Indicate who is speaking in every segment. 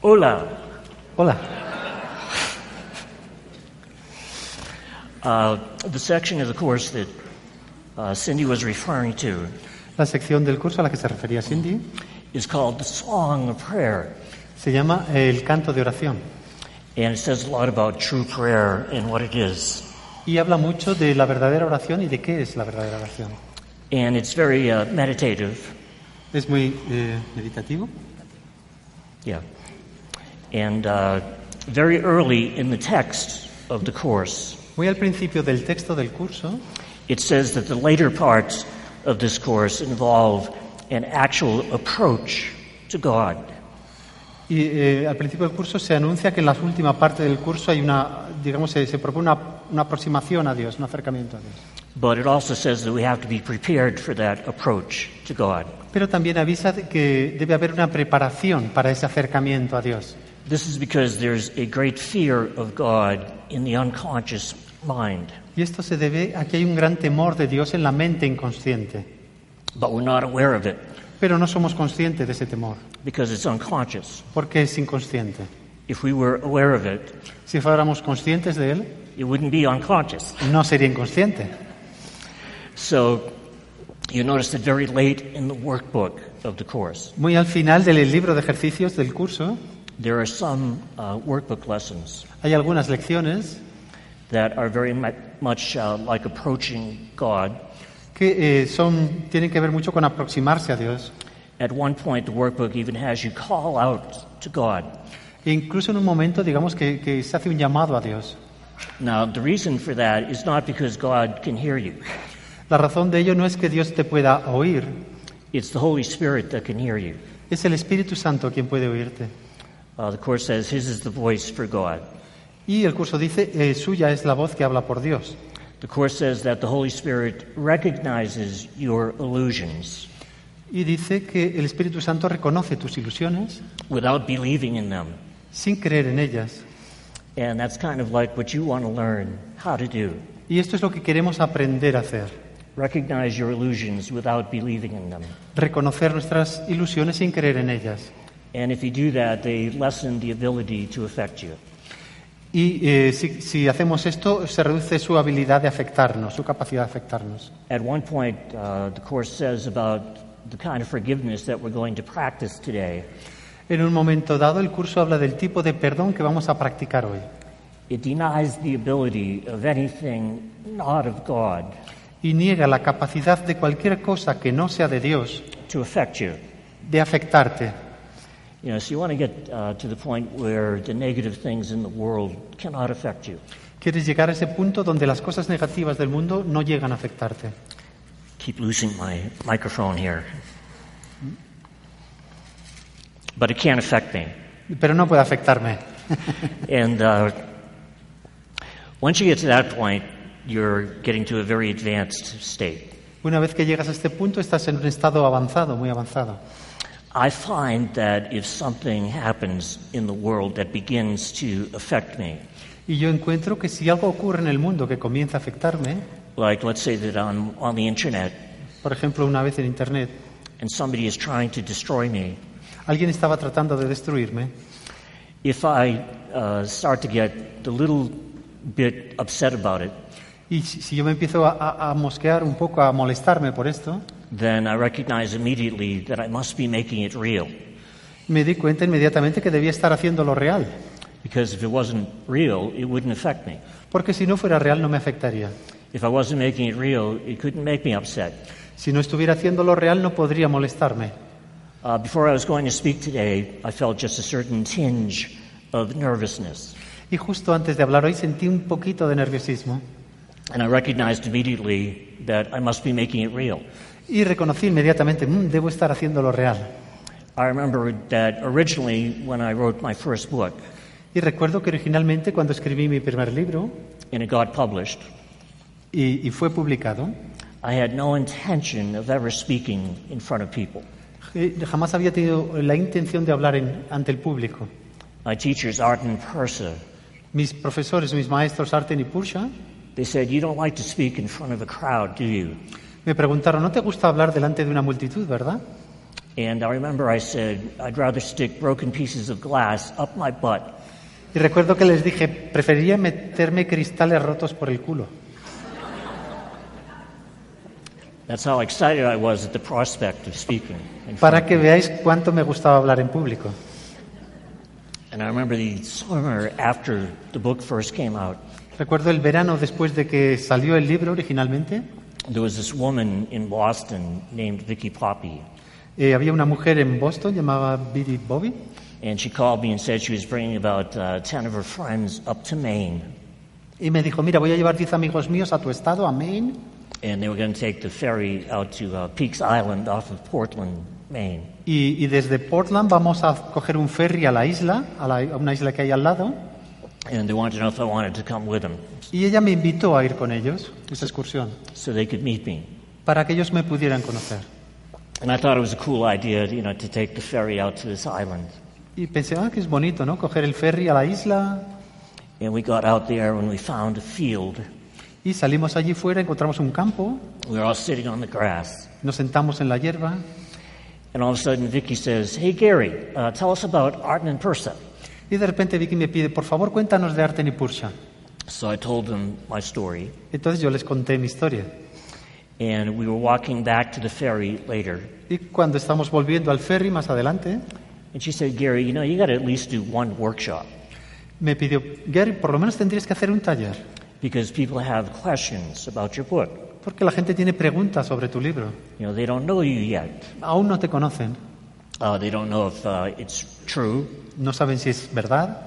Speaker 1: Hola.
Speaker 2: Hola.
Speaker 1: Uh, the section of the course that uh, Cindy was referring to
Speaker 2: La sección del curso a la que se refería Cindy
Speaker 1: is called the Song of Prayer.
Speaker 2: se llama eh, El canto de oración
Speaker 1: And it says a lot about true prayer and what it is.
Speaker 2: y habla mucho de la verdadera oración y de qué es la verdadera oración.
Speaker 1: And it's very uh, meditative.
Speaker 2: Es muy eh, meditativo
Speaker 1: Yeah. And uh, very early in the text of the course,
Speaker 2: Muy al principio del texto del curso
Speaker 1: it says that the later parts of this course involve an actual approach to God.
Speaker 2: y eh, al principio del curso se anuncia que en la última parte del curso hay una, digamos, se, se propone una, una aproximación a Dios, un acercamiento a Dios.
Speaker 1: But it also says that we have to be prepared for that approach to God.
Speaker 2: Pero también avisa de que debe haber una preparación para ese acercamiento a Dios.
Speaker 1: This is because there's a great fear of God in the unconscious mind,
Speaker 2: Y esto se debe a que hay un gran temor de Dios en la mente inconsciente,
Speaker 1: but we're not aware of it
Speaker 2: pero no somos conscientes de ese temor,
Speaker 1: because it's unconscious.
Speaker 2: porque es inconsciente.
Speaker 1: If we were aware of it,
Speaker 2: Si fuéramos conscientes de él,
Speaker 1: it wouldn't be unconscious.
Speaker 2: no sería inconsciente.
Speaker 1: So you notice that very late in the workbook of the course,
Speaker 2: Muy al final del libro de ejercicios del curso
Speaker 1: there are some uh, workbook lessons
Speaker 2: hay algunas lecciones
Speaker 1: that are very mu- much uh, like approaching God.
Speaker 2: que eh, son, tienen que ver mucho con aproximarse a Dios.
Speaker 1: At one point, the workbook even has you call out to God.
Speaker 2: E incluso en un momento, digamos, que, que se hace un llamado a Dios.
Speaker 1: Now, the reason for that is not because God can hear you.
Speaker 2: La razón de ello no es que Dios te pueda oír,
Speaker 1: It's the Holy Spirit that can hear you.
Speaker 2: es el Espíritu Santo quien puede oírte.
Speaker 1: Uh, the Course says His is the voice for God.
Speaker 2: Y el curso dice, eh, suya es la voz que habla por Dios.
Speaker 1: The Course says that the Holy Spirit recognizes your illusions
Speaker 2: Y dice que el Espíritu Santo reconoce tus ilusiones
Speaker 1: without believing in them.
Speaker 2: sin creer en ellas.
Speaker 1: And that's kind of like what you want to learn how to do.
Speaker 2: Y esto es lo que queremos aprender a hacer.
Speaker 1: Recognize your illusions without believing in them.
Speaker 2: reconocer nuestras ilusiones sin creer en ellas.
Speaker 1: And if you do that, they lessen the ability to affect you.
Speaker 2: Y eh, si, si hacemos esto, se reduce su habilidad de afectarnos, su capacidad de afectarnos.
Speaker 1: At one point, uh, the Course says about the kind of forgiveness that we're going to practice today.
Speaker 2: En un momento dado, el curso habla del tipo de perdón que vamos a practicar hoy.
Speaker 1: It denies the ability of anything not of God
Speaker 2: Y niega la capacidad de cualquier cosa que no sea de Dios
Speaker 1: to affect you.
Speaker 2: de afectarte.
Speaker 1: You know, so you want to get uh, to the point where the negative things in the world cannot affect you.
Speaker 2: Quieres llegar a ese punto donde las cosas negativas del mundo no llegan a afectarte.
Speaker 1: Keep losing my microphone here. But it can't affect me.
Speaker 2: Pero no puede afectarme.
Speaker 1: And uh, once you get to that point, you're getting to a very advanced state.
Speaker 2: Una vez que llegas a este punto, estás en un estado avanzado, muy avanzado.
Speaker 1: I find that if something happens in the world that begins to affect me,
Speaker 2: Y yo encuentro que si algo ocurre en el mundo que comienza a afectarme,
Speaker 1: like let's say that I'm on the internet
Speaker 2: Por ejemplo, una vez en Internet,
Speaker 1: and somebody is trying to destroy me,
Speaker 2: alguien estaba tratando de destruirme.
Speaker 1: if I uh, start to get a little bit upset about it,
Speaker 2: Y si si yo me empiezo a, a- a mosquear un poco, a molestarme por esto,
Speaker 1: then I recognize immediately that I must be making it real.
Speaker 2: me di cuenta inmediatamente que debía estar haciendo lo real.
Speaker 1: Because if it wasn't real, it wouldn't affect me.
Speaker 2: Porque si no fuera real no me afectaría.
Speaker 1: If I wasn't making it real, it couldn't make me upset.
Speaker 2: Si no estuviera haciendo lo real no podría molestarme.
Speaker 1: Uh, before I was going to speak today, I felt just a certain tinge of nervousness.
Speaker 2: Y justo antes de hablar hoy sentí un poquito de nerviosismo
Speaker 1: And I recognized immediately that I must be making it real.
Speaker 2: y reconocí inmediatamente, "Mm, debo estar haciendo lo real.
Speaker 1: I remember that originally when I wrote my first book
Speaker 2: Y recuerdo que originalmente cuando escribí mi primer libro
Speaker 1: and it got published,
Speaker 2: y- y fue publicado,
Speaker 1: I had no intention of ever speaking in front of people.
Speaker 2: eh, jamás había tenido la intención de hablar en- ante el público.
Speaker 1: My teachers, Arden and Persa,
Speaker 2: Mis profesores, mis maestros Arten y Pursha,
Speaker 1: they said, You don't like to speak in front of a crowd, do you?
Speaker 2: me preguntaron, ¿no te gusta hablar delante de una multitud, verdad?
Speaker 1: And I remember I said, I'd rather stick broken pieces of glass up my butt
Speaker 2: Y recuerdo que les dije, preferiría meterme cristales rotos por el culo.
Speaker 1: That's how excited I was at the prospect of speaking. in front
Speaker 2: Para que veáis cuánto me gustaba hablar en público.
Speaker 1: And I remember the summer after the book first came out,
Speaker 2: Recuerdo el verano después de que salió el libro originalmente,
Speaker 1: there was this woman in Boston named Vicky Poppy,
Speaker 2: eh, había una mujer en Boston llamada Biddy Bobby
Speaker 1: and she called me and said she was bringing about uh, 10 of her friends up to Maine,
Speaker 2: y me dijo, mira, voy a llevar 10 amigos míos a tu estado, a Maine,
Speaker 1: and they were going to take the ferry out to uh, Peaks Island off of Portland, Maine.
Speaker 2: y, y desde Portland vamos a coger un ferry a la isla, a, la- a una isla que hay al lado,
Speaker 1: And they wanted to know if I wanted to come with them
Speaker 2: y ella me invitó a ir con ellos, esa excursión,
Speaker 1: so they could meet me.
Speaker 2: para que ellos me pudieran conocer.
Speaker 1: And I thought it was a cool idea, you know, to take the ferry out to this island.
Speaker 2: Y pensé, ah, que es bonito, ¿no? Coger el ferry a la isla,
Speaker 1: And we got out there and we found a field.
Speaker 2: y salimos allí fuera, encontramos un campo,
Speaker 1: We were all sitting on the grass.
Speaker 2: nos sentamos en la hierba,
Speaker 1: And all of a sudden, Vicky says, "Hey, Gary, uh, tell us about Arden and Persa."
Speaker 2: y de repente Vicky me pide, por favor, cuéntanos de Arten y Pursa.
Speaker 1: So I told them my story,
Speaker 2: Entonces yo les conté mi historia.
Speaker 1: and we were walking back to the ferry later.
Speaker 2: Y cuando estamos volviendo al ferry más adelante,
Speaker 1: And she said, "Gary, you know, you got to at least do one workshop
Speaker 2: me pidió, Gary, por lo menos tendrías que hacer un taller,
Speaker 1: because people have questions about your book.
Speaker 2: porque la gente tiene preguntas sobre tu libro.
Speaker 1: You know, they don't know you yet.
Speaker 2: Aún no te conocen,
Speaker 1: Uh, they don't know if uh, it's true
Speaker 2: no saben si es verdad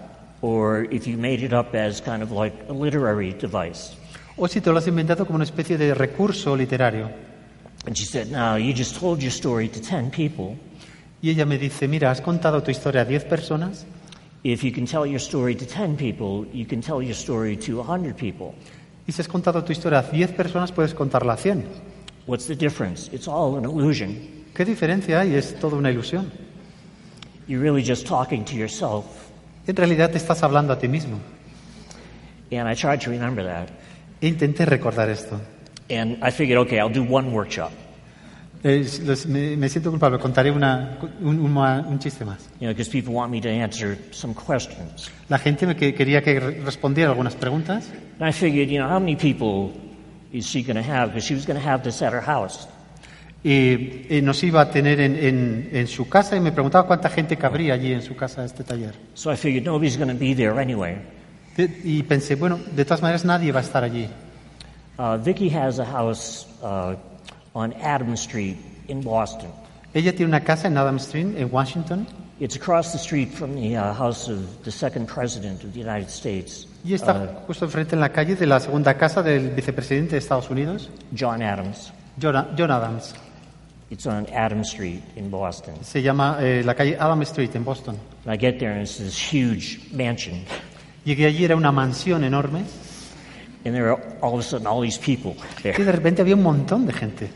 Speaker 1: or if you made it up as kind of like a literary device."
Speaker 2: o si te lo has inventado como una especie de recurso literario.
Speaker 1: And she said, "No, you just told your story to ten people.
Speaker 2: Y ella me dice, mira, has contado tu historia a 10 personas.
Speaker 1: If you can tell your story to ten people, you can tell your story to a hundred people."
Speaker 2: Y si has contado tu historia a 10 personas, puedes contarla a 100.
Speaker 1: What's the difference? It's all an illusion.
Speaker 2: ¿Qué diferencia hay? Es toda una ilusión.
Speaker 1: You're really just talking to yourself.
Speaker 2: En realidad te estás hablando a ti mismo.
Speaker 1: And I tried to remember that.
Speaker 2: E intenté recordar esto.
Speaker 1: And I figured, okay, I'll do one workshop,
Speaker 2: Eh, los- me, me siento culpable, contaré una- un- un- un chiste más.
Speaker 1: you know, because people want me to answer some questions.
Speaker 2: La gente me que- quería que re- respondiera algunas preguntas
Speaker 1: And I figured, you know, how many people is she going to have? Because she was going to have this at her house.
Speaker 2: y, y nos iba a tener en, en- en su casa y me preguntaba cuánta gente cabría allí en su casa este taller.
Speaker 1: So I figured nobody's going to be there anyway.
Speaker 2: De- y pensé, bueno, de todas maneras nadie va a estar allí.
Speaker 1: Uh, Vicky has a house uh, on Adams Street in Boston.
Speaker 2: Ella tiene una casa en Adams Street, en Washington,
Speaker 1: It's across the street from the uh, house of the second president of the United States,
Speaker 2: y está justo enfrente en la calle de la segunda casa del vicepresidente de Estados Unidos,
Speaker 1: John Adams.
Speaker 2: John, John Adams.
Speaker 1: It's on Adams Street in Boston.
Speaker 2: Se llama eh, la calle Adams Street, en Boston.
Speaker 1: And I get there and it's this huge mansion.
Speaker 2: Llegué allí, era una mansión enorme,
Speaker 1: And there are all of a sudden all these people
Speaker 2: y
Speaker 1: there.
Speaker 2: de repente había un montón de gente.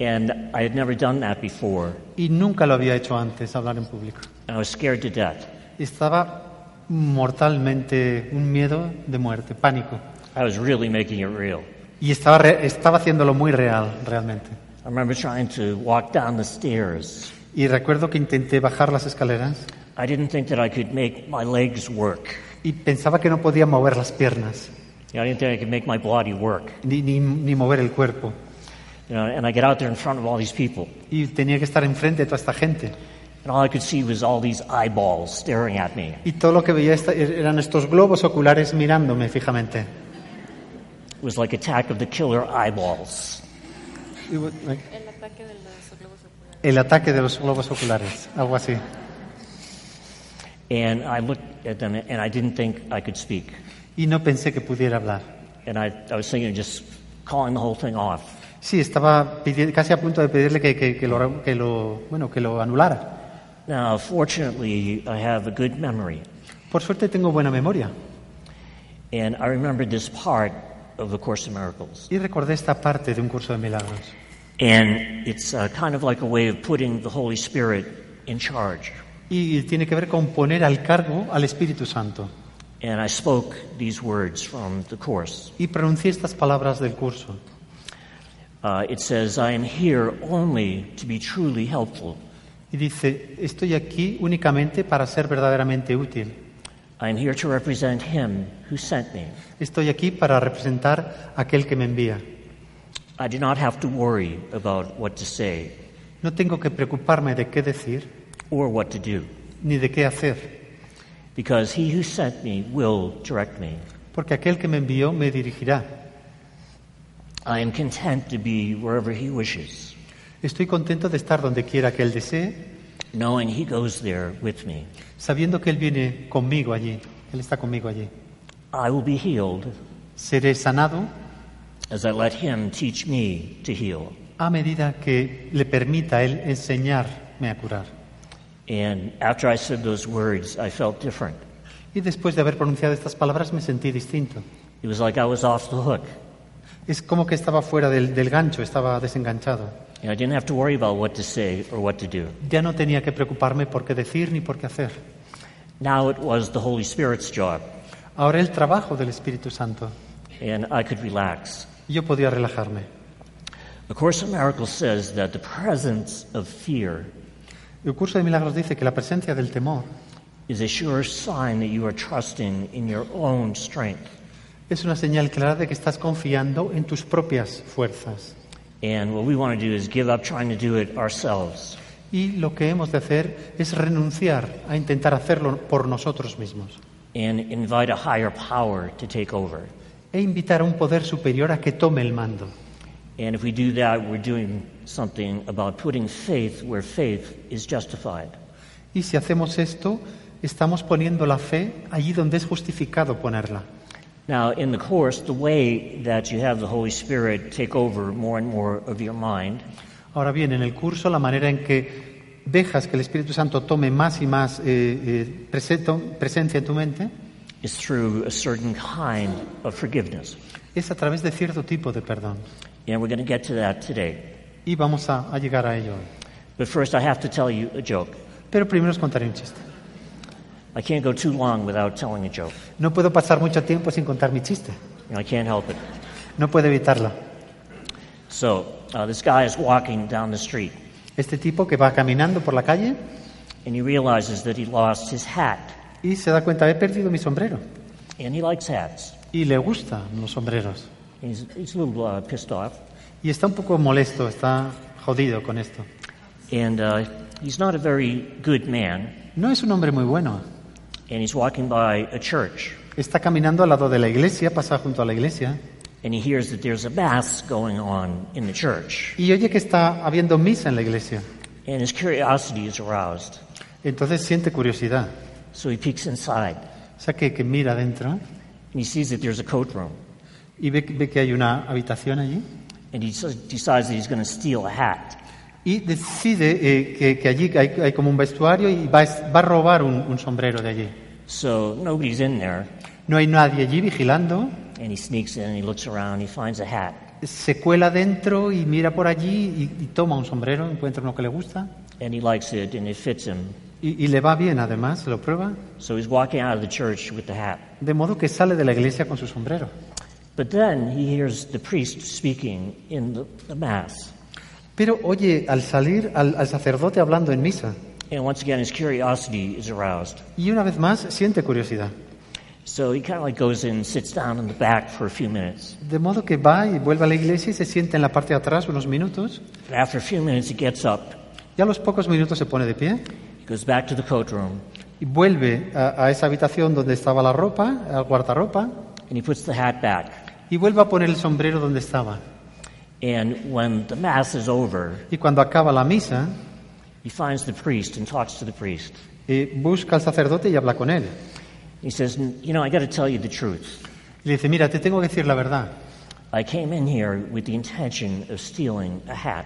Speaker 1: And I had never done that before.
Speaker 2: Y nunca lo había hecho antes, hablar en público.
Speaker 1: And I was scared to death.
Speaker 2: Estaba mortalmente un miedo de muerte, pánico.
Speaker 1: I was really making it real.
Speaker 2: Y estaba, re- estaba haciéndolo muy real, realmente.
Speaker 1: I remember trying to walk down the stairs.
Speaker 2: Y recuerdo que intenté bajar las escaleras
Speaker 1: I didn't think that I could make my legs work.
Speaker 2: y pensaba que no podía mover las piernas,
Speaker 1: You know, I didn't think I could make my body work.
Speaker 2: ni, ni, ni mover el cuerpo.
Speaker 1: You know, and I get out there in front of all these people.
Speaker 2: Y tenía que estar enfrente de toda esta gente.
Speaker 1: And all I could see was all these eyeballs staring at me.
Speaker 2: Y todo lo que veía esta- er- eran estos globos oculares mirándome fijamente.
Speaker 1: It was like Attack of the Killer Eyeballs.
Speaker 2: Y bu- ay,
Speaker 3: El ataque de los globos oculares.
Speaker 2: El ataque de los globos oculares, algo así.
Speaker 1: And I looked at them and I didn't think I could speak.
Speaker 2: Y no pensé que pudiera hablar.
Speaker 1: And I, I was thinking of just calling the whole thing off.
Speaker 2: Sí, estaba pidi- casi a punto de pedirle que, que- que lo, que lo- bueno, que lo anulara.
Speaker 1: Now, fortunately, I have a good memory.
Speaker 2: Por suerte tengo buena memoria
Speaker 1: And I remembered this part of The Course in Miracles.
Speaker 2: y recordé esta parte de un curso de milagros.
Speaker 1: And it's uh, kind of like a way of putting the Holy Spirit in charge.
Speaker 2: Y tiene que ver con poner al cargo al Espíritu Santo.
Speaker 1: And I spoke these words from the Course.
Speaker 2: Y pronuncié estas palabras del curso.
Speaker 1: Uh, it says, I am here only to be truly helpful
Speaker 2: y dice, estoy aquí únicamente para ser verdaderamente útil.
Speaker 1: I'm here to represent Him who sent me.
Speaker 2: Estoy aquí para representar a aquel que me envía.
Speaker 1: I do not have to worry about what to say
Speaker 2: No tengo que preocuparme de qué decir
Speaker 1: or what to do,
Speaker 2: ni de qué hacer,
Speaker 1: because He who sent me will direct me.
Speaker 2: porque aquel que me envió me dirigirá.
Speaker 1: I am content to be wherever He wishes,
Speaker 2: Estoy contento de estar donde quiera que Él desee,
Speaker 1: knowing He goes there with me.
Speaker 2: sabiendo que Él viene conmigo allí, Él está conmigo allí.
Speaker 1: I will be healed
Speaker 2: Seré sanado
Speaker 1: as I let Him teach me to heal.
Speaker 2: a medida que le permita a Él enseñarme a curar.
Speaker 1: And after I said those words, I felt different.
Speaker 2: Y después de haber pronunciado estas palabras me sentí distinto.
Speaker 1: It was like I was off the hook.
Speaker 2: Es como que estaba fuera del, del gancho, estaba desenganchado.
Speaker 1: And I didn't have to worry about what to say or what to do.
Speaker 2: Ya no tenía que preocuparme por qué decir ni por qué hacer.
Speaker 1: Now it was the Holy Spirit's job,
Speaker 2: Ahora el trabajo del Espíritu Santo.
Speaker 1: and I could relax.
Speaker 2: Yo podía relajarme.
Speaker 1: A Course in Miracles says that the presence of fear
Speaker 2: El curso de milagros dice que la presencia del temor
Speaker 1: is a sure sign that you are trusting in your own strength
Speaker 2: es una señal clara de que estás confiando en tus propias fuerzas.
Speaker 1: And what we want to do is give up trying to do it ourselves.
Speaker 2: Y lo que hemos de hacer es renunciar a intentar hacerlo por nosotros mismos
Speaker 1: and invite a higher power to take over.
Speaker 2: e invitar a un poder superior a que tome el mando.
Speaker 1: And if we do that, we're doing something about putting faith where faith is justified.
Speaker 2: Y si hacemos esto, estamos poniendo la fe allí donde es justificado ponerla.
Speaker 1: Now, in the Course, the way that you have the Holy Spirit take over more and more of your mind
Speaker 2: Ahora bien, en el curso, la manera en que dejas que el Espíritu Santo tome más y más eh, eh, prese- to- presencia en tu mente
Speaker 1: is through a certain kind of forgiveness.
Speaker 2: es a través de cierto tipo de perdón.
Speaker 1: And we're going to get to that today.
Speaker 2: Y vamos a, a llegar a ello. hoy.
Speaker 1: But first, I have to tell you a joke.
Speaker 2: Pero primero os contaré un chiste.
Speaker 1: I can't go too long without telling a joke.
Speaker 2: No puedo pasar mucho tiempo sin contar mi chiste.
Speaker 1: You know, I can't help it.
Speaker 2: No puedo evitarla.
Speaker 1: So, uh, this guy is walking down the street.
Speaker 2: Este tipo que va caminando por la calle
Speaker 1: and he realizes that he lost his hat.
Speaker 2: y se da cuenta, he perdido mi sombrero.
Speaker 1: And he likes hats.
Speaker 2: Y le gustan los sombreros.
Speaker 1: He's, he's a little uh, pissed off.
Speaker 2: Y está un poco molesto, está jodido con esto.
Speaker 1: And uh, he's not a very good man.
Speaker 2: No es un hombre muy bueno.
Speaker 1: And he's walking by a church.
Speaker 2: Está caminando al lado de la iglesia, pasa junto a la iglesia
Speaker 1: And he hears that there's a mass going on in the church.
Speaker 2: y oye que está habiendo misa en la iglesia.
Speaker 1: And his curiosity is aroused.
Speaker 2: Entonces siente curiosidad.
Speaker 1: So he peeks inside.
Speaker 2: O sea que, que mira adentro
Speaker 1: And he sees that there's a coat room.
Speaker 2: y ve, ve que hay una habitación allí
Speaker 1: And he s- decides that he's going to steal a hat.
Speaker 2: y decide eh, que, que allí hay, hay como un vestuario y va, a es- va a robar un, un sombrero de allí.
Speaker 1: So nobody's in there.
Speaker 2: No hay nadie allí vigilando,
Speaker 1: And he sneaks in and he looks around. He finds a hat.
Speaker 2: se cuela adentro y mira por allí y, y toma un sombrero, encuentra uno que le gusta
Speaker 1: And he likes it and it fits him.
Speaker 2: y, y le va bien además, lo prueba.
Speaker 1: So he's walking out of the church with the hat.
Speaker 2: De modo que sale de la iglesia con su sombrero.
Speaker 1: But then he hears the priest speaking in the, the Mass.
Speaker 2: Pero oye, al salir al, al sacerdote hablando en misa,
Speaker 1: And once again, his curiosity is aroused.
Speaker 2: y una vez más siente curiosidad.
Speaker 1: So he kind of like goes in and sits down in the back for a few minutes.
Speaker 2: De modo que va y vuelve a la iglesia y se sienta en la parte de atrás unos minutos,
Speaker 1: But after a few minutes, he gets up,
Speaker 2: y a los pocos minutos se pone de pie
Speaker 1: he goes back to the coat room,
Speaker 2: y vuelve a, a esa habitación donde estaba la ropa, al guardarropa,
Speaker 1: and he puts the hat back.
Speaker 2: y vuelve a poner el sombrero donde estaba.
Speaker 1: And when the Mass is over,
Speaker 2: Y cuando acaba la misa,
Speaker 1: he finds the priest and talks to the priest.
Speaker 2: eh, busca al sacerdote y habla con él.
Speaker 1: He says, You know, I got to tell you the truth.
Speaker 2: Y le dice, mira, te tengo que decir la verdad.
Speaker 1: I came in here with the intention of stealing a hat,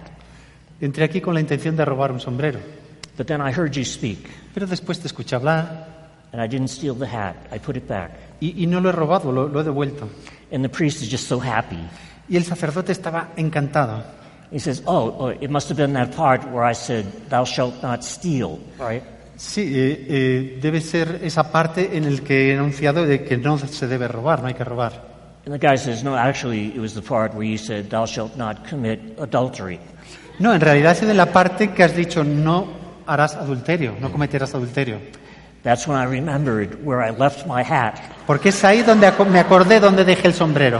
Speaker 2: Entré aquí con la intención de robar un sombrero,
Speaker 1: but then I heard you speak.
Speaker 2: pero después te escuché hablar
Speaker 1: And I didn't steal the hat. I put it back.
Speaker 2: y, y no lo he robado, lo- lo he devuelto.
Speaker 1: And the priest is just so happy.
Speaker 2: Y el sacerdote estaba encantado.
Speaker 1: He says, oh, oh, it must have been that part where I said, thou shalt not steal, right?
Speaker 2: Sí, eh, eh, debe ser esa parte en el que he enunciado de que no se debe robar, no hay que robar.
Speaker 1: And the guy says, no, actually, it was the part where you said, thou shalt not commit adultery.
Speaker 2: No, en realidad es de la parte que has dicho no harás adulterio, no cometerás adulterio.
Speaker 1: That's when I remembered where I left my hat.
Speaker 2: Porque es ahí donde aco- me acordé donde dejé el sombrero.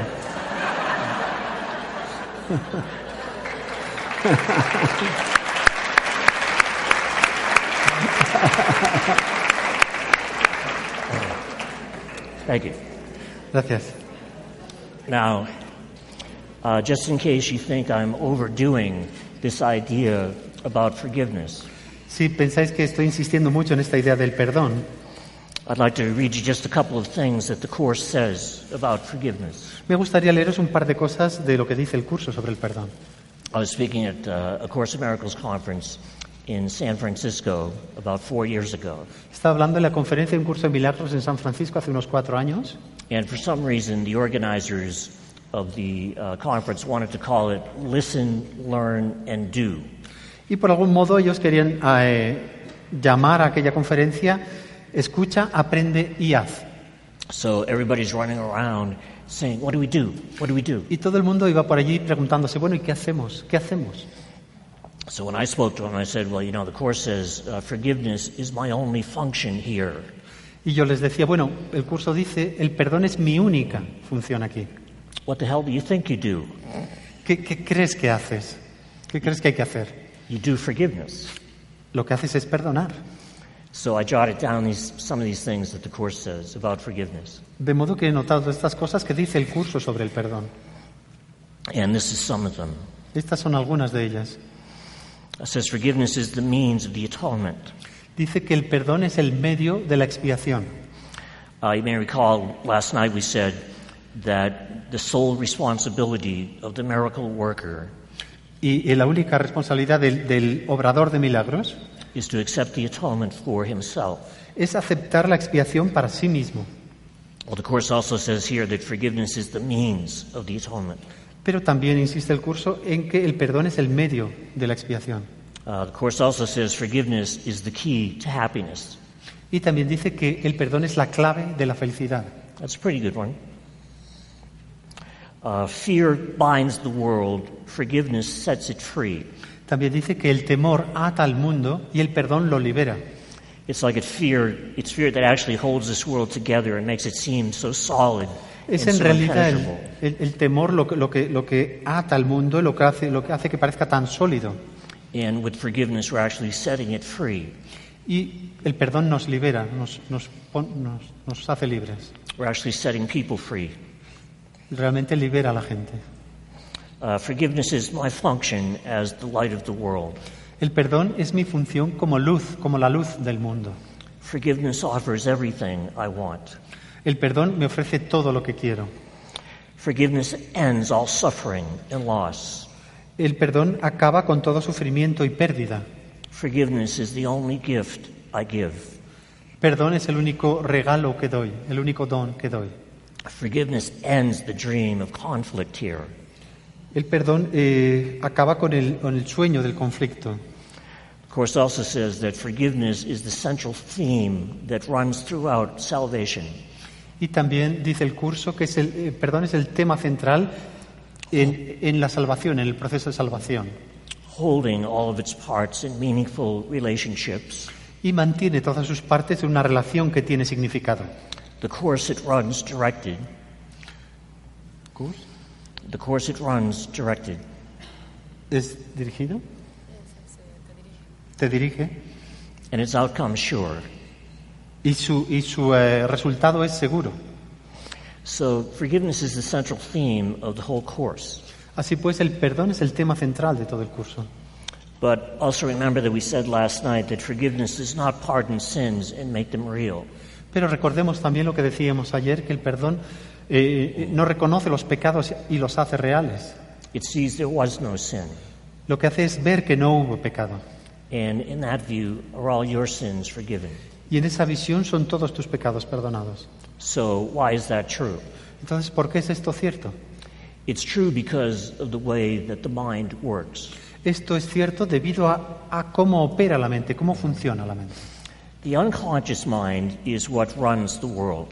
Speaker 1: Thank you.
Speaker 2: Gracias.
Speaker 1: Now, uh, just in case you think I'm overdoing this idea about forgiveness,
Speaker 2: Si pensáis que estoy insistiendo mucho en esta idea del perdón,
Speaker 1: I'd like to read you just a couple of things that the Course says about forgiveness.
Speaker 2: me gustaría leeros un par de cosas de lo que dice el curso sobre el perdón.
Speaker 1: I was speaking at uh, a Course in Miracles conference in San Francisco about four years ago.
Speaker 2: Estaba hablando en la conferencia de un curso de milagros en San Francisco hace unos cuatro años
Speaker 1: And for some reason, the organizers of the uh, conference wanted to call it Listen, Learn, and Do.
Speaker 2: y por algún modo ellos querían eh, llamar a aquella conferencia Escucha, aprende y haz.
Speaker 1: So everybody's running around saying, What do we do? What do we do?
Speaker 2: Y todo el mundo iba por allí preguntándose, bueno, ¿y qué hacemos? ¿Qué hacemos?
Speaker 1: So when I spoke to him, I said, Well, you know, the Course says uh, forgiveness is my only function here.
Speaker 2: Y yo les decía, bueno, el curso dice, el perdón es mi única función aquí.
Speaker 1: What the hell do you think you do?
Speaker 2: ¿Qué, qué crees que haces? ¿Qué crees que hay que hacer?
Speaker 1: You do forgiveness.
Speaker 2: Lo que haces es perdonar.
Speaker 1: So I jotted down these, some of these things that the Course says about forgiveness.
Speaker 2: De modo que he notado estas cosas que dice el curso sobre el perdón.
Speaker 1: And this is some of them.
Speaker 2: Estas son algunas de ellas.
Speaker 1: It says forgiveness is the means of the atonement.
Speaker 2: Dice que el perdón es el medio de la expiación.
Speaker 1: Uh, you may recall last night we said that the sole responsibility of the miracle worker
Speaker 2: Y, y la única responsabilidad del, del obrador de milagros
Speaker 1: is to accept the atonement for himself.
Speaker 2: es aceptar la expiación para sí mismo.
Speaker 1: Well, the Course also says here that forgiveness is the means of the atonement.
Speaker 2: Pero también insiste el curso en que el perdón es el medio de la expiación.
Speaker 1: Uh, the Course also says forgiveness is the key to happiness.
Speaker 2: Y también dice que el perdón es la clave de la felicidad.
Speaker 1: That's a pretty good one. Uh, fear binds the world, forgiveness sets it free.
Speaker 2: También dice que el temor ata al mundo y el perdón lo libera.
Speaker 1: It's like a fear, it's fear that actually holds this world together and makes it seem so solid
Speaker 2: Es
Speaker 1: and
Speaker 2: en
Speaker 1: so
Speaker 2: realidad el,
Speaker 1: impenetrable.
Speaker 2: el- el temor lo, que- lo que, lo que ata al mundo, lo que, hace, lo que hace que parezca tan sólido.
Speaker 1: And with forgiveness, we're actually setting it free.
Speaker 2: Y el perdón nos libera, nos, nos, pon- nos, nos hace libres.
Speaker 1: We're actually setting people free.
Speaker 2: Realmente libera a la gente.
Speaker 1: Uh, forgiveness is my function as the light of the world.
Speaker 2: El perdón es mi función como luz, como la luz del mundo.
Speaker 1: Forgiveness offers everything I want.
Speaker 2: El perdón me ofrece todo lo que quiero.
Speaker 1: Forgiveness ends all suffering and loss.
Speaker 2: El perdón acaba con todo sufrimiento y pérdida.
Speaker 1: Forgiveness is the only gift I give.
Speaker 2: Perdón es el único regalo que doy, el único don que doy.
Speaker 1: Forgiveness ends the dream of conflict here.
Speaker 2: El perdón eh, acaba con el, con el sueño del conflicto.
Speaker 1: Of course, it also says that forgiveness is the central theme that runs throughout salvation.
Speaker 2: Y también dice el curso que es el eh, perdón es el tema central en, en la salvación, en el proceso de salvación.
Speaker 1: holding all of its parts in meaningful relationships.
Speaker 2: Y mantiene todas sus partes en una relación que tiene significado.
Speaker 1: The course it runs directed. The course it runs directed.
Speaker 2: ¿Es dirigido? Te dirige.
Speaker 1: And its outcome sure.
Speaker 2: Y su, y su eh, resultado es seguro.
Speaker 1: So forgiveness is the central theme of the whole course.
Speaker 2: Así pues, el perdón es el tema central de todo el curso.
Speaker 1: But also remember that we said last night that forgiveness does not pardon sins and make them real.
Speaker 2: Pero recordemos también lo que decíamos ayer, que el perdón eh, eh, no reconoce los pecados y los hace reales.
Speaker 1: It sees there was no sin.
Speaker 2: Lo que hace es ver que no hubo pecado.
Speaker 1: And in that view, are all your sins forgiven?
Speaker 2: Y en esa visión son todos tus pecados perdonados.
Speaker 1: So why is that true?
Speaker 2: Entonces, ¿por qué es esto cierto?
Speaker 1: It's true because of the way that the mind works.
Speaker 2: Esto es cierto debido a, a cómo opera la mente, cómo funciona la mente.
Speaker 1: The unconscious mind is what runs the world.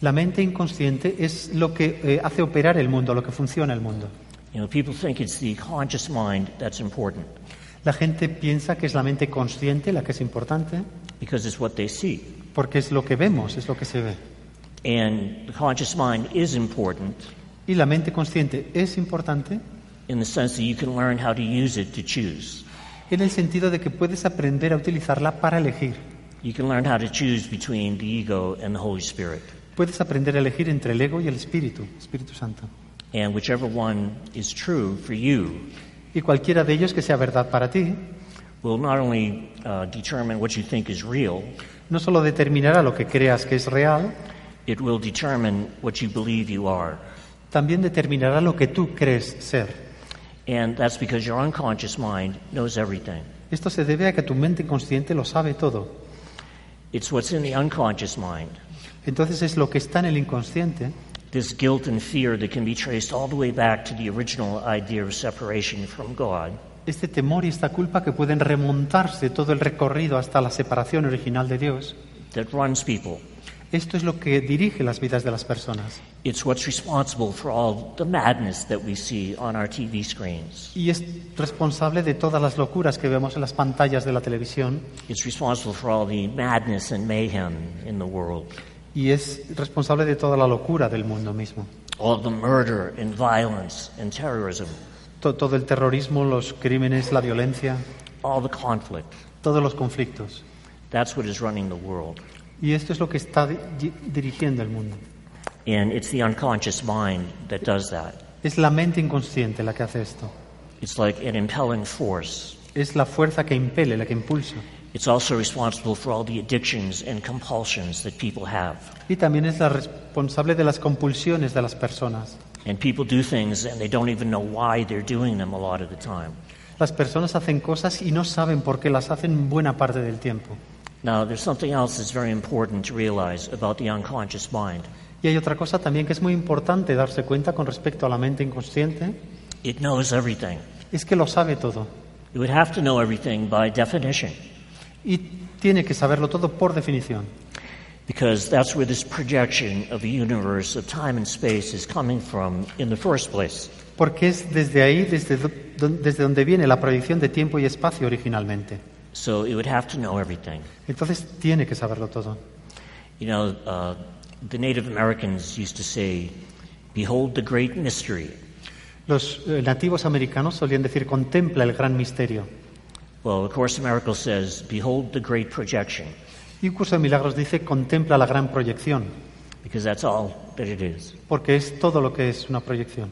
Speaker 2: La mente inconsciente es lo que eh, hace operar el mundo, lo que funciona el mundo.
Speaker 1: You know, people think it's the conscious mind that's important.
Speaker 2: La gente piensa que es la mente consciente la que es importante,
Speaker 1: because it's what they see.
Speaker 2: porque es lo que vemos, es lo que se ve.
Speaker 1: And the conscious mind is important
Speaker 2: Y la mente consciente es importante
Speaker 1: in the sense that you can learn how to use it to choose.
Speaker 2: en el sentido de que puedes aprender a utilizarla para elegir.
Speaker 1: You can learn how to choose between the ego and the Holy Spirit.
Speaker 2: Puedes aprender a elegir entre el ego y el espíritu, Espíritu Santo.
Speaker 1: And whichever one is true for you
Speaker 2: Y cualquiera de ellos que sea verdad para ti,
Speaker 1: will not only uh, determine what you think is real,
Speaker 2: no solo determinará lo que creas que es real,
Speaker 1: it will determine what you believe you are.
Speaker 2: también determinará lo que tú crees ser.
Speaker 1: And that's because your unconscious mind knows everything.
Speaker 2: Esto se debe a que tu mente consciente lo sabe todo.
Speaker 1: It's what's in the unconscious mind,
Speaker 2: Entonces es lo que está en el inconsciente,
Speaker 1: this guilt and fear that can be traced all the way back to the original idea of separation from God,
Speaker 2: este temor y esta culpa que pueden remontarse todo el recorrido hasta la separación original de Dios.
Speaker 1: that runs people.
Speaker 2: Esto es lo que dirige las vidas de las personas.
Speaker 1: It's what's responsible for all the madness that we see on our TV screens.
Speaker 2: Y es responsable de todas las locuras que vemos en las pantallas de la televisión
Speaker 1: It's responsible for all the madness and mayhem in the world,
Speaker 2: y es responsable de toda la locura del mundo mismo.
Speaker 1: all the murder and violence and terrorism,
Speaker 2: To- Todo el terrorismo, los crímenes, la violencia,
Speaker 1: all the conflict.
Speaker 2: todos los conflictos.
Speaker 1: That's what is running the world.
Speaker 2: Y esto es lo que está di- di- dirigiendo el mundo.
Speaker 1: And it's the unconscious mind that does that.
Speaker 2: Es la mente inconsciente la que hace esto.
Speaker 1: It's like an impelling force.
Speaker 2: Es la fuerza que impele, la que impulsa.
Speaker 1: It's also responsible for all the addictions and compulsions that people have.
Speaker 2: Y también es la responsable de las compulsiones de las personas.
Speaker 1: And people do things and they don't even know why they're doing them a lot of the time.
Speaker 2: Las personas hacen cosas y no saben por qué las hacen buena parte del tiempo.
Speaker 1: Now, there's something else that's very important to realize about the unconscious mind.
Speaker 2: Y hay otra cosa también que es muy importante darse cuenta con respecto a la mente inconsciente,
Speaker 1: It knows everything.
Speaker 2: es que lo sabe todo.
Speaker 1: It would have to know everything by definition,
Speaker 2: Y tiene que saberlo todo por definición,
Speaker 1: because that's where this projection of the universe of time and space is coming from in the first place.
Speaker 2: porque es desde ahí, desde, do- don- desde donde viene la proyección de tiempo y espacio originalmente.
Speaker 1: So it would have to know everything.
Speaker 2: Entonces tiene que saberlo todo.
Speaker 1: You know, uh, the Native Americans used to say, Behold the great mystery.
Speaker 2: Los eh, nativos americanos solían decir contempla el gran misterio.
Speaker 1: Well, A Course in Miracles says, Behold the great projection,
Speaker 2: Y un curso de milagros dice contempla la gran proyección,
Speaker 1: because that's all that it is.
Speaker 2: porque es todo lo que es una proyección.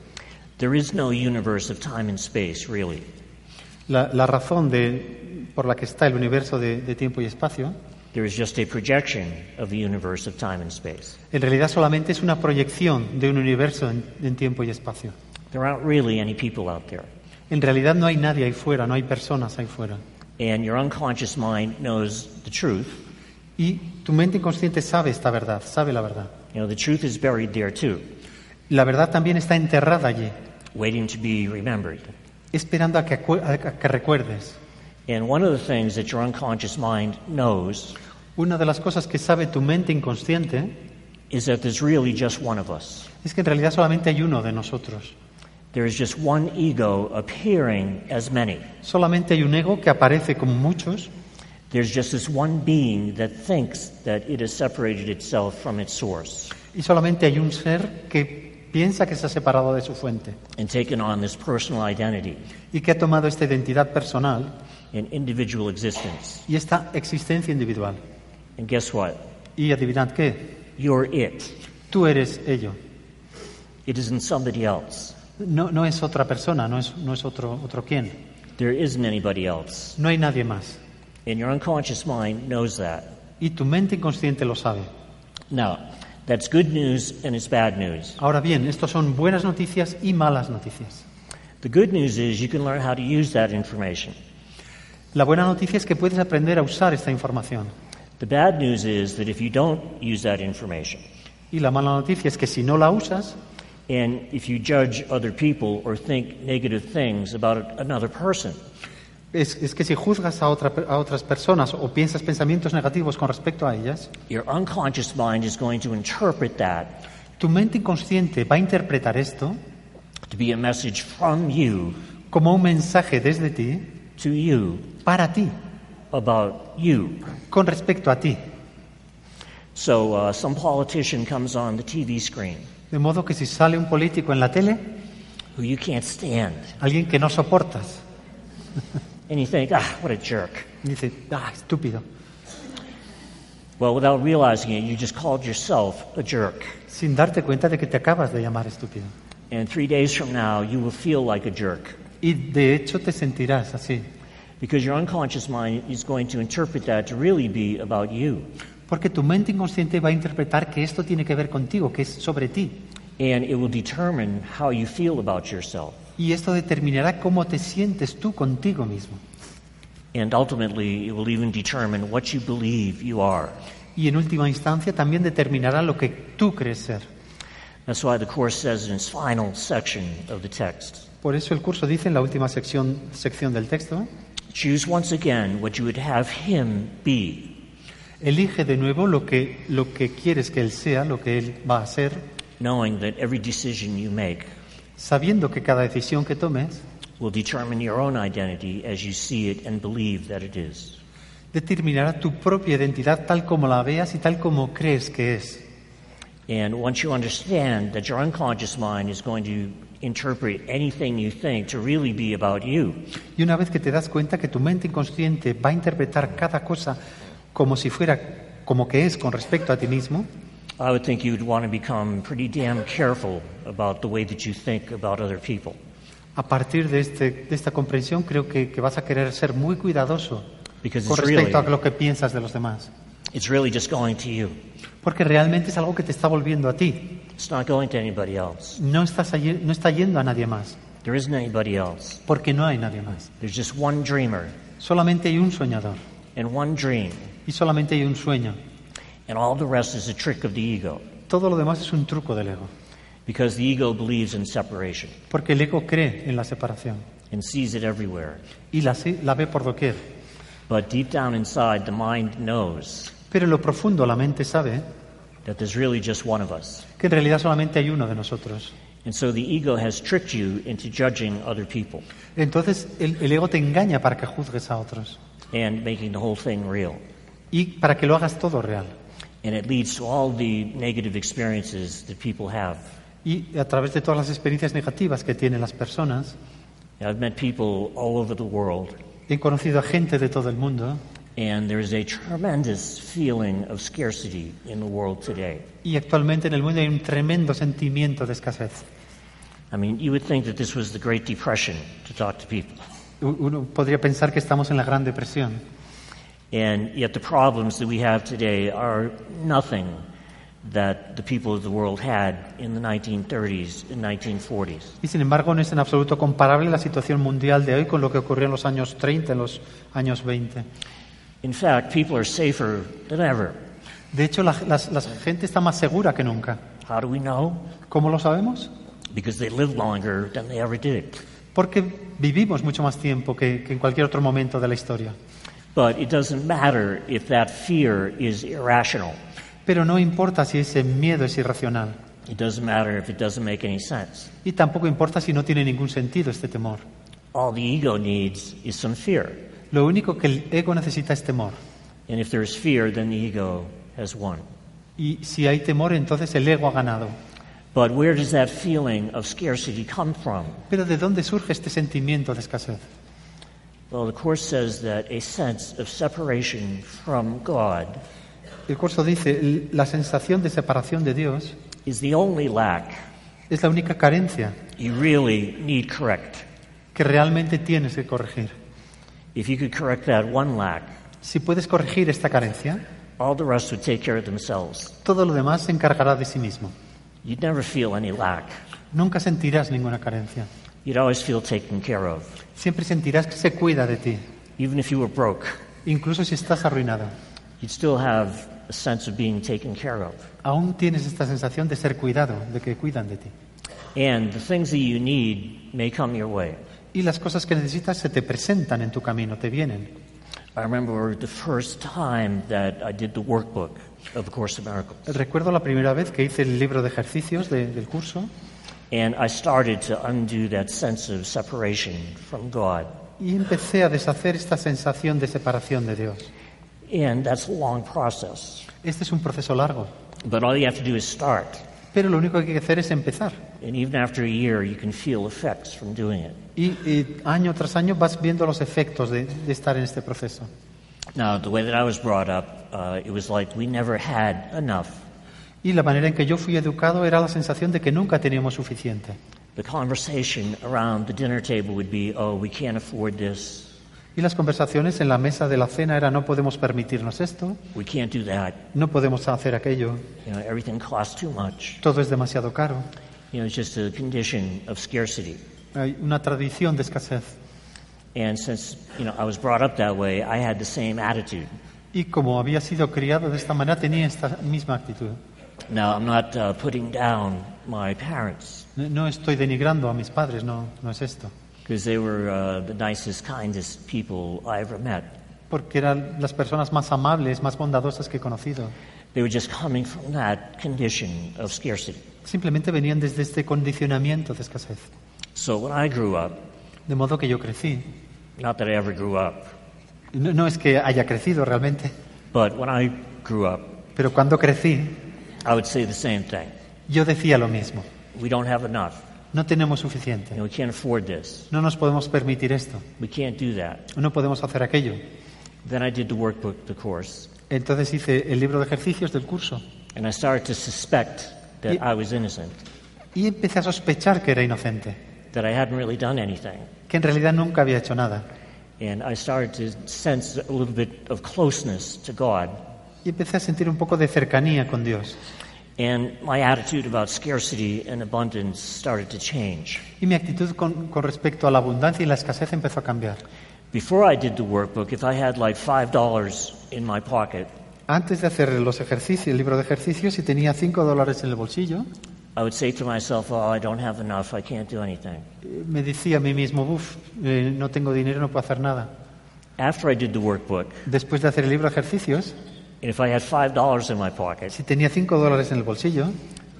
Speaker 1: There is no universe of time and space, really.
Speaker 2: La, la razón de- por la que está el universo de- de tiempo y espacio
Speaker 1: There is just a projection of the universe of time and space.
Speaker 2: En realidad solamente es una proyección de un universo en, en tiempo y espacio.
Speaker 1: There aren't really any people out there.
Speaker 2: En realidad no hay nadie ahí fuera, no hay personas ahí fuera.
Speaker 1: And your unconscious mind knows the truth.
Speaker 2: Y tu mente inconsciente sabe esta verdad, sabe la verdad.
Speaker 1: You know, the truth is buried there too,
Speaker 2: La verdad también está enterrada allí,
Speaker 1: waiting to be remembered.
Speaker 2: esperando a que, acu- a- a que recuerdes.
Speaker 1: And one of the things that your unconscious mind knows
Speaker 2: Una de las cosas que sabe tu mente inconsciente
Speaker 1: is that there's really just one of us.
Speaker 2: es que en realidad solamente hay uno de nosotros.
Speaker 1: There is just one ego appearing as many.
Speaker 2: Solamente hay un ego que aparece como muchos.
Speaker 1: There's just this one being that thinks that it has separated itself from its source
Speaker 2: Y solamente hay un ser que piensa que se ha separado de su fuente
Speaker 1: and taken on this personal identity
Speaker 2: y que ha tomado esta identidad personal
Speaker 1: and individual existence.
Speaker 2: y esta existencia individual.
Speaker 1: And guess what?
Speaker 2: Y adivinad qué,
Speaker 1: You're it.
Speaker 2: tú eres ello.
Speaker 1: It isn't somebody else.
Speaker 2: No, no es otra persona, no es, no es otro, otro quién.
Speaker 1: There isn't anybody else.
Speaker 2: No hay nadie más.
Speaker 1: And your unconscious mind knows that.
Speaker 2: Y tu mente inconsciente lo sabe.
Speaker 1: Now, that's good news and it's bad news.
Speaker 2: Ahora bien, estos son buenas noticias y malas noticias.
Speaker 1: The good news is you can learn how to use that information.
Speaker 2: La buena noticia es que puedes aprender a usar esta información.
Speaker 1: The bad news is that if you don't use that information,
Speaker 2: Y la mala noticia es que si no la usas
Speaker 1: and if you judge other people or think negative things about another person,
Speaker 2: es, es que si juzgas a, otra, a otras personas o piensas pensamientos negativos con respecto a ellas,
Speaker 1: your unconscious mind is going to interpret that
Speaker 2: tu mente inconsciente va a interpretar esto
Speaker 1: to be a message from you
Speaker 2: como un mensaje desde ti
Speaker 1: to you
Speaker 2: para ti,
Speaker 1: about you.
Speaker 2: con respecto a ti.
Speaker 1: So uh, some politician comes on the TV screen
Speaker 2: De modo que si sale un político en la tele,
Speaker 1: who you can't stand,
Speaker 2: alguien que no soportas,
Speaker 1: and you think, ah, what a jerk.
Speaker 2: dice, ah, estúpido.
Speaker 1: Well, without realizing it, you just called yourself a jerk.
Speaker 2: Sin darte cuenta de que te acabas de llamar estúpido.
Speaker 1: And three days from now, you will feel like a jerk
Speaker 2: Y de hecho te sentirás así.
Speaker 1: because your unconscious mind is going to interpret that to really be about you.
Speaker 2: Porque tu mente inconsciente va a interpretar que esto tiene que ver contigo, que es sobre ti.
Speaker 1: And it will determine how you feel about yourself.
Speaker 2: Y esto determinará cómo te sientes tú contigo mismo.
Speaker 1: And ultimately, it will even determine what you believe you are.
Speaker 2: Y en última instancia también determinará lo que tú crees ser.
Speaker 1: That's why the Course says in its final section of the text
Speaker 2: Por eso el curso dice en la última sección, sección del texto, ¿eh?
Speaker 1: choose once again what you would have Him be,
Speaker 2: elige de nuevo lo que, lo que quieres que él sea, lo que él va a ser,
Speaker 1: knowing that every decision you make
Speaker 2: sabiendo que cada decisión que tomes
Speaker 1: will determine your own identity as you see it and believe that it is.
Speaker 2: determinará tu propia identidad tal como la veas y tal como crees que es.
Speaker 1: And once you understand that your unconscious mind is going to interpret anything you think to really be about you,
Speaker 2: Y una vez que te das cuenta que tu mente inconsciente va a interpretar cada cosa como si fuera como que es con respecto a ti mismo,
Speaker 1: I would think you'd want to become pretty damn careful about the way that you think about other people.
Speaker 2: a partir de, este, de esta comprensión creo que, que vas a querer ser muy cuidadoso
Speaker 1: Because
Speaker 2: con
Speaker 1: it's really-
Speaker 2: respecto a lo que piensas de los demás.
Speaker 1: It's really just going to you.
Speaker 2: Porque realmente es algo que te está volviendo a ti.
Speaker 1: It's not going to anybody else.
Speaker 2: No, estás allí- no está yendo a nadie más,
Speaker 1: There isn't anybody else.
Speaker 2: porque no hay nadie más.
Speaker 1: There's just one dreamer
Speaker 2: Solamente hay un soñador
Speaker 1: and one dream,
Speaker 2: y solamente hay un sueño.
Speaker 1: and all the rest is a trick of the ego
Speaker 2: Todo lo demás es un truco del ego,
Speaker 1: because the ego believes in separation
Speaker 2: porque el ego cree en la separación
Speaker 1: and sees it everywhere.
Speaker 2: y la, se- la ve por doquier.
Speaker 1: But deep down inside, the mind knows
Speaker 2: Pero en lo profundo la mente sabe
Speaker 1: that there's really just one of us.
Speaker 2: que en realidad solamente hay uno de nosotros.
Speaker 1: And so the ego has tricked you into judging other people
Speaker 2: Entonces el, el ego te engaña para que juzgues a otros
Speaker 1: and making the whole thing real.
Speaker 2: y para que lo hagas todo real.
Speaker 1: And it leads to all the negative experiences that people have.
Speaker 2: Y a través de todas las experiencias negativas que tienen las personas,
Speaker 1: And I've met people all over the world
Speaker 2: he conocido a gente de todo el mundo
Speaker 1: And there is a tremendous feeling of scarcity in the world today.
Speaker 2: Y actualmente en el mundo hay un tremendo sentimiento de escasez.
Speaker 1: I mean, you would think that this was the Great Depression to talk to people.
Speaker 2: U- Uno podría pensar que estamos en la Gran Depresión,
Speaker 1: And yet the problems that we have today are nothing that the people of the world had in the 1930s and 1940s.
Speaker 2: y sin embargo no es en absoluto comparable la situación mundial de hoy con lo que ocurrió en los años 30, en los años 20.
Speaker 1: In fact, people are safer than ever.
Speaker 2: De hecho, la, las- la gente está más segura que nunca.
Speaker 1: How do we know?
Speaker 2: ¿Cómo lo sabemos?
Speaker 1: Because they live longer than they ever did.
Speaker 2: Porque vivimos mucho más tiempo que, que en cualquier otro momento de la historia.
Speaker 1: But it doesn't matter if that fear is irrational.
Speaker 2: Pero no importa si ese miedo es irracional.
Speaker 1: It doesn't matter if it doesn't make any sense.
Speaker 2: Y tampoco importa si no tiene ningún sentido este temor.
Speaker 1: All the ego needs is some fear.
Speaker 2: Lo único que el ego necesita es temor.
Speaker 1: And if there's fear, then the ego has won.
Speaker 2: Y si hay temor, entonces el ego ha ganado.
Speaker 1: But where does that feeling of scarcity come from?
Speaker 2: Pero ¿de dónde surge este sentimiento de escasez?
Speaker 1: Well, the Course says that a sense of separation from God
Speaker 2: El curso dice, "L- la sensación de separación de Dios
Speaker 1: is the only lack
Speaker 2: es la única carencia
Speaker 1: you really need correct.
Speaker 2: que realmente tienes que corregir.
Speaker 1: If you could correct that one lack,
Speaker 2: Si puedes corregir esta carencia,
Speaker 1: all the rest would take care of themselves.
Speaker 2: todo lo demás se encargará de sí mismo.
Speaker 1: You'd never feel any lack.
Speaker 2: Nunca sentirás ninguna carencia.
Speaker 1: You'd always feel taken care of,
Speaker 2: Siempre sentirás que se cuida de ti,
Speaker 1: even if you were broke.
Speaker 2: incluso si estás arruinado.
Speaker 1: You'd still have a sense of being taken care of.
Speaker 2: Aún tienes esta sensación de ser cuidado, de que cuidan de ti.
Speaker 1: And the things that you need may come your way.
Speaker 2: Y las cosas que necesitas se te presentan en tu camino, te vienen.
Speaker 1: I remember the first time that I did the workbook of A Course in Miracles.
Speaker 2: Recuerdo la primera vez que hice el libro de ejercicios de- del curso
Speaker 1: And I started to undo that sense of separation from God.
Speaker 2: y empecé a deshacer esta sensación de separación de Dios.
Speaker 1: And that's a long process.
Speaker 2: Este es un proceso largo,
Speaker 1: But all you have to do is start.
Speaker 2: pero lo único que hay que hacer es empezar.
Speaker 1: And even after a year, you can feel effects from doing it.
Speaker 2: Y, y año tras año vas viendo los efectos de, de estar en este proceso.
Speaker 1: Now, the way that I was brought up, uh, it was like we never had enough.
Speaker 2: Y la manera en que yo fui educado era la sensación de que nunca teníamos suficiente.
Speaker 1: The conversation around the dinner table would be, oh, we can't afford this,
Speaker 2: Y las conversaciones en la mesa de la cena era no podemos permitirnos esto,
Speaker 1: we can't do that,
Speaker 2: no podemos hacer aquello,
Speaker 1: you know, everything costs too much.
Speaker 2: todo es demasiado caro.
Speaker 1: You know, it's just a condition of scarcity.
Speaker 2: Hay una tradición de escasez.
Speaker 1: And since, you know, I was brought up that way, I had the same attitude.
Speaker 2: Y como había sido criado de esta manera, tenía esta misma actitud.
Speaker 1: Now, I'm not uh, putting down my parents
Speaker 2: No- No estoy denigrando a mis padres, no, no es esto.
Speaker 1: because they were uh, the nicest, kindest people I ever met.
Speaker 2: Porque eran las personas más amables, más bondadosas que he conocido.
Speaker 1: They were just coming from that condition of scarcity.
Speaker 2: Simplemente venían desde este condicionamiento de escasez.
Speaker 1: So when I grew up,
Speaker 2: De modo que yo crecí.
Speaker 1: not that I ever grew up,
Speaker 2: No, no es que haya crecido realmente,
Speaker 1: but when I grew up,
Speaker 2: pero cuando crecí,
Speaker 1: I would say the same thing.
Speaker 2: yo decía lo mismo.
Speaker 1: We don't have enough.
Speaker 2: No tenemos
Speaker 1: You
Speaker 2: suficiente.
Speaker 1: know, we can't afford this.
Speaker 2: No nos podemos permitir esto.
Speaker 1: We can't do that.
Speaker 2: No podemos hacer aquello.
Speaker 1: Then I did the workbook, the course,
Speaker 2: Entonces hice el libro de ejercicios del curso
Speaker 1: and I started to suspect that I was innocent,
Speaker 2: y empecé a sospechar que era inocente,
Speaker 1: that I hadn't really done anything.
Speaker 2: que en realidad nunca había hecho nada.
Speaker 1: And I started to sense a little bit of closeness to God.
Speaker 2: Y empecé a sentir un poco de cercanía con Dios.
Speaker 1: And my attitude about scarcity and abundance started to change.
Speaker 2: Y mi actitud con, con respecto a la abundancia y la escasez empezó a cambiar.
Speaker 1: Before I did the workbook, if I had like $5 in my pocket,
Speaker 2: Antes de hacer los ejercicios, el libro de ejercicios, y tenía 5 dólares en el bolsillo,
Speaker 1: I would say to myself, oh, I don't have enough, I can't do anything.
Speaker 2: eh, me decía a mí mismo, buf, eh, no tengo dinero, no puedo hacer nada.
Speaker 1: After I did the workbook,
Speaker 2: Después de hacer el libro de ejercicios,
Speaker 1: and if I had $5 in my pocket,
Speaker 2: si tenía 5 dólares en el bolsillo,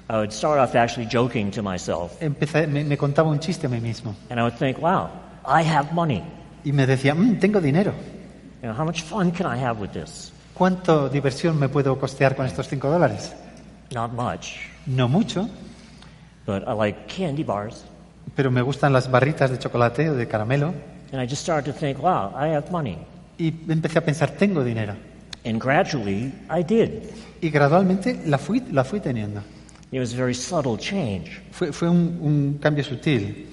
Speaker 1: I would start off actually joking to myself.
Speaker 2: empecé- me, me contaba un chiste a mí mismo.
Speaker 1: And I would think, wow, I have money.
Speaker 2: Y me decía, "Mm, tengo dinero.
Speaker 1: You know, how much fun can I have with this?
Speaker 2: ¿Cuánto diversión me puedo costear con estos 5 dólares?
Speaker 1: Not much,
Speaker 2: No mucho,
Speaker 1: but I like candy bars.
Speaker 2: pero me gustan las barritas de chocolate o de caramelo.
Speaker 1: And I just started to think, wow, I have money.
Speaker 2: Y empecé a pensar, tengo dinero.
Speaker 1: And gradually, I did.
Speaker 2: Y gradualmente la fui, la fui teniendo.
Speaker 1: It was a very subtle change.
Speaker 2: Fue, fue un, un cambio sutil,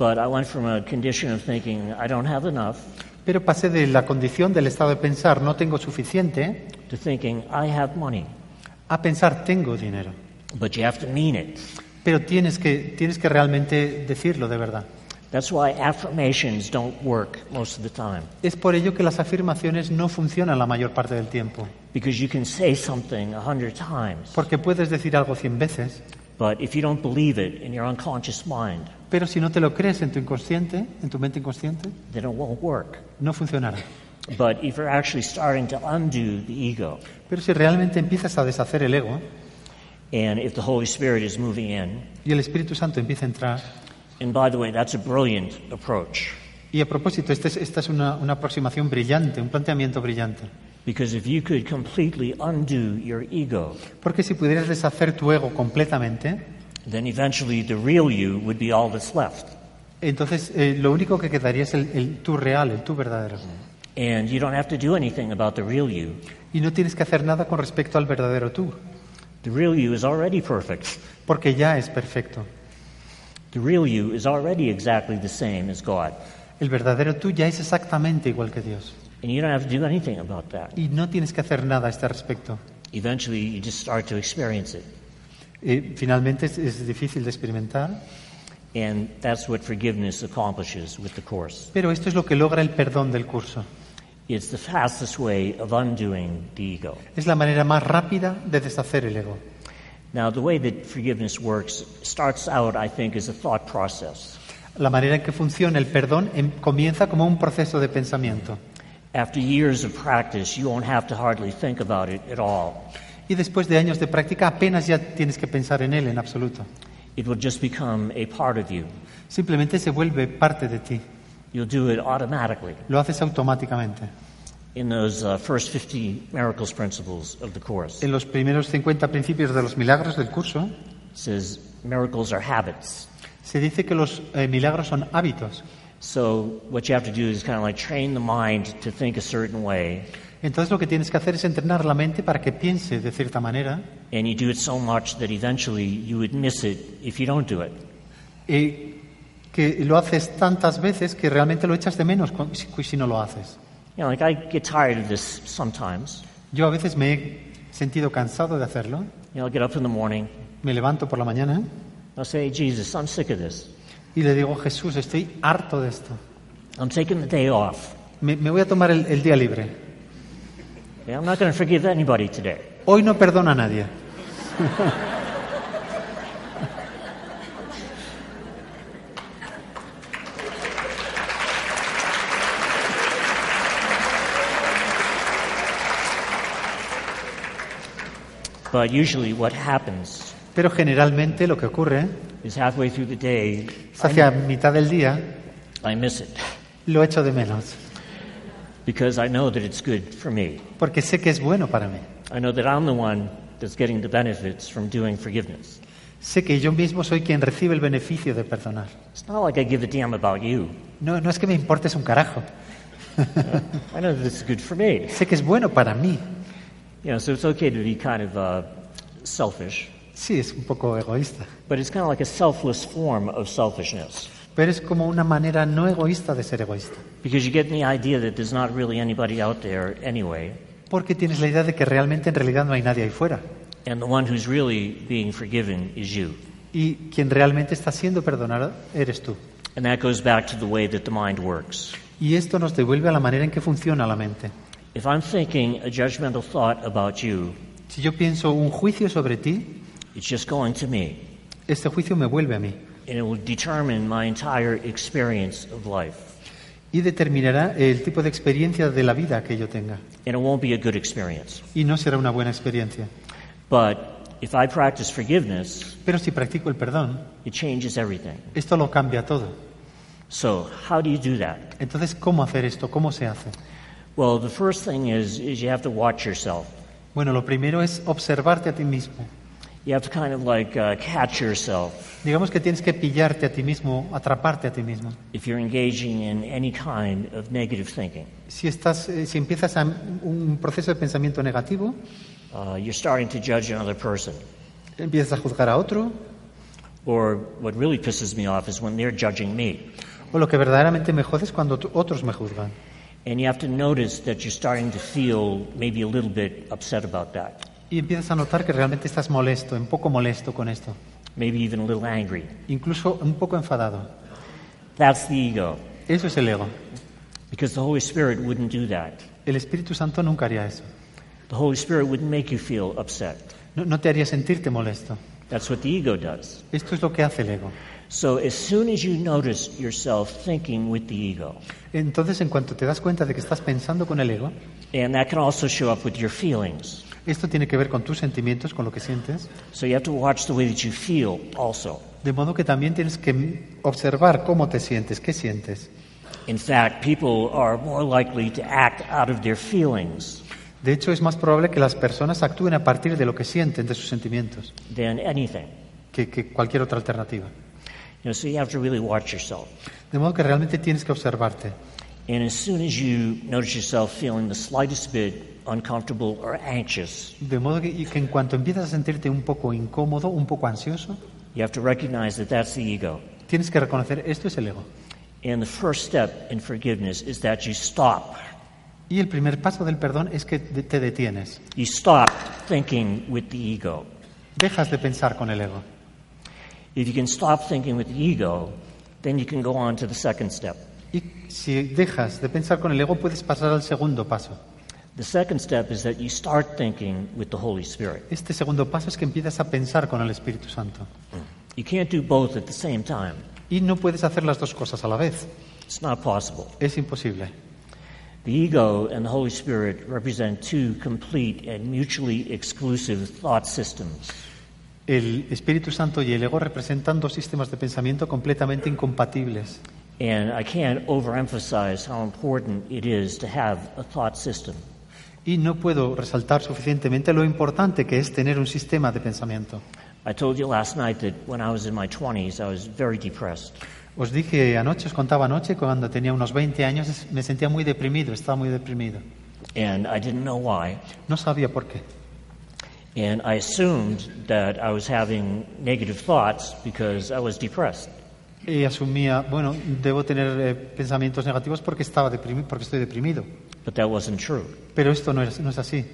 Speaker 1: But I went from a condition of thinking, I don't have enough,
Speaker 2: pero pasé de la condición del estado de pensar no tengo suficiente
Speaker 1: to thinking, I have money.
Speaker 2: a pensar tengo dinero.
Speaker 1: But you have to mean it.
Speaker 2: Pero tienes que, tienes que realmente decirlo de verdad.
Speaker 1: That's why affirmations don't work most of the time.
Speaker 2: Es por ello que las afirmaciones no funcionan la mayor parte del tiempo,
Speaker 1: Because you can say something a hundred times,
Speaker 2: porque puedes decir algo cien veces,
Speaker 1: but if you don't believe it in your unconscious mind,
Speaker 2: pero si no te lo crees en tu inconsciente, en tu mente inconsciente,
Speaker 1: then it won't work.
Speaker 2: no funcionará.
Speaker 1: But if you're actually starting to undo the ego,
Speaker 2: Pero si realmente empiezas a deshacer el ego
Speaker 1: and if the Holy Spirit is moving in,
Speaker 2: y el Espíritu Santo empieza a entrar,
Speaker 1: and by the way, that's a brilliant approach.
Speaker 2: y a propósito, este es- esta es una- una aproximación brillante, un planteamiento brillante.
Speaker 1: Because if you could completely undo your ego,
Speaker 2: Porque si pudieras deshacer tu ego completamente,
Speaker 1: then eventually the real you would be all that's left.
Speaker 2: entonces eh, lo único que quedaría es el, el tú real, el tú verdadero.
Speaker 1: And you don't have to do anything about the real you.
Speaker 2: Y no tienes que hacer nada con respecto al verdadero tú,
Speaker 1: The real you is already perfect.
Speaker 2: porque ya es perfecto.
Speaker 1: The real you is already exactly the same as God.
Speaker 2: El verdadero tú ya es exactamente igual que Dios.
Speaker 1: And you don't have to do anything about that.
Speaker 2: Y no tienes que hacer nada a este respecto.
Speaker 1: Eventually, you just start to experience it.
Speaker 2: Eh, finalmente es, es difícil de experimentar,
Speaker 1: And that's what forgiveness accomplishes with the Course.
Speaker 2: pero esto es lo que logra el perdón del curso.
Speaker 1: It's the fastest way of undoing the ego.
Speaker 2: Es la manera más rápida de deshacer el ego.
Speaker 1: Now, the way that forgiveness works starts out, I think, as a thought process.
Speaker 2: La manera en que funciona el perdón em- comienza como un proceso de pensamiento.
Speaker 1: After years of practice, you won't have to hardly think about it at all.
Speaker 2: Y después de años de práctica apenas ya tienes que pensar en él en absoluto.
Speaker 1: It will just become a part of you.
Speaker 2: Simplemente se vuelve parte de ti.
Speaker 1: You'll do it automatically
Speaker 2: Lo haces automáticamente.
Speaker 1: in those uh, first 50 miracles principles of the Course. It
Speaker 2: En los primeros 50 principios de los milagros del curso,
Speaker 1: says miracles are habits.
Speaker 2: se dice que los eh, milagros son hábitos.
Speaker 1: So what you have to do is kind of like train the mind to think a certain way,
Speaker 2: Entonces lo que tienes que hacer es entrenar la mente para que piense de cierta manera
Speaker 1: and you do it so much that eventually you would miss it if you don't do it.
Speaker 2: y que lo haces tantas veces que realmente lo echas de menos cu- si, si no lo haces.
Speaker 1: You know, like I get tired of this sometimes.
Speaker 2: Yo a veces me he sentido cansado de hacerlo.
Speaker 1: You know, I'll get up in the morning,
Speaker 2: Me levanto por la mañana
Speaker 1: I'll say, Jesus, I'm sick of this.
Speaker 2: y le digo, Jesús, estoy harto de esto.
Speaker 1: I'm taking the day off.
Speaker 2: Me, me voy a tomar el, el día libre.
Speaker 1: Yeah, I'm not going to forgive anybody today.
Speaker 2: Hoy no perdono a nadie.
Speaker 1: But usually what happens
Speaker 2: Pero generalmente lo que ocurre
Speaker 1: is halfway through the day,
Speaker 2: es hacia mitad del día
Speaker 1: I miss it
Speaker 2: lo echo de menos.
Speaker 1: because I know that it's good for me.
Speaker 2: Porque sé que es bueno para mí.
Speaker 1: I know that I'm the one that's getting the benefits from doing forgiveness.
Speaker 2: Sé que yo mismo soy quien recibe el beneficio de perdonar.
Speaker 1: It's not like I give a damn about you.
Speaker 2: No, no es que me importes un carajo.
Speaker 1: I know that this is good for me.
Speaker 2: Sé que es bueno para mí.
Speaker 1: You know, so it's okay to be kind of uh, selfish,
Speaker 2: Sí, es un poco egoísta.
Speaker 1: but it's kind of like a selfless form of selfishness
Speaker 2: Pero es como una manera no egoísta de ser egoísta.
Speaker 1: because you get the idea that there's not really anybody out there anyway,
Speaker 2: Porque tienes la idea de que realmente en realidad no hay nadie ahí fuera.
Speaker 1: and the one who's really being forgiven is you.
Speaker 2: Y quien realmente está siendo perdonado eres tú.
Speaker 1: And that goes back to the way that the mind works.
Speaker 2: Y esto nos devuelve a la manera en que funciona la mente.
Speaker 1: If I'm thinking a judgmental thought about you,
Speaker 2: Si yo pienso un juicio sobre ti,
Speaker 1: it's just going to me,
Speaker 2: este juicio me vuelve a mí
Speaker 1: and it will determine my entire experience of life.
Speaker 2: y determinará el tipo de experiencia de la vida que yo tenga.
Speaker 1: And it won't be a good experience.
Speaker 2: Y no será una buena experiencia.
Speaker 1: But if I practice forgiveness,
Speaker 2: Pero si practico el perdón,
Speaker 1: it changes everything.
Speaker 2: esto lo cambia todo.
Speaker 1: So, how do you do that?
Speaker 2: Entonces, ¿cómo hacer esto? ¿Cómo se hace?
Speaker 1: Well, the first thing is, is you have to watch yourself.
Speaker 2: Bueno, lo primero es observarte a ti mismo.
Speaker 1: You have to kind of like uh, catch yourself
Speaker 2: Digamos que tienes que pillarte a ti mismo, atraparte a ti mismo.
Speaker 1: if you're engaging in any kind of negative thinking.
Speaker 2: Si, estás, eh, si empiezas a un proceso de pensamiento negativo,
Speaker 1: Uh, you're starting to judge another person.
Speaker 2: empiezas a juzgar a otro,
Speaker 1: Or what really pisses me off is when they're judging me.
Speaker 2: o lo que verdaderamente me jode es cuando tu- otros me juzgan.
Speaker 1: And you have to notice that you're starting to feel maybe a little bit upset about that,
Speaker 2: Y empiezas a notar que realmente estás molesto, un poco molesto con esto,
Speaker 1: maybe even a little angry.
Speaker 2: incluso un poco enfadado.
Speaker 1: That's the ego,
Speaker 2: Eso es el ego.
Speaker 1: because the Holy Spirit wouldn't do that.
Speaker 2: El Espíritu Santo nunca haría eso.
Speaker 1: The Holy Spirit wouldn't make you feel upset.
Speaker 2: No, no te haría sentirte molesto.
Speaker 1: That's what the ego does.
Speaker 2: Esto es lo que hace el ego.
Speaker 1: So as soon as you notice yourself thinking with the ego,
Speaker 2: Entonces, en cuanto te das cuenta de que estás pensando con el ego,
Speaker 1: and that can also show up with your feelings.
Speaker 2: esto tiene que ver con tus sentimientos, con lo que sientes,
Speaker 1: So you have to watch the way that you feel also.
Speaker 2: de modo que también tienes que observar cómo te sientes, qué sientes.
Speaker 1: In fact, people are more likely to act out of their feelings
Speaker 2: De hecho, es más probable que las personas actúen a partir de lo que sienten, de sus sentimientos,
Speaker 1: than anything.
Speaker 2: que, que cualquier otra alternativa.
Speaker 1: You know, so you have to really watch yourself.
Speaker 2: De modo que realmente tienes que observarte.
Speaker 1: And as soon as you notice yourself feeling the slightest bit uncomfortable or anxious,
Speaker 2: De modo que, y que en cuanto empiezas a sentirte un poco incómodo, un poco ansioso,
Speaker 1: you have to recognize that that's the ego.
Speaker 2: tienes que reconocer, esto es el ego.
Speaker 1: And the first step in forgiveness is that you stop.
Speaker 2: Y el primer paso del perdón es que de- te detienes,
Speaker 1: You stop thinking with the ego.
Speaker 2: dejas de pensar con el ego.
Speaker 1: If you can stop thinking with the ego, then you can go on to the second step.
Speaker 2: Y si dejas de pensar con el ego, puedes pasar al segundo paso.
Speaker 1: The second step is that you start thinking with the Holy Spirit.
Speaker 2: Este segundo paso es que empiezas a pensar con el Espíritu Santo.
Speaker 1: You can't do both at the same time.
Speaker 2: Y no puedes hacer las dos cosas a la vez.
Speaker 1: It's not possible.
Speaker 2: Es imposible.
Speaker 1: The ego and the Holy Spirit represent two complete and mutually exclusive thought systems.
Speaker 2: El Espíritu Santo y el ego representan dos sistemas de pensamiento completamente incompatibles.
Speaker 1: And I can't overemphasize how important it is to have a thought system.
Speaker 2: Y no puedo resaltar suficientemente lo importante que es tener un sistema de pensamiento.
Speaker 1: I told you last night that when I was in my 20s, I was very depressed.
Speaker 2: Os dije anoche, os contaba anoche, cuando tenía unos 20 años es- me sentía muy deprimido, estaba muy deprimido.
Speaker 1: And I didn't know why.
Speaker 2: No sabía por qué.
Speaker 1: And I assumed that I was having negative thoughts because I was depressed.
Speaker 2: Y asumía, bueno, debo tener eh, pensamientos negativos porque, estaba deprimi- porque estoy deprimido.
Speaker 1: But that wasn't true.
Speaker 2: Pero esto no es, no es así.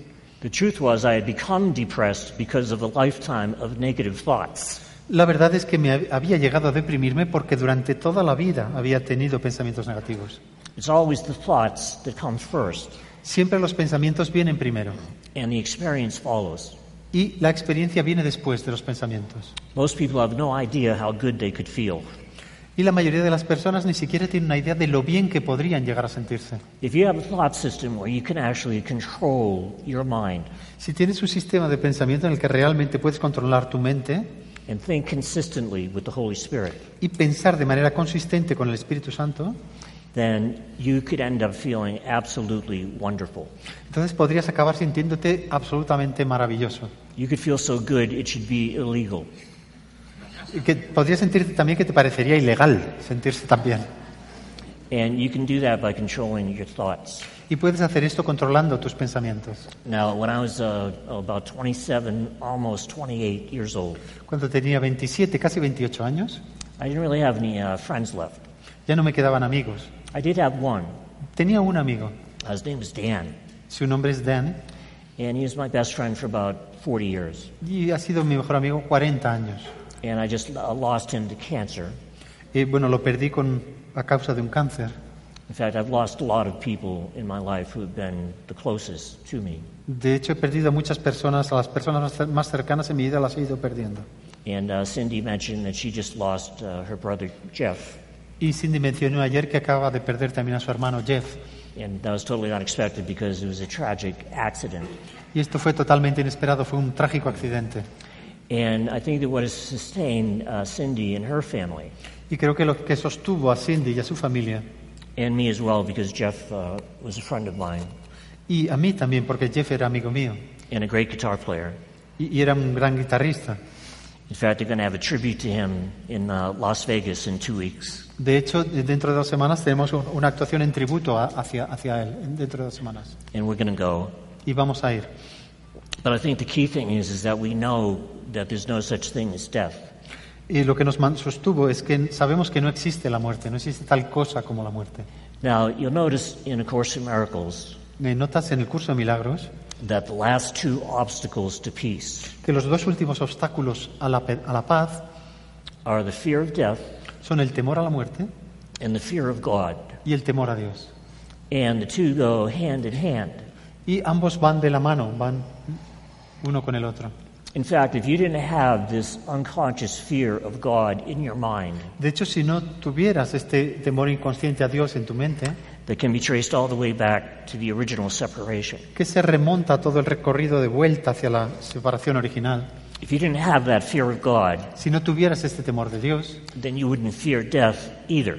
Speaker 1: The truth was, I had become depressed because of a lifetime of negative thoughts.
Speaker 2: La verdad es que me hab- había llegado a deprimirme porque durante toda la vida había tenido pensamientos negativos.
Speaker 1: It's always the thoughts that come first,
Speaker 2: Siempre los pensamientos vienen primero
Speaker 1: and the experience follows.
Speaker 2: y la experiencia viene después de los pensamientos.
Speaker 1: Most people have no idea how good they could feel.
Speaker 2: Y la mayoría de las personas ni siquiera tienen una idea de lo bien que podrían llegar a sentirse.
Speaker 1: If you have a thought system where you can actually control your mind
Speaker 2: Si tienes un sistema de pensamiento en el que realmente puedes controlar tu mente
Speaker 1: and think consistently with the Holy Spirit,
Speaker 2: y pensar de manera consistente con el Espíritu Santo,
Speaker 1: then you could end up feeling absolutely wonderful.
Speaker 2: entonces podrías acabar sintiéndote absolutamente maravilloso.
Speaker 1: You could feel so good it should be illegal.
Speaker 2: Y que podrías sentirte también que te parecería ilegal sentirse tan bien.
Speaker 1: And you can do that by controlling your thoughts.
Speaker 2: Y puedes hacer esto controlando tus pensamientos.
Speaker 1: Now, when I was uh, about 27, almost 28 years old,
Speaker 2: Cuando tenía 27, casi 28 años,
Speaker 1: I didn't really have any uh, friends left.
Speaker 2: ya no me quedaban amigos.
Speaker 1: I did have one.
Speaker 2: Tenía un amigo,
Speaker 1: Uh, His name was Dan,
Speaker 2: su nombre es Dan,
Speaker 1: and he was my best friend for about 40 years.
Speaker 2: y ha sido mi mejor amigo 40 años.
Speaker 1: And I just uh, lost him to cancer.
Speaker 2: Y bueno, lo perdí con, a causa de un cáncer.
Speaker 1: In fact, I've lost a lot of people in my life who have been the closest to me.
Speaker 2: De hecho, he perdido a muchas personas, a las personas más cer- más cercanas en mi vida las he ido perdiendo.
Speaker 1: And uh, Cindy mentioned that she just lost uh, her brother Jeff,
Speaker 2: Y Cindy mencionó ayer que acaba de perder también a su hermano Jeff.
Speaker 1: and that was totally unexpected because it was a tragic accident.
Speaker 2: Y esto fue totalmente inesperado, fue un trágico accidente.
Speaker 1: And I think that what has sustained uh, Cindy and her family,
Speaker 2: Y creo que lo que sostuvo a Cindy y a su familia,
Speaker 1: and me as well, because Jeff uh, was a friend of mine
Speaker 2: y a mí también, porque Jeff era amigo mío
Speaker 1: and a great guitar player.
Speaker 2: y, y era un gran guitarrista.
Speaker 1: In fact, they're going to have a tribute to him in uh, Las Vegas in two weeks.
Speaker 2: De hecho, de- dentro de dos semanas tenemos un- una actuación en tributo a- hacia, hacia él, en- dentro de dos semanas.
Speaker 1: And we're going to go.
Speaker 2: Y vamos a ir.
Speaker 1: But I think the key thing is, is that we know that there's no such thing as death.
Speaker 2: Y lo que nos man- sostuvo es que sabemos que no existe la muerte, no existe tal cosa como la muerte.
Speaker 1: Now, you'll notice in A Course in Miracles
Speaker 2: Eh, Notas en el curso de milagros
Speaker 1: that the last two obstacles to peace
Speaker 2: que los dos últimos obstáculos a la, pe- a la paz
Speaker 1: are the fear of death
Speaker 2: son el temor a la muerte
Speaker 1: and the fear of God.
Speaker 2: y el temor a Dios.
Speaker 1: And the two go hand in hand.
Speaker 2: Y ambos van de la mano, van uno con el otro.
Speaker 1: In fact, if you didn't have this unconscious fear of God in your mind
Speaker 2: De hecho, si no tuvieras este temor inconsciente a Dios en tu mente,
Speaker 1: that can be traced all the way back to the original separation,
Speaker 2: que se remonta a todo el recorrido de vuelta hacia la separación original,
Speaker 1: if you didn't have that fear of God,
Speaker 2: Si no tuvieras este temor de Dios,
Speaker 1: then you wouldn't fear death either.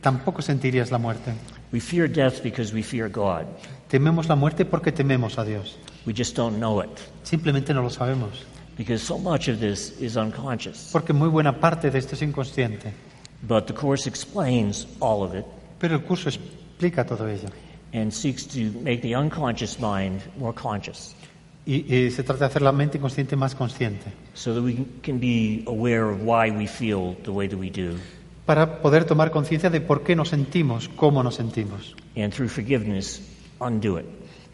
Speaker 2: tampoco sentirías la muerte.
Speaker 1: We fear death because we fear God.
Speaker 2: Tememos la muerte porque tememos a Dios.
Speaker 1: We just don't know it
Speaker 2: Simplemente no lo sabemos,
Speaker 1: because so much of this is unconscious.
Speaker 2: porque muy buena parte de esto es inconsciente.
Speaker 1: But the Course explains all of it
Speaker 2: Pero el curso explica todo ello.
Speaker 1: and seeks to make the unconscious mind more conscious
Speaker 2: Y, y se trata de hacer la mente inconsciente más consciente,
Speaker 1: so that we can be aware of why we feel the way that we do.
Speaker 2: para poder tomar conciencia de por qué nos sentimos, cómo nos sentimos,
Speaker 1: And through forgiveness, undo it.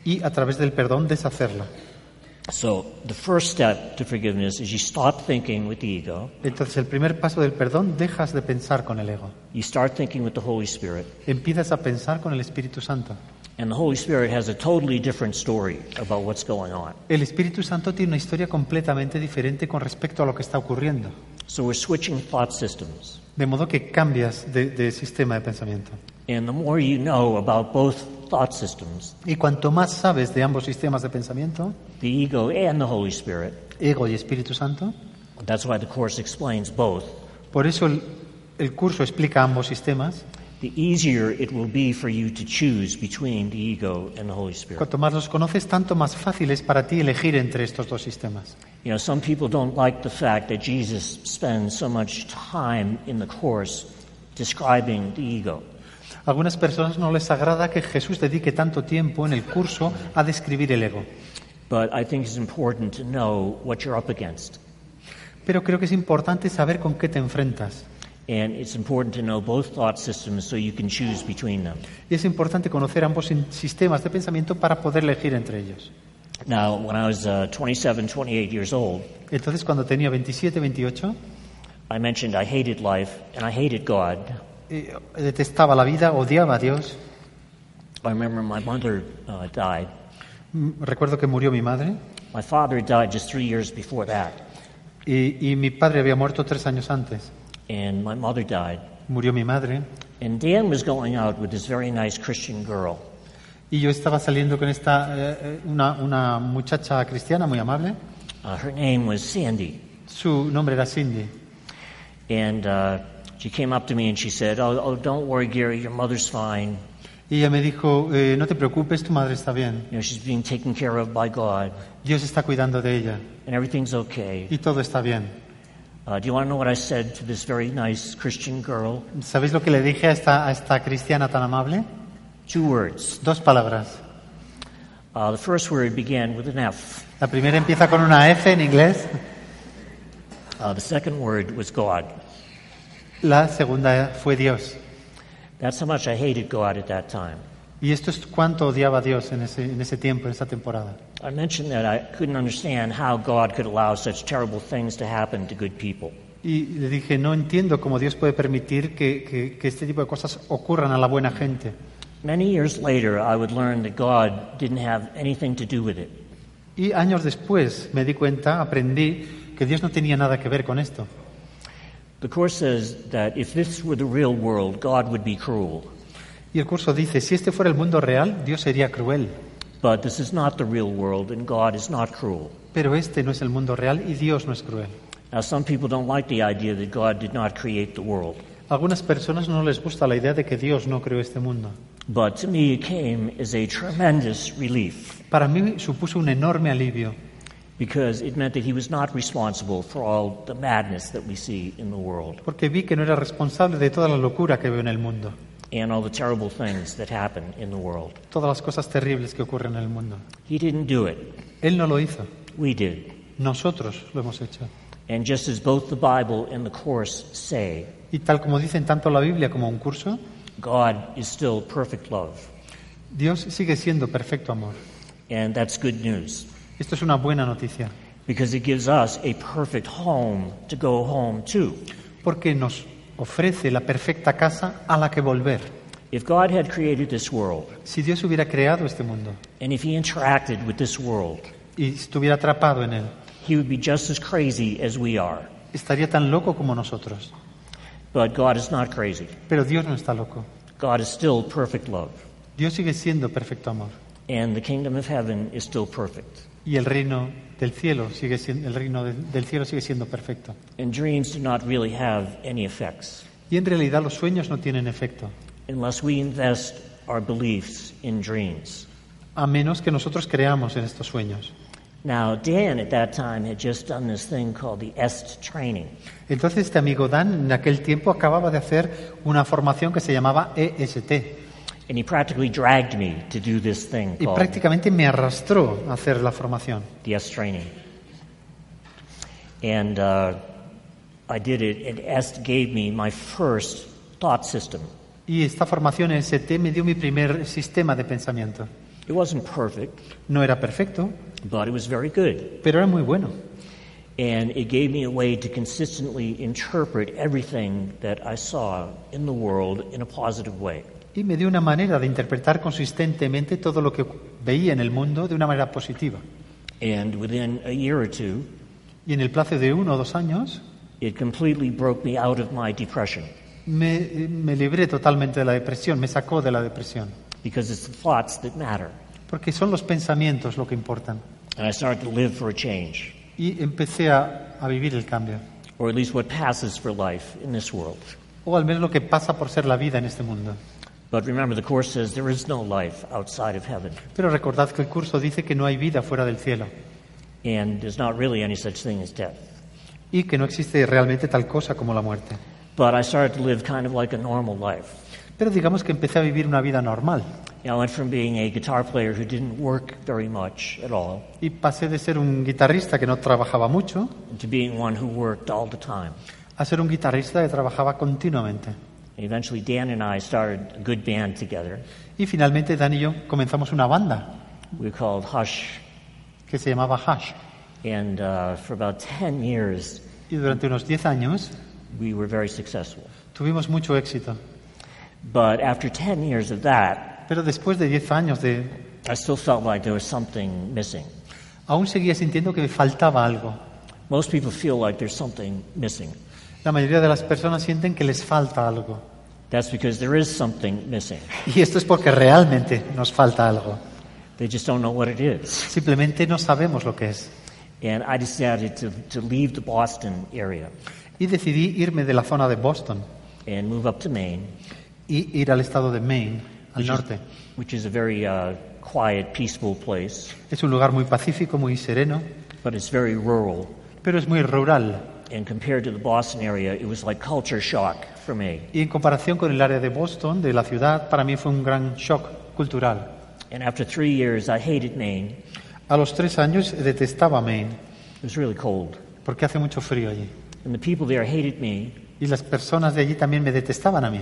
Speaker 2: y a través del perdón deshacerla.
Speaker 1: So the first step to forgiveness is you stop thinking with the ego,
Speaker 2: Entonces el primer paso del perdón, dejas de pensar con el ego,
Speaker 1: you start thinking with the Holy Spirit.
Speaker 2: empiezas a pensar con el Espíritu Santo.
Speaker 1: And the Holy Spirit has a totally different story about what's going on.
Speaker 2: El Espíritu Santo tiene una historia completamente diferente con respecto a lo que está ocurriendo.
Speaker 1: So we're switching thought systems.
Speaker 2: De modo que cambias de, de sistema de pensamiento.
Speaker 1: And the more you know about both thought systems,
Speaker 2: Y cuanto más sabes de ambos sistemas de pensamiento,
Speaker 1: the ego and the Holy Spirit,
Speaker 2: ego y Espíritu Santo,
Speaker 1: that's why the Course explains both,
Speaker 2: por eso el, el curso explica ambos sistemas,
Speaker 1: the easier it will be for you to choose between the ego and the Holy Spirit.
Speaker 2: Cuanto más los conoces, tanto más fácil es para ti elegir entre estos dos sistemas.
Speaker 1: You know, some people don't like the fact that Jesus spends so much time in the Course describing the ego.
Speaker 2: Algunas personas no les agrada que Jesús dedique tanto tiempo en el curso a describir el ego,
Speaker 1: But I think it's important to know what you're up against.
Speaker 2: pero creo que es importante saber con qué te enfrentas.
Speaker 1: And it's important to know both thought systems so you can choose between them.
Speaker 2: Y es importante conocer ambos sin- sistemas de pensamiento para poder elegir entre ellos.
Speaker 1: Now, when I was uh, 27, 28 years old,
Speaker 2: Entonces, cuando tenía 27, 28,
Speaker 1: I mentioned I hated life and I hated God.
Speaker 2: eh, detestaba la vida, odiaba a Dios.
Speaker 1: I remember my mother uh, died.
Speaker 2: Mm, Recuerdo que murió mi madre
Speaker 1: My father died just three years before that,
Speaker 2: y, y mi padre había muerto tres años antes.
Speaker 1: and my mother died.
Speaker 2: Murió mi madre
Speaker 1: And Dan was going out with this very nice Christian girl,
Speaker 2: y yo estaba saliendo con esta, eh, eh, una, una muchacha cristiana muy amable.
Speaker 1: Uh, her name was Sandy.
Speaker 2: Su nombre era Cindy.
Speaker 1: And uh, she came up to me and she said, oh, oh, don't worry, Gary, your mother's fine.
Speaker 2: Y ella me dijo, eh, no te preocupes, tu madre está bien.
Speaker 1: You know, she's being taken care of by God,
Speaker 2: Dios está cuidando de ella
Speaker 1: and everything's okay.
Speaker 2: y todo está bien.
Speaker 1: Uh, do you want to know what I said to this very nice Christian girl?
Speaker 2: ¿Sabéis lo que le dije a esta, a esta cristiana tan amable?
Speaker 1: Two words.
Speaker 2: Dos palabras.
Speaker 1: Uh, the first word began with an F.
Speaker 2: La primera empieza con una F en inglés,
Speaker 1: Uh, the second word was God.
Speaker 2: la segunda fue Dios.
Speaker 1: That's how much I hated God at that time.
Speaker 2: Y esto es cuánto odiaba a Dios en ese, en ese tiempo, en esa temporada.
Speaker 1: I mentioned that I couldn't understand how God could allow such terrible things to happen to good people.
Speaker 2: Y le dije, no entiendo cómo Dios puede permitir que, que- que este tipo de cosas ocurran a la buena gente.
Speaker 1: Many years later, I would learn that God didn't have anything to do with it.
Speaker 2: Y años después me di cuenta, aprendí, que Dios no tenía nada que ver con esto.
Speaker 1: The Course says that if this were the real world, God would be cruel.
Speaker 2: Y el curso dice, si este fuera el mundo real, Dios sería cruel.
Speaker 1: But this is not the real world, and God is not cruel.
Speaker 2: Pero este no es el mundo real y Dios no es cruel.
Speaker 1: Now, some people don't like the idea that God did not create the world.
Speaker 2: Algunas personas no les gusta la idea de que Dios no creó este mundo.
Speaker 1: But to me, it came as a tremendous relief
Speaker 2: Para mí supuso un enorme alivio,
Speaker 1: because it meant that He was not responsible for all the madness that we see in the world
Speaker 2: porque vi que no era responsable de toda la locura que veo en el mundo,
Speaker 1: and all the terrible things that happen in the world.
Speaker 2: todas las cosas terribles que ocurren en el mundo.
Speaker 1: He didn't do it,
Speaker 2: Él no lo hizo,
Speaker 1: we did.
Speaker 2: nosotros lo hemos hecho.
Speaker 1: And just as both the Bible and the Course say,
Speaker 2: Y tal como dicen tanto la Biblia como un curso,
Speaker 1: God is still perfect love.
Speaker 2: Dios sigue siendo perfecto amor.
Speaker 1: And that's good news
Speaker 2: Esto es una buena noticia,
Speaker 1: because it gives us a perfect home to go home to.
Speaker 2: porque nos ofrece la perfecta casa a la que volver.
Speaker 1: If God had created this world
Speaker 2: Si Dios hubiera creado este mundo
Speaker 1: and if He interacted with this world,
Speaker 2: y estuviera atrapado en él,
Speaker 1: He would be just as crazy as we are.
Speaker 2: estaría tan loco como nosotros.
Speaker 1: But God is not crazy.
Speaker 2: Pero Dios no está loco.
Speaker 1: God is still perfect love.
Speaker 2: Dios sigue siendo perfecto amor.
Speaker 1: And the kingdom of heaven is still perfect.
Speaker 2: Y el reino del cielo sigue siendo, el reino de- del cielo sigue siendo perfecto.
Speaker 1: And dreams do not really have any effects
Speaker 2: Y en realidad los sueños no tienen efecto,
Speaker 1: unless we invest our beliefs in dreams.
Speaker 2: a menos que nosotros creamos en estos sueños.
Speaker 1: Now, Dan at that time had just done this thing called the EST training.
Speaker 2: Entonces este amigo Dan en aquel tiempo acababa de hacer una formación que se llamaba E EST
Speaker 1: And he practically dragged me to do this thing
Speaker 2: y
Speaker 1: called
Speaker 2: prácticamente me arrastró a hacer la formación.
Speaker 1: the EST training. And uh, I did it, and EST gave me my first thought system.
Speaker 2: Y esta formación EST me dio mi primer sistema de pensamiento.
Speaker 1: It wasn't perfect,
Speaker 2: No era perfecto,
Speaker 1: but it was very good.
Speaker 2: pero era muy bueno.
Speaker 1: And it gave me a way to consistently interpret everything that I saw in the world in a positive way.
Speaker 2: Y me dio una manera de interpretar consistentemente todo lo que veía en el mundo de una manera positiva.
Speaker 1: And within a year or two,
Speaker 2: Y en el plazo de uno o dos años
Speaker 1: it completely broke me out of my depression.
Speaker 2: me, eh, me libré totalmente de la depresión, me sacó de la depresión.
Speaker 1: because it's the thoughts that matter.
Speaker 2: Porque son los pensamientos lo que importan.
Speaker 1: And I started to live for a change,
Speaker 2: Y empecé a, a vivir el cambio,
Speaker 1: or at least what passes for life in this world.
Speaker 2: o al menos lo que pasa por ser la vida en este mundo.
Speaker 1: But remember, the Course says there is no life outside of heaven,
Speaker 2: Pero recordad que el curso dice que no hay vida fuera del cielo
Speaker 1: and there's not really any such thing as death.
Speaker 2: y que no existe realmente tal cosa como la muerte.
Speaker 1: But I started to live kind of like a normal life.
Speaker 2: Pero digamos que empecé a vivir una vida normal
Speaker 1: You know, I went from being a guitar player who didn't work very much at all
Speaker 2: y pasé de ser un guitarrista que no trabajaba mucho
Speaker 1: to being one who worked all the time.
Speaker 2: a ser un guitarrista que trabajaba continuamente.
Speaker 1: And eventually, Dan and I started a good band together.
Speaker 2: Y finalmente Dan y yo comenzamos una banda
Speaker 1: We were called Hush,
Speaker 2: que se llamaba Hash.
Speaker 1: and uh, for about 10 years,
Speaker 2: Y durante unos 10 años
Speaker 1: we were very successful.
Speaker 2: tuvimos mucho éxito.
Speaker 1: But after 10 years of that,
Speaker 2: Pero después de 10 años de...
Speaker 1: I still felt like there was something missing.
Speaker 2: aún seguía sintiendo que me faltaba algo.
Speaker 1: Most people feel like there's something missing.
Speaker 2: La mayoría de las personas sienten que les falta algo.
Speaker 1: That's because there is something missing.
Speaker 2: Y esto es porque realmente nos falta algo.
Speaker 1: They just don't know what it is.
Speaker 2: Simplemente no sabemos lo que es.
Speaker 1: And I decided to, to leave the Boston area
Speaker 2: Y decidí irme de la zona de Boston
Speaker 1: and move up to Maine,
Speaker 2: y ir al estado de Maine, al
Speaker 1: which,
Speaker 2: norte.
Speaker 1: Is, which is a very uh, quiet, peaceful place,
Speaker 2: Es un lugar muy pacífico, muy sereno,
Speaker 1: but it's very rural.
Speaker 2: pero es muy rural.
Speaker 1: And compared to the Boston area, it was like culture shock for me.
Speaker 2: Y en comparación con el área de Boston, de la ciudad, para mí fue un gran shock cultural.
Speaker 1: And after three years, I hated Maine.
Speaker 2: A los tres años detestaba Maine,
Speaker 1: It was really cold.
Speaker 2: porque hace mucho frío allí.
Speaker 1: And the people there hated me
Speaker 2: Y las personas de allí también me detestaban a mí,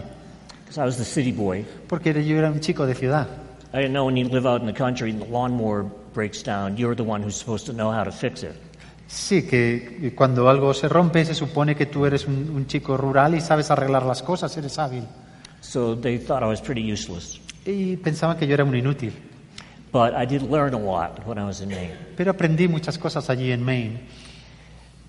Speaker 1: because I was the city boy.
Speaker 2: porque era- yo era un chico de ciudad.
Speaker 1: I didn't know when you live out in the country and the lawnmower breaks down, you're the one who's supposed to know how to fix it.
Speaker 2: Sí, que cuando algo se rompe se supone que tú eres un, un chico rural y sabes arreglar las cosas, eres hábil.
Speaker 1: So they thought I was pretty useless.
Speaker 2: Y pensaban que yo era un inútil.
Speaker 1: But I did learn a lot when I was in Maine.
Speaker 2: Pero aprendí muchas cosas allí en Maine.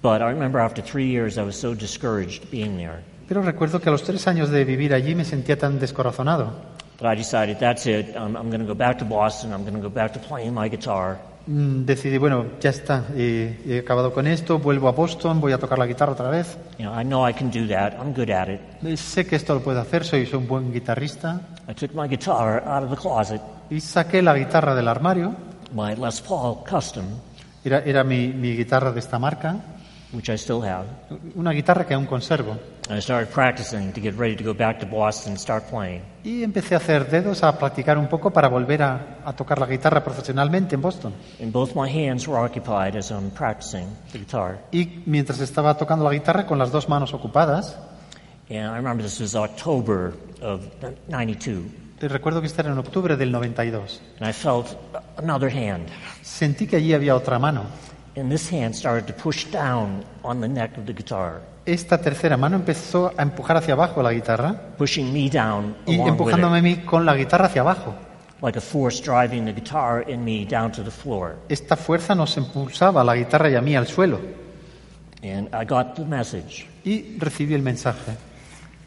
Speaker 1: But I remember after three years, I was so discouraged being there
Speaker 2: Pero recuerdo que a los tres años de vivir allí me sentía tan descorazonado.
Speaker 1: that I decided that's it. I'm, I'm going to go back to Boston. I'm going to go back to playing my guitar.
Speaker 2: Mm, Decidí, bueno, ya está, eh, he acabado con esto, vuelvo a Boston, voy a tocar la guitarra otra vez.
Speaker 1: You know, I know I can do that. I'm good at it.
Speaker 2: Eh, Sé que esto lo puedo hacer, soy soy un buen guitarrista.
Speaker 1: I took my guitar out of the closet,
Speaker 2: Y saqué la guitarra del armario,
Speaker 1: my Les Paul Custom,
Speaker 2: era, era mi, mi guitarra de esta marca,
Speaker 1: which I still have.
Speaker 2: una guitarra que aún conservo.
Speaker 1: And I started practicing to get ready to go back to Boston and start playing.
Speaker 2: Y empecé a hacer dedos, a practicar un poco para volver a, a tocar la guitarra profesionalmente en Boston.
Speaker 1: And both my hands were occupied as I'm practicing the guitar.
Speaker 2: Y mientras estaba tocando la guitarra con las dos manos ocupadas,
Speaker 1: And I remember this was October of 92.
Speaker 2: eh, recuerdo que este era en octubre del 92,
Speaker 1: And I felt another hand.
Speaker 2: sentí que allí había otra mano.
Speaker 1: And this hand started to push down on the neck of the guitar,
Speaker 2: Esta tercera mano empezó a empujar hacia abajo la guitarra
Speaker 1: pushing me down
Speaker 2: y
Speaker 1: along with
Speaker 2: empujándome a
Speaker 1: it,
Speaker 2: mí con la guitarra hacia abajo.
Speaker 1: like a force driving the guitar and me down to the floor.
Speaker 2: Esta fuerza nos impulsaba a la guitarra y a mí al suelo.
Speaker 1: And I got the message.
Speaker 2: Y recibí el mensaje.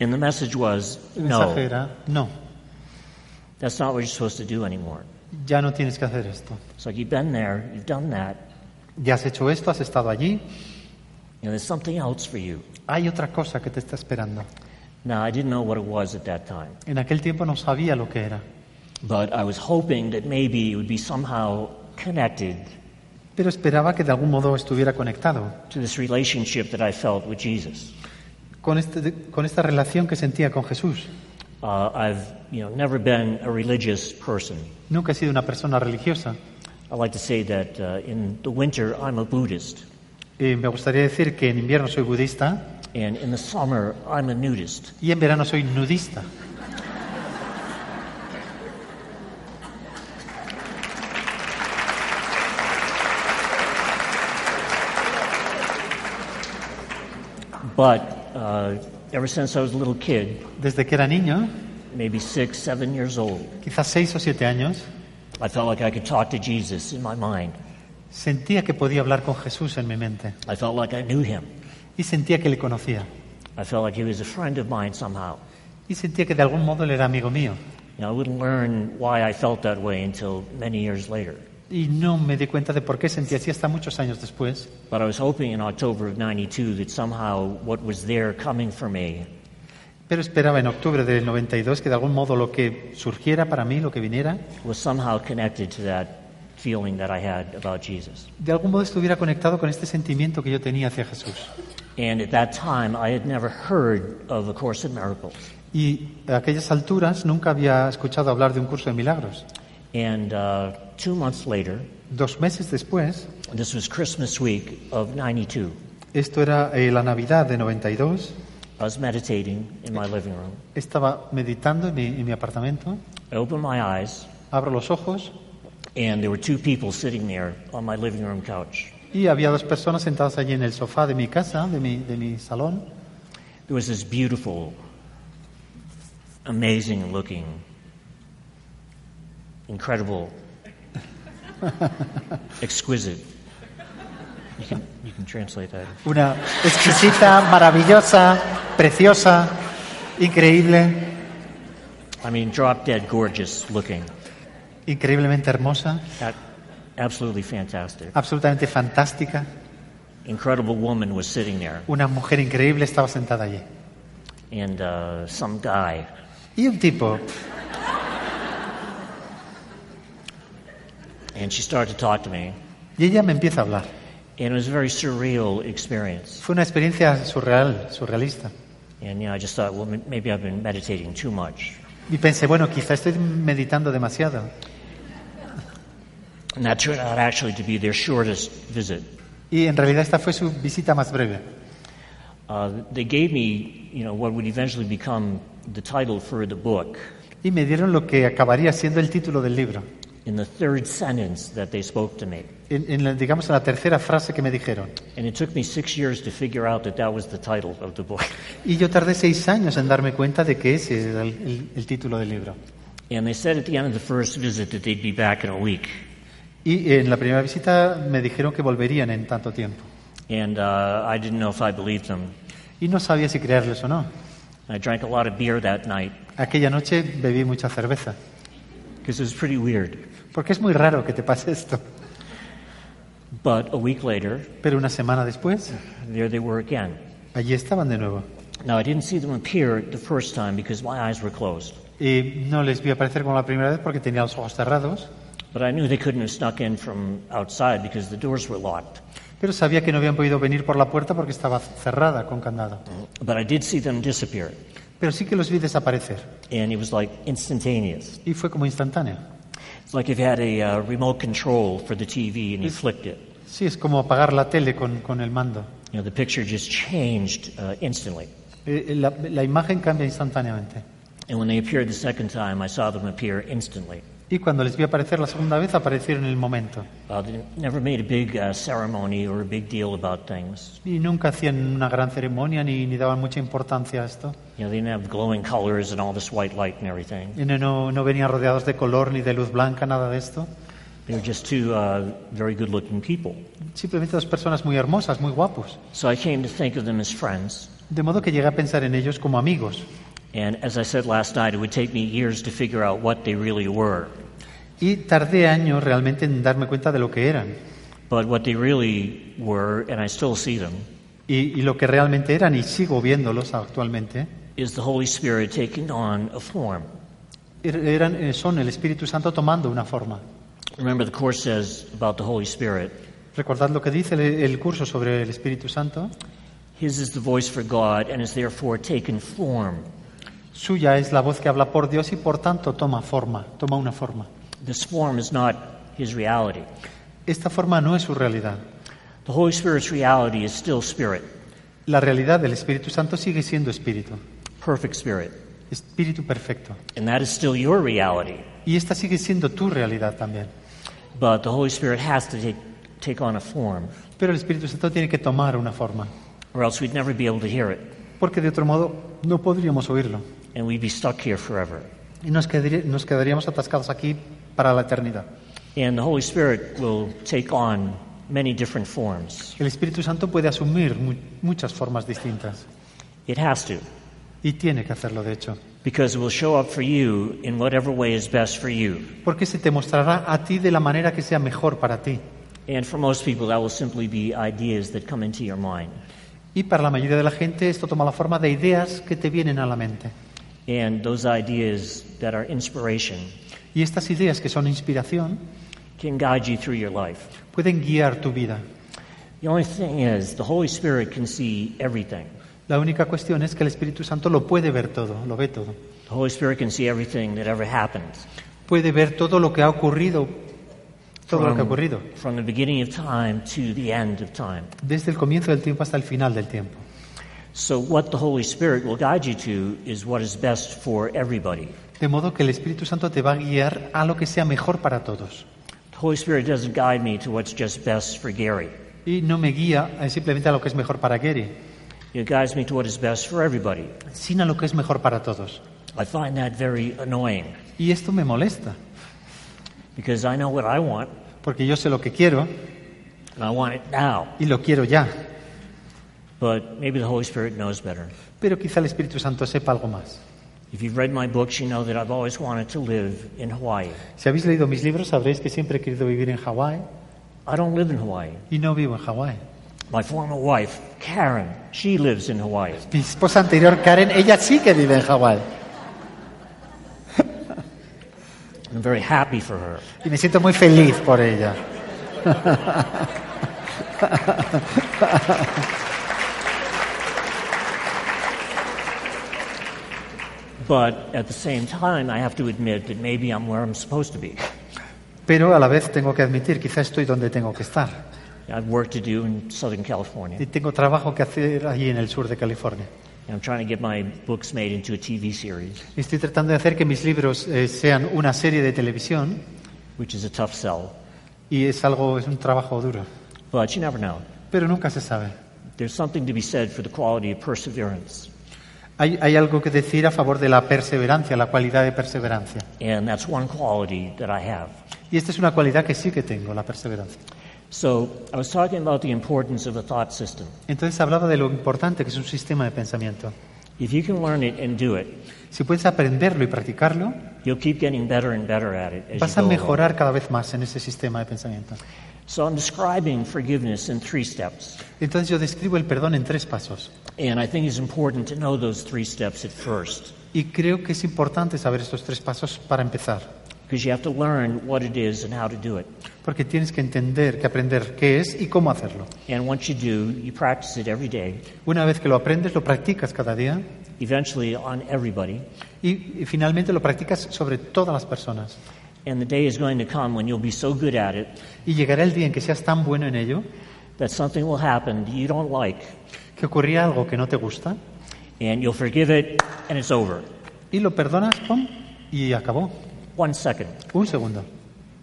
Speaker 1: And the message was,
Speaker 2: El mensaje
Speaker 1: no,
Speaker 2: era, no,
Speaker 1: that's not what you're supposed to do anymore.
Speaker 2: ya no tienes que hacer esto.
Speaker 1: It's like you've been there, you've done that,
Speaker 2: Ya has hecho esto, has estado allí,
Speaker 1: you know, there's something else for you.
Speaker 2: hay otra cosa que te está esperando.
Speaker 1: Now, I didn't know what it was at that time,
Speaker 2: En aquel tiempo no sabía lo que era,
Speaker 1: but I was hoping that maybe it would be somehow connected
Speaker 2: pero esperaba que de algún modo estuviera conectado
Speaker 1: to this relationship that I felt with Jesus.
Speaker 2: con, este- con esta relación que sentía con Jesús.
Speaker 1: Uh, I've you know never been a religious person.
Speaker 2: Nunca he sido una persona religiosa.
Speaker 1: I like to say that uh, in the winter I'm a Buddhist,
Speaker 2: Eh, me gustaría decir que en invierno soy budista
Speaker 1: and in the summer I'm a nudist.
Speaker 2: y en verano soy nudista.
Speaker 1: But uh, ever since I was a little kid,
Speaker 2: Desde que era niño,
Speaker 1: maybe six, seven years old,
Speaker 2: quizás seis o siete años,
Speaker 1: I felt like I could talk to Jesus in my mind.
Speaker 2: sentía que podía hablar con Jesús en mi mente
Speaker 1: I felt like I knew him.
Speaker 2: y sentía que le conocía
Speaker 1: I felt like he was a friend of mine somehow.
Speaker 2: y sentía que de algún modo él era amigo mío.
Speaker 1: You know, I wouldn't learn why I felt that way until many years later.
Speaker 2: Y no me di cuenta de por qué sentía así hasta muchos años después.
Speaker 1: But I was hoping in October of 92 that somehow what was there coming for me
Speaker 2: Pero esperaba en octubre del 92 que de algún modo lo que surgiera para mí, lo que viniera,
Speaker 1: was somehow connected to that feeling that I had about Jesus.
Speaker 2: de algún modo estuviera conectado con este sentimiento que yo tenía hacia Jesús.
Speaker 1: And at that time, I had never heard of A Course in Miracles.
Speaker 2: Y a aquellas alturas nunca había escuchado hablar de un curso de milagros.
Speaker 1: And uh, two months later,
Speaker 2: Dos meses después,
Speaker 1: this was Christmas week of 92,
Speaker 2: esto era eh, la Navidad de 92,
Speaker 1: I was meditating in my living room.
Speaker 2: estaba meditando en mi, en mi apartamento,
Speaker 1: I opened my eyes,
Speaker 2: abro los ojos
Speaker 1: and there were two people sitting there on my living room couch.
Speaker 2: y había dos personas sentadas allí en el sofá de mi casa, de mi, de mi salón.
Speaker 1: There was this beautiful, amazing looking, incredible, exquisite. You can, you can translate that.
Speaker 2: Una exquisita, maravillosa, preciosa, increíble,
Speaker 1: I mean, drop dead gorgeous looking.
Speaker 2: increíblemente hermosa,
Speaker 1: A- Absolutely fantastic.
Speaker 2: absolutamente fantástica.
Speaker 1: Incredible woman was sitting there,
Speaker 2: Una mujer increíble estaba sentada allí.
Speaker 1: and uh, some guy
Speaker 2: Y un tipo,
Speaker 1: And she started to talk to me.
Speaker 2: y ella me empieza a hablar.
Speaker 1: And it was a very surreal experience.
Speaker 2: Fue una experiencia surreal, surrealista.
Speaker 1: And, you know, I just thought, well, m- maybe I've been meditating too much.
Speaker 2: Y pensé, bueno, quizá estoy meditando demasiado.
Speaker 1: And that turned out actually to be their shortest visit.
Speaker 2: Y en realidad esta fue su visita más breve.
Speaker 1: Uh, they gave me, you know, what would eventually become the title for the book.
Speaker 2: Y me dieron lo que acabaría siendo el título del libro.
Speaker 1: In the third sentence that they spoke to me.
Speaker 2: En, en la- digamos, en la tercera frase que me dijeron.
Speaker 1: And it took me six years to figure out that that was the title of the book.
Speaker 2: Y yo tardé seis años en darme cuenta de que ese era el, el- el título del libro.
Speaker 1: And they said at the end of the first visit that they'd be back in a week.
Speaker 2: Y en la primera visita me dijeron que volverían en tanto tiempo.
Speaker 1: And uh, I didn't know if I believed them.
Speaker 2: Y no sabía si creerles o no.
Speaker 1: I drank a lot of beer that night
Speaker 2: Aquella noche bebí mucha cerveza.
Speaker 1: because it was pretty weird.
Speaker 2: Porque es muy raro que te pase esto.
Speaker 1: But a week later,
Speaker 2: Pero una semana después,
Speaker 1: there they were again.
Speaker 2: allí estaban de nuevo.
Speaker 1: Now, I didn't see them appear the first time because my eyes were closed.
Speaker 2: Y no les vi aparecer como la primera vez porque tenía los ojos cerrados,
Speaker 1: But I knew they couldn't have snuck in from outside because the doors were locked.
Speaker 2: pero sabía que no habían podido venir por la puerta porque estaba cerrada con candado.
Speaker 1: But I did see them disappear.
Speaker 2: Pero sí que los vi desaparecer
Speaker 1: And it was like instantaneous.
Speaker 2: y fue como instantáneo.
Speaker 1: It's like if you had a uh, remote control for the TV and you flicked it.
Speaker 2: Sí, es como apagar la tele con, con el mando.
Speaker 1: You know, the picture just changed uh, instantly.
Speaker 2: Eh, eh, La, la imagen cambia instantáneamente.
Speaker 1: And when they appeared the second time, I saw them appear instantly.
Speaker 2: Y cuando les vi aparecer la segunda vez, aparecieron en el momento.
Speaker 1: Uh, they never made a big uh, ceremony or a big deal about things.
Speaker 2: Y nunca hacían una gran ceremonia ni, ni daban mucha importancia a esto.
Speaker 1: You know, they didn't have glowing colors and all this white light and everything.
Speaker 2: Y no, no, no venían rodeados de color ni de luz blanca, nada de esto.
Speaker 1: They were just two uh, very good looking people.
Speaker 2: Simplemente dos personas muy hermosas, muy guapos.
Speaker 1: So I came to think of them as friends.
Speaker 2: De modo que llegué a pensar en ellos como amigos.
Speaker 1: And as I said last night, it would take me years to figure out what they really were.
Speaker 2: Y tardé años realmente en darme cuenta de lo que eran
Speaker 1: But what they really were, and I still see them,
Speaker 2: y, y lo que realmente eran, y sigo viéndolos actualmente,
Speaker 1: is the Holy Spirit taking on a form.
Speaker 2: er- eran, eh, son el Espíritu Santo tomando una forma.
Speaker 1: Remember, the Course says about the Holy Spirit
Speaker 2: Recordad lo que dice el, el curso sobre el Espíritu Santo.
Speaker 1: His is the voice for God and is therefore taken form.
Speaker 2: Suya es la voz que habla por Dios y por tanto toma forma, toma una forma.
Speaker 1: This form is not His reality.
Speaker 2: Esta forma no es su realidad.
Speaker 1: The Holy Spirit's reality is still spirit,
Speaker 2: La realidad del Espíritu Santo sigue siendo espíritu,
Speaker 1: perfect spirit.
Speaker 2: espíritu perfecto.
Speaker 1: And that is still your reality.
Speaker 2: Y esta sigue siendo tu realidad también.
Speaker 1: But the Holy Spirit has to take, take on a form,
Speaker 2: Pero el Espíritu Santo tiene que tomar una forma,
Speaker 1: or else we'd never be able to hear it,
Speaker 2: porque de otro modo no podríamos oírlo.
Speaker 1: and we'd be stuck here forever.
Speaker 2: Y nos, quedarí- nos quedaríamos atascados aquí para la eternidad.
Speaker 1: And the Holy Spirit will take on many different forms.
Speaker 2: El Espíritu Santo puede asumir mu- muchas formas distintas
Speaker 1: It has to,
Speaker 2: y tiene que hacerlo, de hecho,
Speaker 1: because it will show up for you in whatever way is best for you.
Speaker 2: porque se te mostrará a ti de la manera que sea mejor para ti.
Speaker 1: And for most people, that will simply be ideas that come into your mind.
Speaker 2: Y para la mayoría de la gente esto toma la forma de ideas que te vienen a la mente.
Speaker 1: And those ideas that are inspiration
Speaker 2: Y estas ideas que son inspiración
Speaker 1: can guide you through your life.
Speaker 2: pueden guiar tu vida.
Speaker 1: The only thing is, the Holy Spirit can see everything.
Speaker 2: La única cuestión es que el Espíritu Santo lo puede ver todo, lo ve todo.
Speaker 1: The Holy Spirit can see everything that ever happened
Speaker 2: Puede ver todo lo que ha ocurrido, todo lo que ha ocurrido,
Speaker 1: from the beginning of time to the end of time.
Speaker 2: desde el comienzo del tiempo hasta el final del tiempo.
Speaker 1: So, what the Holy Spirit will guide you to is what is best for everybody.
Speaker 2: De modo que el Espíritu Santo te va a guiar a lo que sea mejor para todos.
Speaker 1: The Holy Spirit doesn't guide me to what's just best for Gary.
Speaker 2: Y no me guía eh, simplemente a lo que es mejor para Gary,
Speaker 1: It guides me to what is best for everybody.
Speaker 2: sino a lo que es mejor para todos.
Speaker 1: I find that very annoying
Speaker 2: Y esto me molesta,
Speaker 1: because I know what I want
Speaker 2: porque yo sé lo que quiero
Speaker 1: and I want it now.
Speaker 2: y lo quiero ya.
Speaker 1: But maybe the Holy Spirit knows better.
Speaker 2: Pero quizá el Espíritu Santo sepa algo más.
Speaker 1: If you've read my books, you know that I've always wanted to live in Hawaii.
Speaker 2: Si habéis leído mis libros, sabréis que siempre he querido vivir en Hawái
Speaker 1: I don't live in Hawaii.
Speaker 2: y no vivo en Hawái.
Speaker 1: My former wife, Karen, she lives in Hawaii.
Speaker 2: Mi esposa anterior, Karen, ella sí que vive en Hawái.
Speaker 1: I'm very happy for her.
Speaker 2: Y me siento muy feliz por ella.
Speaker 1: But at the same time, I have to admit that maybe I'm where I'm supposed to be.
Speaker 2: Pero a la vez tengo que admitir, quizá estoy donde tengo que estar.
Speaker 1: I have work to do in Southern California.
Speaker 2: Y tengo trabajo que hacer allí en el sur de California.
Speaker 1: And I'm trying to get my books made into a TV series,
Speaker 2: Y Estoy tratando de hacer que mis libros eh, sean una serie de televisión
Speaker 1: which is a tough sell.
Speaker 2: y es algo, es un trabajo duro.
Speaker 1: But you never know.
Speaker 2: Pero nunca se sabe.
Speaker 1: There's something to be said for the quality of perseverance.
Speaker 2: Hay, hay algo que decir a favor de la perseverancia, la cualidad de perseverancia.
Speaker 1: And that's one quality that I have.
Speaker 2: Y esta es una cualidad que sí que tengo, la perseverancia.
Speaker 1: So I was talking about the importance of a thought system.
Speaker 2: Entonces hablaba de lo importante que es un sistema de pensamiento.
Speaker 1: If you can learn it and do it,
Speaker 2: Si puedes aprenderlo y practicarlo,
Speaker 1: you'll keep getting better and better at it as
Speaker 2: vas
Speaker 1: you
Speaker 2: a
Speaker 1: go along.
Speaker 2: mejorar cada vez más en ese sistema de pensamiento.
Speaker 1: So I'm describing forgiveness in three steps.
Speaker 2: Entonces yo describo el perdón en tres pasos.
Speaker 1: And I think it's important to know those three steps at first
Speaker 2: Y creo que es importante saber estos tres pasos para empezar,
Speaker 1: because you have to learn what it is and how to do it.
Speaker 2: porque tienes que entender, que aprender qué es y cómo hacerlo.
Speaker 1: And once you do, you practice it every day,
Speaker 2: Una vez que lo aprendes, lo practicas cada día
Speaker 1: eventually on everybody.
Speaker 2: y, y finalmente lo practicas sobre todas las personas.
Speaker 1: And the day is going to come when you'll be so good at it
Speaker 2: Y llegará el día en que seas tan bueno en ello
Speaker 1: that something will happen that you don't like,
Speaker 2: que ocurría algo que no te gusta
Speaker 1: and you'll forgive it, and it's over.
Speaker 2: y lo perdonas, pum, y acabó.
Speaker 1: One second.
Speaker 2: Un segundo.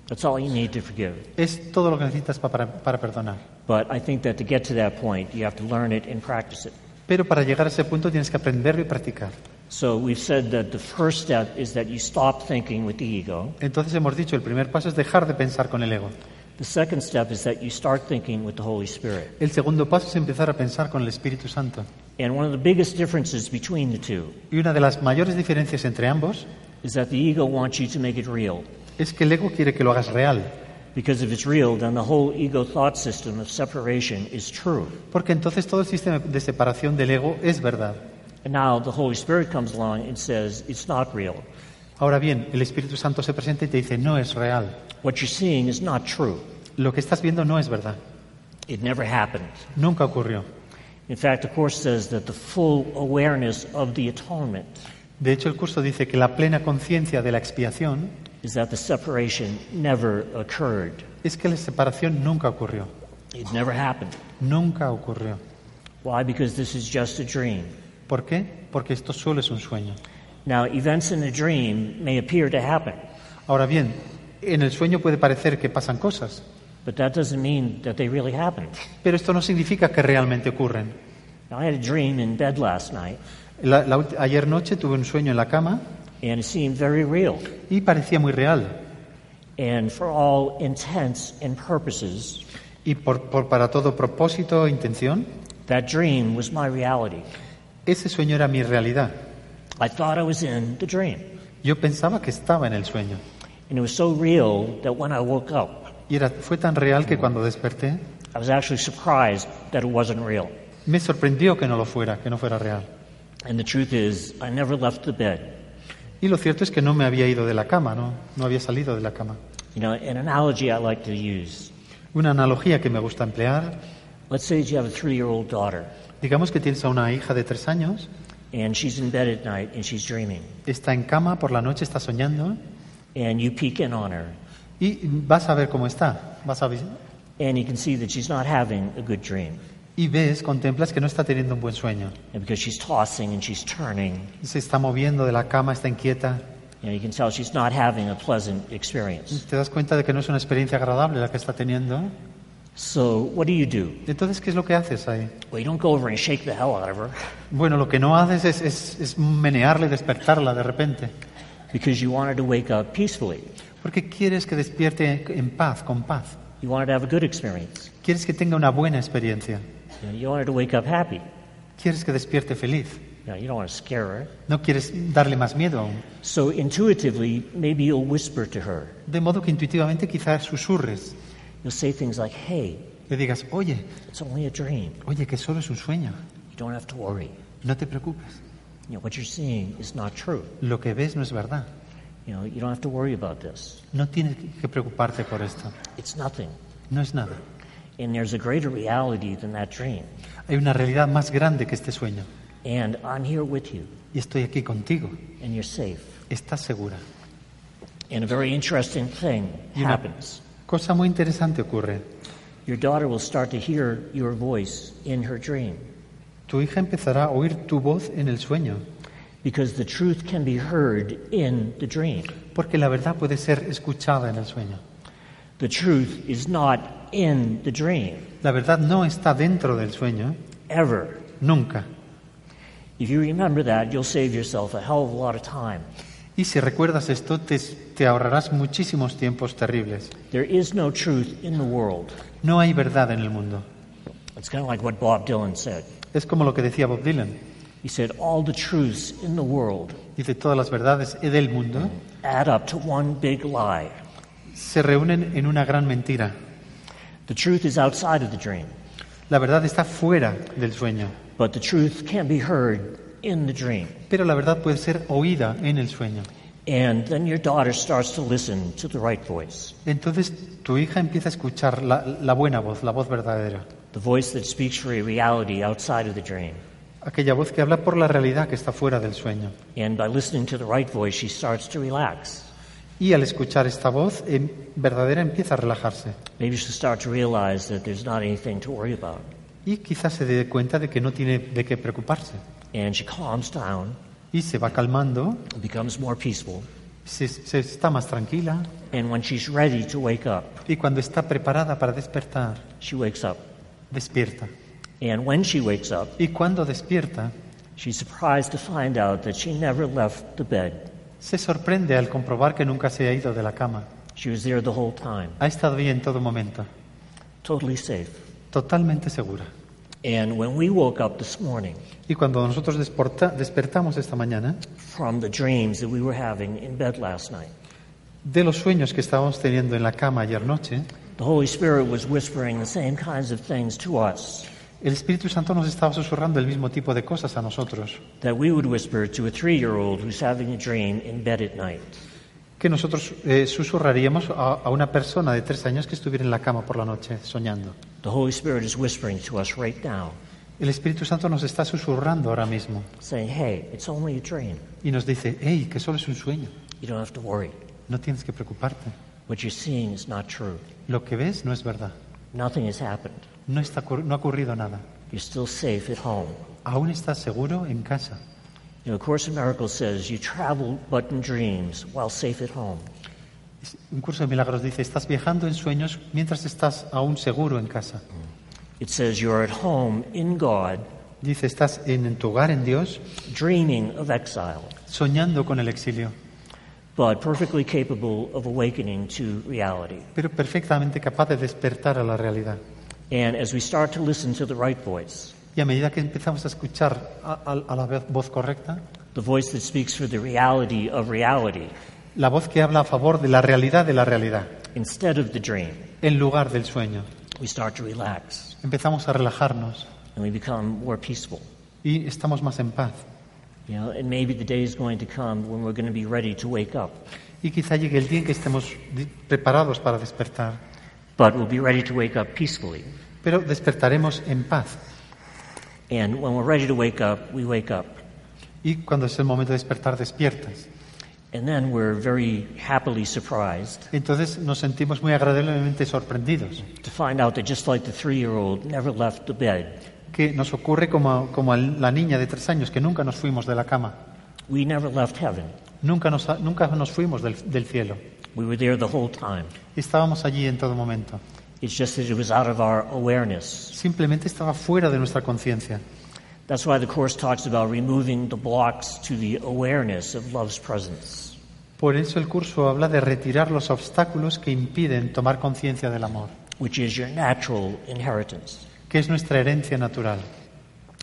Speaker 1: That's all you need to forgive.
Speaker 2: Es todo lo que necesitas pa- para, para perdonar.
Speaker 1: But I think that to get to that point, you have to learn it and practice it.
Speaker 2: Pero para llegar a ese punto tienes que aprenderlo y practicar.
Speaker 1: So we've said that the first step is that you stop thinking with the ego.
Speaker 2: Entonces hemos dicho, el primer paso es dejar de pensar con el ego.
Speaker 1: The second step is that you start thinking with the Holy Spirit.
Speaker 2: El segundo paso es empezar a pensar con el Espíritu Santo.
Speaker 1: And one of the biggest differences between the two
Speaker 2: Y una de las mayores diferencias entre ambos
Speaker 1: is that the ego wants you to make it real.
Speaker 2: es que el ego quiere que lo hagas real,
Speaker 1: Because if it's real, then the whole ego thought system of separation is true.
Speaker 2: porque entonces todo el sistema de separación del ego es verdad.
Speaker 1: And now the Holy Spirit comes along and says, it's not real.
Speaker 2: Ahora bien, el Espíritu Santo se presenta y te dice, no es real,
Speaker 1: What you're seeing is not true.
Speaker 2: lo que estás viendo no es verdad,
Speaker 1: It never happened.
Speaker 2: nunca ocurrió.
Speaker 1: In fact, the Course says that the full awareness of the atonement
Speaker 2: De hecho, el curso dice que la plena conciencia de la expiación
Speaker 1: is that the separation never occurred.
Speaker 2: es que la separación nunca ocurrió,
Speaker 1: It never happened.
Speaker 2: nunca ocurrió.
Speaker 1: Why? Because this is just a dream.
Speaker 2: ¿Por qué? Porque esto solo es un sueño.
Speaker 1: Now, events in a dream may appear to happen,
Speaker 2: Ahora bien, en el sueño puede parecer que pasan cosas,
Speaker 1: but that doesn't mean that they really happened.
Speaker 2: pero esto no significa que realmente ocurren.
Speaker 1: Now, I had a dream in bed last night,
Speaker 2: La- la ulti- ayer noche tuve un sueño en la cama
Speaker 1: and it seemed very real.
Speaker 2: y parecía muy real.
Speaker 1: And for all intents and purposes,
Speaker 2: Y por, por- para todo propósito e intención,
Speaker 1: that dream was my reality.
Speaker 2: ese sueño era mi realidad.
Speaker 1: I thought I was in the dream.
Speaker 2: Yo pensaba que estaba en el sueño.
Speaker 1: And it was so real that when I woke up,
Speaker 2: Y era, fue tan real que cuando desperté
Speaker 1: I was actually surprised that it wasn't real.
Speaker 2: Me sorprendió que no lo fuera, que no fuera real.
Speaker 1: And the truth is, I never left the bed.
Speaker 2: Y lo cierto es que no me había ido de la cama, no, no había salido de la cama.
Speaker 1: You know, an analogy I like to use.
Speaker 2: Una analogía que me gusta emplear,
Speaker 1: Let's say that you have a three-year-old daughter,
Speaker 2: digamos que tienes a una hija de tres años,
Speaker 1: and she's in bed at night and she's dreaming,
Speaker 2: está en cama por la noche, está soñando
Speaker 1: and you peek in on her,
Speaker 2: y vas a ver cómo está, vas a vis-
Speaker 1: and you can see that she's not having a good dream,
Speaker 2: y ves, contemplas que no está teniendo un buen sueño.
Speaker 1: and because she's tossing and she's turning,
Speaker 2: Se está moviendo de la cama, está inquieta.
Speaker 1: you know, you can tell she's not having a pleasant experience.
Speaker 2: Te das cuenta de que no es una experiencia agradable la que está teniendo.
Speaker 1: So what do you do?
Speaker 2: Entonces, ¿qué es lo que haces ahí?
Speaker 1: Well, you don't go over and shake the hell out of her
Speaker 2: Bueno, lo que no haces es, es- es menearla y despertarla de repente.
Speaker 1: because you want her to wake up peacefully.
Speaker 2: Porque quieres que despierte en paz, con paz.
Speaker 1: You want her to have a good experience.
Speaker 2: Quieres que tenga una buena experiencia.
Speaker 1: You, know, you want her to wake up happy.
Speaker 2: Quieres que despierte feliz.
Speaker 1: You, know, you don't want to scare her.
Speaker 2: No quieres darle más miedo aún.
Speaker 1: So intuitively, maybe you'll whisper to her.
Speaker 2: De modo que intuitivamente quizás susurres.
Speaker 1: You'll say things like, hey,
Speaker 2: Le digas, oye,
Speaker 1: it's only a dream.
Speaker 2: oye, que solo es un sueño.
Speaker 1: You don't have to worry.
Speaker 2: No te preocupes.
Speaker 1: You know, what you're seeing is not true.
Speaker 2: Lo que ves no es verdad.
Speaker 1: You know, you don't have to worry about this.
Speaker 2: No tienes que preocuparte por esto.
Speaker 1: It's nothing.
Speaker 2: No es nada.
Speaker 1: And there's a greater reality than that dream.
Speaker 2: Hay una realidad más grande que este sueño.
Speaker 1: And I'm here with you,
Speaker 2: Y estoy aquí contigo.
Speaker 1: and you're safe.
Speaker 2: Estás segura.
Speaker 1: And a very interesting thing
Speaker 2: You know-
Speaker 1: happens.
Speaker 2: Cosa muy interesante ocurre.
Speaker 1: Your daughter will start to hear your voice in her dream
Speaker 2: Tu hija empezará a oír tu voz en el sueño.
Speaker 1: because the truth can be heard in the dream.
Speaker 2: Porque la verdad puede ser escuchada en el sueño.
Speaker 1: The truth is not in the dream,
Speaker 2: La verdad no está dentro del sueño.
Speaker 1: ever.
Speaker 2: Nunca.
Speaker 1: If you remember that, you'll save yourself a hell of a lot of time.
Speaker 2: Y si recuerdas esto, te, te ahorrarás muchísimos tiempos terribles.
Speaker 1: There is no truth in the world.
Speaker 2: No hay verdad en el mundo.
Speaker 1: It's kind of like what Bob Dylan said.
Speaker 2: Es como lo que decía Bob Dylan.
Speaker 1: He said, All the truths in the world
Speaker 2: Dice, todas las verdades del mundo
Speaker 1: add up to one big lie.
Speaker 2: se reúnen en una gran mentira.
Speaker 1: The truth is outside of the dream,
Speaker 2: La verdad está fuera del sueño.
Speaker 1: but the truth can be heard in the dream.
Speaker 2: Pero la verdad puede ser oída en el sueño.
Speaker 1: And then your daughter starts to listen to the right voice,
Speaker 2: Entonces tu hija empieza a escuchar la, la buena voz, la voz verdadera.
Speaker 1: the voice that speaks for a reality outside of the dream.
Speaker 2: Aquella voz que habla por la realidad que está fuera del sueño.
Speaker 1: And by listening to the right voice, she starts to relax.
Speaker 2: Y al escuchar esta voz em, verdadera empieza a relajarse.
Speaker 1: Maybe she'll start to realize that there's not anything to worry about.
Speaker 2: Y quizás se dé cuenta de que no tiene de qué preocuparse.
Speaker 1: And she calms down,
Speaker 2: Y se va calmando,
Speaker 1: becomes more peaceful,
Speaker 2: se, se está más tranquila.
Speaker 1: and when she's ready to wake up,
Speaker 2: Y cuando está preparada para despertar,
Speaker 1: she wakes up.
Speaker 2: despierta.
Speaker 1: And when she wakes up,
Speaker 2: Y cuando despierta,
Speaker 1: she's surprised to find out that she never left the bed.
Speaker 2: se sorprende al comprobar que nunca se ha ido de la cama.
Speaker 1: She was there the whole time,
Speaker 2: Ha estado ahí en todo momento,
Speaker 1: totally safe.
Speaker 2: totalmente segura.
Speaker 1: And when we woke up this morning
Speaker 2: Y cuando nosotros desporta- despertamos esta mañana,
Speaker 1: from the dreams that we were having in bed last night,
Speaker 2: de los sueños que estábamos teniendo en la cama ayer noche,
Speaker 1: the Holy Spirit was whispering the same kinds of things to us
Speaker 2: el Espíritu Santo nos estaba susurrando el mismo tipo de cosas a nosotros,
Speaker 1: that we would whisper to a three year old who's having a dream in bed at night.
Speaker 2: que nosotros eh, susurraríamos a, a una persona de tres años que estuviera en la cama por la noche soñando.
Speaker 1: The Holy Spirit is whispering to us right now,
Speaker 2: El Espíritu Santo nos está susurrando ahora mismo
Speaker 1: saying, Hey, it's only a dream.
Speaker 2: y nos dice, hey, que solo es un sueño,
Speaker 1: You don't have to worry.
Speaker 2: no tienes que preocuparte.
Speaker 1: What you're seeing is not true.
Speaker 2: Lo que ves no es verdad,
Speaker 1: Nothing has happened.
Speaker 2: no, está, ocur- no ha ocurrido nada.
Speaker 1: You're still safe at home.
Speaker 2: Aún estás seguro en casa.
Speaker 1: You know, A Course in Miracles says you travel but in dreams while safe at home.
Speaker 2: Es- Un curso de milagros dice, estás viajando en sueños mientras estás aún seguro en casa.
Speaker 1: It says you're at home in God,
Speaker 2: Dice, estás en, en tu hogar en Dios,
Speaker 1: dreaming of exile,
Speaker 2: soñando con el exilio,
Speaker 1: but perfectly capable of awakening to reality.
Speaker 2: pero perfectamente capaz de despertar a la realidad.
Speaker 1: And as we start to listen to the right voice,
Speaker 2: Y a medida que empezamos a escuchar a, a- a la vez- voz correcta,
Speaker 1: the voice that speaks for the reality of reality
Speaker 2: la voz que habla a favor de la realidad de la realidad,
Speaker 1: instead of the dream,
Speaker 2: en lugar del sueño,
Speaker 1: we start to relax.
Speaker 2: empezamos a relajarnos
Speaker 1: and we become more peaceful.
Speaker 2: y estamos más en paz.
Speaker 1: You know, and maybe the day is going to come when we're going to be ready to wake up,
Speaker 2: Y quizá llegue el día en que estemos di- preparados para despertar,
Speaker 1: but we'll be ready to wake up peacefully.
Speaker 2: pero despertaremos en paz.
Speaker 1: And when we're ready to wake up, we wake up.
Speaker 2: Y cuando es el momento de despertar, despiertas.
Speaker 1: And then we're very happily surprised
Speaker 2: Entonces nos sentimos muy agradablemente sorprendidos,
Speaker 1: to find out that just like the three year old never left the bed,
Speaker 2: que nos ocurre como, como a la niña de tres años, que nunca nos fuimos de la cama,
Speaker 1: we never left heaven.
Speaker 2: nunca nos, nunca nos fuimos del, del cielo.
Speaker 1: We were there the whole time.
Speaker 2: Estábamos allí en todo momento.
Speaker 1: It's just that it was out of our awareness.
Speaker 2: Simplemente estaba fuera de nuestra conciencia.
Speaker 1: That's why the Course talks about removing the blocks to the awareness of love's presence.
Speaker 2: Por eso el curso habla de retirar los obstáculos que impiden tomar conciencia del amor,
Speaker 1: which is your natural inheritance.
Speaker 2: que es nuestra herencia natural.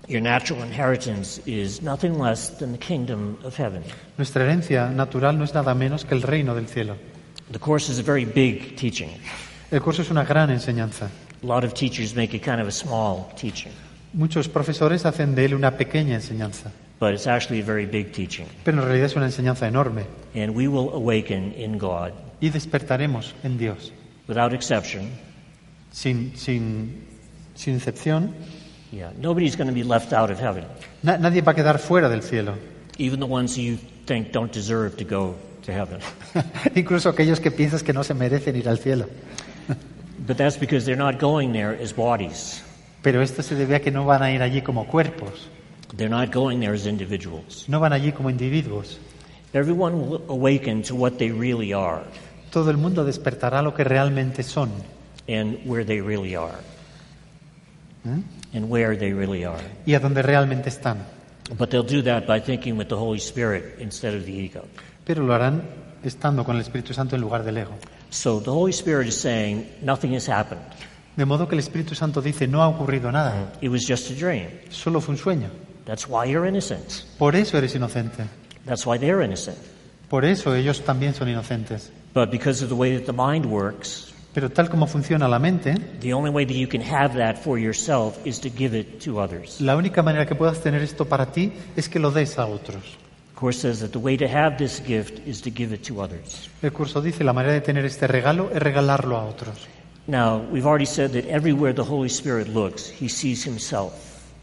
Speaker 1: Your natural inheritance is nothing less than the kingdom of heaven.
Speaker 2: Nuestra herencia natural no es nada menos que el reino del cielo.
Speaker 1: The Course is a very big teaching.
Speaker 2: El curso es una gran enseñanza.
Speaker 1: A lot of teachers make it kind of a small teaching,
Speaker 2: Muchos profesores hacen de él una pequeña enseñanza,
Speaker 1: but it's actually a very big teaching.
Speaker 2: pero en realidad es una enseñanza enorme.
Speaker 1: And we will awaken in God,
Speaker 2: Y despertaremos en Dios,
Speaker 1: without exception.
Speaker 2: sin, sin, sin excepción.
Speaker 1: Yeah, nobody's going to be left out of heaven,
Speaker 2: Na- nadie va a quedar fuera del cielo.
Speaker 1: even the ones who you think don't deserve to go to heaven.
Speaker 2: Incluso aquellos que piensas que no se merecen ir al cielo.
Speaker 1: But that's because they're not going there as bodies.
Speaker 2: Pero esto se debe a que no van a ir allí como cuerpos,
Speaker 1: They're not going there as individuals.
Speaker 2: no van allí como individuos.
Speaker 1: Everyone will awaken to what they really are
Speaker 2: Todo el mundo despertará lo que realmente son
Speaker 1: and where they really are.
Speaker 2: Hmm?
Speaker 1: And where they really are.
Speaker 2: y a donde realmente están.
Speaker 1: But they'll do that by thinking with the Holy Spirit instead of the ego.
Speaker 2: Pero lo harán estando con el Espíritu Santo en lugar del ego.
Speaker 1: So the Holy Spirit is saying, nothing has happened.
Speaker 2: De modo que el Espíritu Santo dice, no ha ocurrido nada,
Speaker 1: It was just a dream.
Speaker 2: solo fue un sueño.
Speaker 1: That's why you're innocent.
Speaker 2: Por eso eres inocente,
Speaker 1: That's why they're innocent.
Speaker 2: por eso ellos también son inocentes.
Speaker 1: But because of the way that the mind works,
Speaker 2: Pero tal como funciona la mente,
Speaker 1: the only way that you can have that for yourself is to give it to others.
Speaker 2: la única manera que puedas tener esto para ti es que lo des a otros.
Speaker 1: The Course says that the way to have this gift is to give it to others.
Speaker 2: El curso dice, la manera de tener este regalo es regalarlo a otros.
Speaker 1: Now, we've already said that everywhere the Holy Spirit looks, he sees himself.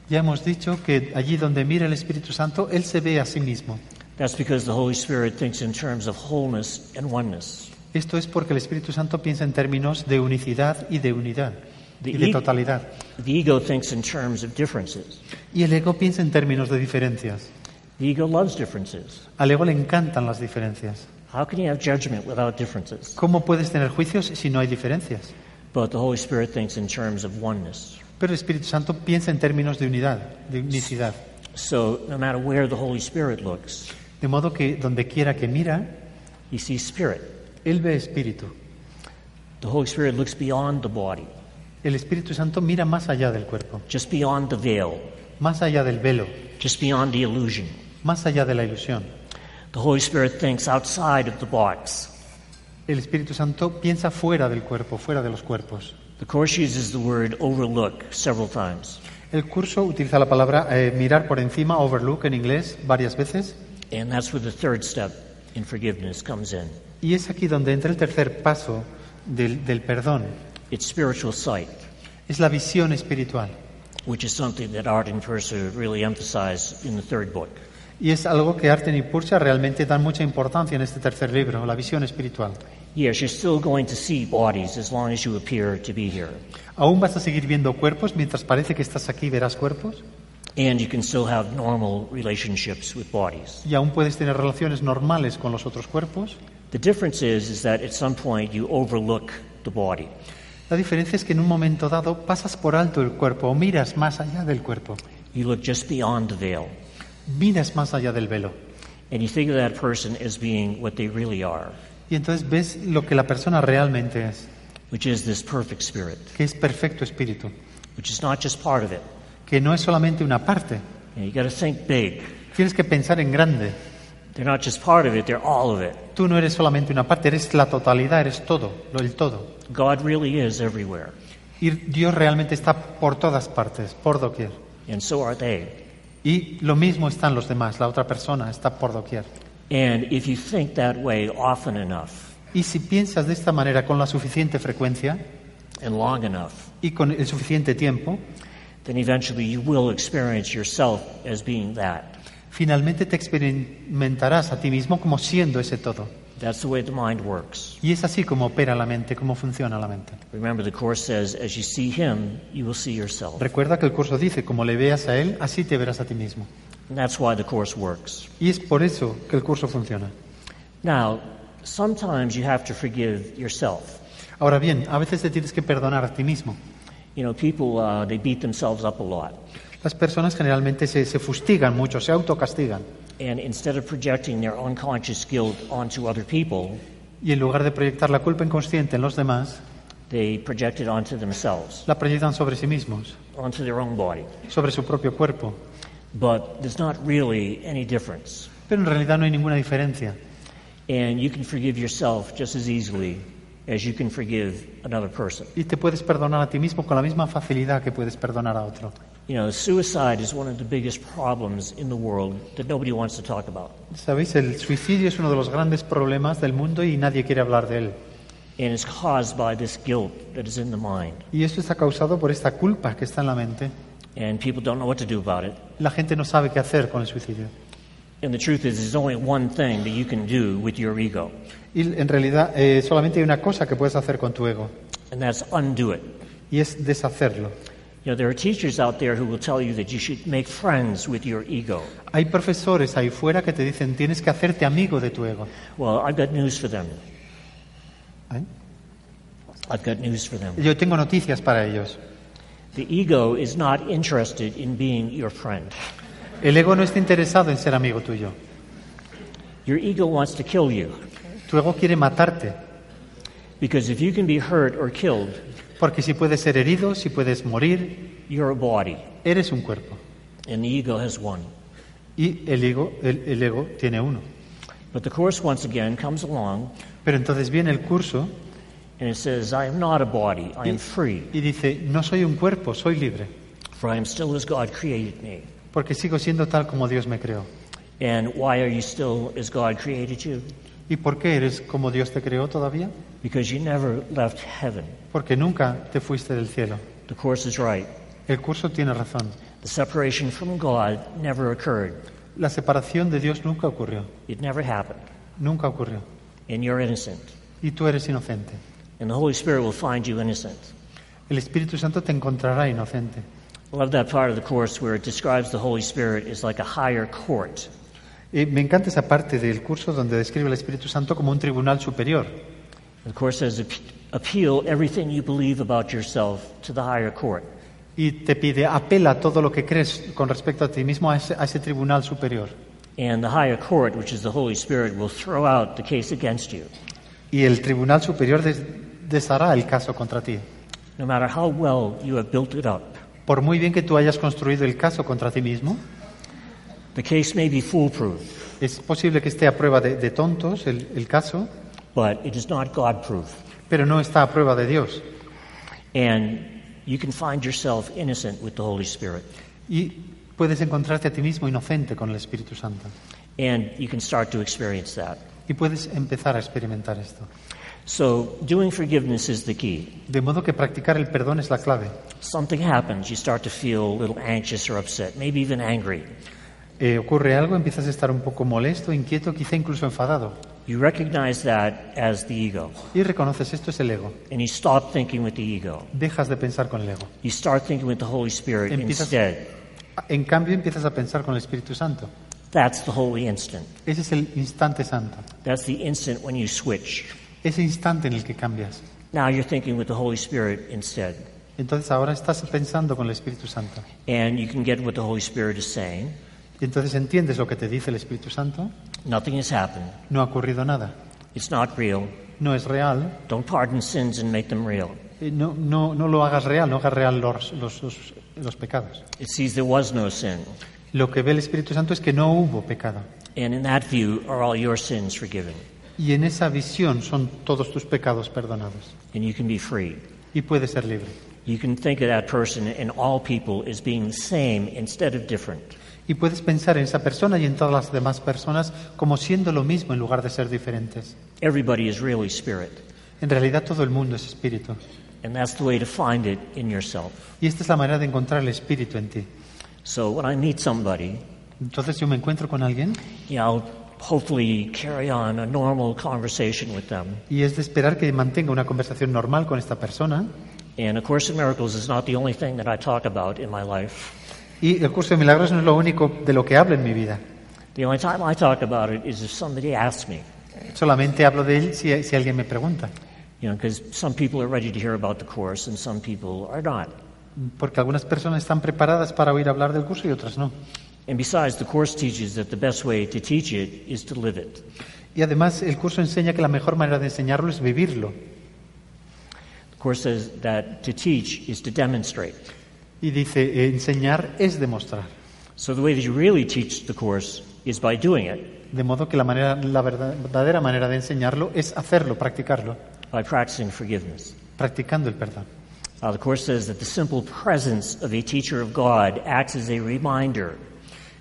Speaker 2: Ya hemos dicho que allí donde mira el Espíritu Santo, Él se ve a sí mismo.
Speaker 1: That's because the Holy Spirit thinks in terms of wholeness and oneness.
Speaker 2: Esto es porque el Espíritu Santo piensa en términos de unicidad y de unidad
Speaker 1: The
Speaker 2: y de
Speaker 1: e-
Speaker 2: totalidad.
Speaker 1: The ego thinks in terms of differences.
Speaker 2: Y el ego piensa en términos de diferencias.
Speaker 1: The ego loves differences.
Speaker 2: Al ego le encantan las diferencias.
Speaker 1: How can you have judgment without differences?
Speaker 2: ¿Cómo puedes tener juicios si no hay diferencias?
Speaker 1: But the Holy Spirit thinks in terms of oneness.
Speaker 2: Pero el Espíritu Santo piensa en términos de unidad, de unicidad.
Speaker 1: So, no matter where the Holy Spirit looks,
Speaker 2: De modo que donde quiera que mira,
Speaker 1: he sees spirit.
Speaker 2: Él ve espíritu.
Speaker 1: The Holy Spirit looks beyond the body,
Speaker 2: El Espíritu Santo mira más allá del cuerpo,
Speaker 1: just beyond the veil,
Speaker 2: más allá del velo,
Speaker 1: just beyond the illusion.
Speaker 2: más allá de la ilusión.
Speaker 1: The Holy Spirit thinks outside of the box.
Speaker 2: El Espíritu Santo piensa fuera del cuerpo, fuera de los cuerpos.
Speaker 1: The Course uses the word overlook several times,
Speaker 2: El curso utiliza la palabra eh, mirar por encima, overlook en inglés, varias veces.
Speaker 1: and that's where the third step in forgiveness comes in.
Speaker 2: Y es aquí donde entra el tercer paso del, del perdón.
Speaker 1: It's spiritual sight,
Speaker 2: Es la visión espiritual.
Speaker 1: which is something that Art and Purser really emphasize in the third book.
Speaker 2: Y es algo que Arten y Purcha realmente dan mucha importancia en este tercer libro, la visión espiritual.
Speaker 1: Yes, you're still going to see bodies as long as you appear to be here,
Speaker 2: Aún vas a seguir viendo cuerpos, mientras parece que estás aquí verás cuerpos,
Speaker 1: and you can still have normal relationships with bodies.
Speaker 2: y aún puedes tener relaciones normales con los otros cuerpos.
Speaker 1: The difference is, is that at some point you overlook the body.
Speaker 2: La diferencia es que en un momento dado pasas por alto el cuerpo o miras más allá del cuerpo,
Speaker 1: You look just beyond the veil,
Speaker 2: miras más allá del velo.
Speaker 1: and you think of that person as being what they really are,
Speaker 2: Y entonces ves lo que la persona realmente es,
Speaker 1: which is this perfect spirit.
Speaker 2: que es perfecto espíritu,
Speaker 1: which is not just part of it.
Speaker 2: que no es solamente una parte.
Speaker 1: You, know, you got to think big.
Speaker 2: Tienes que pensar en grande.
Speaker 1: They're not just part of it, they're all of it.
Speaker 2: Tú no eres solamente una parte, eres la totalidad, eres todo, lo- el todo.
Speaker 1: God really is everywhere.
Speaker 2: Y Y Dios realmente está por todas partes, por doquier.
Speaker 1: and so are they.
Speaker 2: Y lo mismo están los demás, la otra persona está por doquier.
Speaker 1: And if you think that way often enough
Speaker 2: Y si piensas de esta manera con la suficiente frecuencia
Speaker 1: and long enough,
Speaker 2: y con el suficiente tiempo,
Speaker 1: then eventually you will experience yourself as being that.
Speaker 2: finalmente te experimentarás a ti mismo como siendo ese todo.
Speaker 1: That's the way the mind works.
Speaker 2: Y es así como opera la mente, cómo funciona la mente.
Speaker 1: Remember, the Course says, as you see Him, you will see yourself.
Speaker 2: Recuerda que el curso dice, como le veas a él, así te verás a ti mismo.
Speaker 1: And that's why the Course works.
Speaker 2: Y es por eso que el curso funciona.
Speaker 1: Now, sometimes you have to forgive yourself.
Speaker 2: Ahora bien, a veces te tienes que perdonar a ti mismo.
Speaker 1: You know, people, uh, they beat themselves up a lot.
Speaker 2: Las personas generalmente se, se fustigan mucho, se autocastigan.
Speaker 1: And instead of projecting their unconscious guilt onto other people,
Speaker 2: Y en lugar de proyectar la culpa inconsciente en los demás,
Speaker 1: they project it onto themselves,
Speaker 2: la proyectan sobre sí mismos,
Speaker 1: onto their own body.
Speaker 2: sobre su propio cuerpo.
Speaker 1: But there's not really any difference.
Speaker 2: Pero en realidad no hay ninguna diferencia.
Speaker 1: And you can forgive yourself just as easily as you can forgive another person.
Speaker 2: Y te puedes perdonar a ti mismo con la misma facilidad que puedes perdonar a otro.
Speaker 1: You know, suicide is one of the biggest problems in the world that nobody wants to talk about.
Speaker 2: Sabéis, el suicidio es uno de los grandes problemas del mundo y nadie quiere hablar de él.
Speaker 1: And it's caused by this guilt that is in the mind.
Speaker 2: Y esto está causado por esta culpa que está en la mente.
Speaker 1: And people don't know what to do about it.
Speaker 2: La gente no sabe qué hacer con el suicidio.
Speaker 1: And the truth is, there's only one thing that you can do with your ego,
Speaker 2: Y en realidad eh, solamente hay una cosa que puedes hacer con tu ego
Speaker 1: and that's undo it.
Speaker 2: y es deshacerlo.
Speaker 1: You know, there are teachers out there who will tell you that you should make friends with your ego.
Speaker 2: Hay profesores ahí fuera que te dicen tienes que hacerte amigo de tu ego.
Speaker 1: Well, I've got news for them.
Speaker 2: ¿Eh?
Speaker 1: I've got news for them.
Speaker 2: Yo tengo noticias para ellos.
Speaker 1: The ego is not interested in being your friend.
Speaker 2: El ego no está interesado en ser amigo tuyo.
Speaker 1: Your ego wants to kill you
Speaker 2: Tu ego quiere matarte
Speaker 1: because if you can be hurt or killed,
Speaker 2: porque si puedes ser herido, si puedes morir,
Speaker 1: you're a body,
Speaker 2: eres un cuerpo.
Speaker 1: and the ego has won.
Speaker 2: Y el ego, el, el ego tiene uno.
Speaker 1: But the Course, once again, comes along
Speaker 2: Pero entonces viene el curso
Speaker 1: and it says, I am not a body, I am free,
Speaker 2: y dice no soy un cuerpo, soy libre,
Speaker 1: for I am still as God created me.
Speaker 2: porque sigo siendo tal como Dios me creó.
Speaker 1: And why are you still as God created you?
Speaker 2: ¿Y por qué eres como Dios te creó todavía?
Speaker 1: Because you never left heaven.
Speaker 2: Porque nunca te fuiste del cielo.
Speaker 1: The Course is right.
Speaker 2: El curso tiene razón.
Speaker 1: The separation from God never occurred.
Speaker 2: La separación de Dios nunca ocurrió.
Speaker 1: It never happened.
Speaker 2: Nunca ocurrió.
Speaker 1: And you're innocent.
Speaker 2: Y tú eres inocente.
Speaker 1: And the Holy Spirit will find you innocent.
Speaker 2: El Espíritu Santo te encontrará inocente.
Speaker 1: I love that part of the Course where it describes the Holy Spirit as like a higher court.
Speaker 2: Eh, me encanta esa parte del curso donde describe al Espíritu Santo como un tribunal superior.
Speaker 1: The Course says, "Ape- appeal everything you believe about yourself to the higher court.
Speaker 2: Y te pide, apela todo lo que crees con respecto a ti mismo a ese- a ese tribunal superior.
Speaker 1: And the higher court, which is the Holy Spirit, will throw out the case against you.
Speaker 2: Y el tribunal superior des- deshará el caso contra ti.
Speaker 1: No matter how well you have built it up,
Speaker 2: Por muy bien que tú hayas construido el caso contra ti mismo,
Speaker 1: the case may be foolproof,
Speaker 2: es posible que esté a prueba de, de tontos el, el caso,
Speaker 1: but it is not God proof.
Speaker 2: pero no está a prueba de Dios.
Speaker 1: And you can find yourself innocent with the Holy Spirit.
Speaker 2: Y puedes encontrarte a ti mismo inocente con el Espíritu Santo.
Speaker 1: And you can start to experience that.
Speaker 2: Y puedes empezar a experimentar esto.
Speaker 1: So, doing forgiveness is the key.
Speaker 2: De modo que practicar el perdón es la clave.
Speaker 1: Something happens, you start to feel a little anxious or upset, maybe even angry.
Speaker 2: Eh, ocurre algo, empiezas a estar un poco molesto, inquieto, quizá incluso enfadado.
Speaker 1: You recognize that as the ego,
Speaker 2: Y reconoces esto es el ego.
Speaker 1: and you stop thinking with the ego.
Speaker 2: Dejas de pensar con el ego.
Speaker 1: You start thinking with the Holy Spirit
Speaker 2: Empiezas-
Speaker 1: instead.
Speaker 2: En cambio, empiezas a pensar con el Espíritu Santo.
Speaker 1: That's the holy instant.
Speaker 2: Ese es el instante santo.
Speaker 1: That's the instant when you switch.
Speaker 2: Ese instante en el que cambias.
Speaker 1: Now you're thinking with the Holy Spirit instead.
Speaker 2: Entonces ahora estás pensando con el Espíritu Santo.
Speaker 1: And you can get what the Holy Spirit is saying.
Speaker 2: Y entonces entiendes lo que te dice el Espíritu Santo.
Speaker 1: Nothing has happened.
Speaker 2: No ha ocurrido nada.
Speaker 1: It's not real.
Speaker 2: No es real.
Speaker 1: Don't pardon sins and make them real.
Speaker 2: Eh, No, no, no lo hagas real. No hagas real los, los, los- los pecados.
Speaker 1: It sees there was no sin.
Speaker 2: Lo que ve el Espíritu Santo es que no hubo pecado.
Speaker 1: And in that view, are all your sins forgiven?
Speaker 2: Y en esa visión son todos tus pecados perdonados.
Speaker 1: And you can be free.
Speaker 2: Y puedes ser libre.
Speaker 1: You can think of that person and all people as being the same instead of different.
Speaker 2: Y puedes pensar en esa persona y en todas las demás personas como siendo lo mismo en lugar de ser diferentes.
Speaker 1: Everybody is really spirit,
Speaker 2: En realidad todo el mundo es espíritu.
Speaker 1: and that's the way to find it in yourself.
Speaker 2: Y esta es la manera de encontrar el espíritu en ti.
Speaker 1: So when I meet somebody,
Speaker 2: Entonces yo me encuentro con alguien
Speaker 1: you know, I'll hopefully carry on a normal conversation with them.
Speaker 2: y es de esperar que mantenga una conversación normal con esta persona.
Speaker 1: And A Course in Miracles is not the only thing that I talk about in my life.
Speaker 2: Y el curso de milagros no es lo único de lo que hablo en mi vida.
Speaker 1: The only time I talk about it is if somebody asks me,
Speaker 2: Solamente hablo de él si, si alguien me pregunta.
Speaker 1: you know, because some people are ready to hear about the Course and some people are not.
Speaker 2: Porque algunas personas están preparadas para oír hablar del curso y otras no.
Speaker 1: And besides, the Course teaches that the best way to teach it is to live it.
Speaker 2: Y además el curso enseña que la mejor manera de enseñarlo es vivirlo.
Speaker 1: The Course says that to teach is to demonstrate.
Speaker 2: Y dice, eh, enseñar es demostrar.
Speaker 1: So the way that you really teach the Course is by doing it,
Speaker 2: De modo que la, manera, la verdad- verdadera manera de enseñarlo es hacerlo, practicarlo,
Speaker 1: by practicing forgiveness.
Speaker 2: practicando el perdón.
Speaker 1: Uh, the Course says that the simple presence of a teacher of God acts as a reminder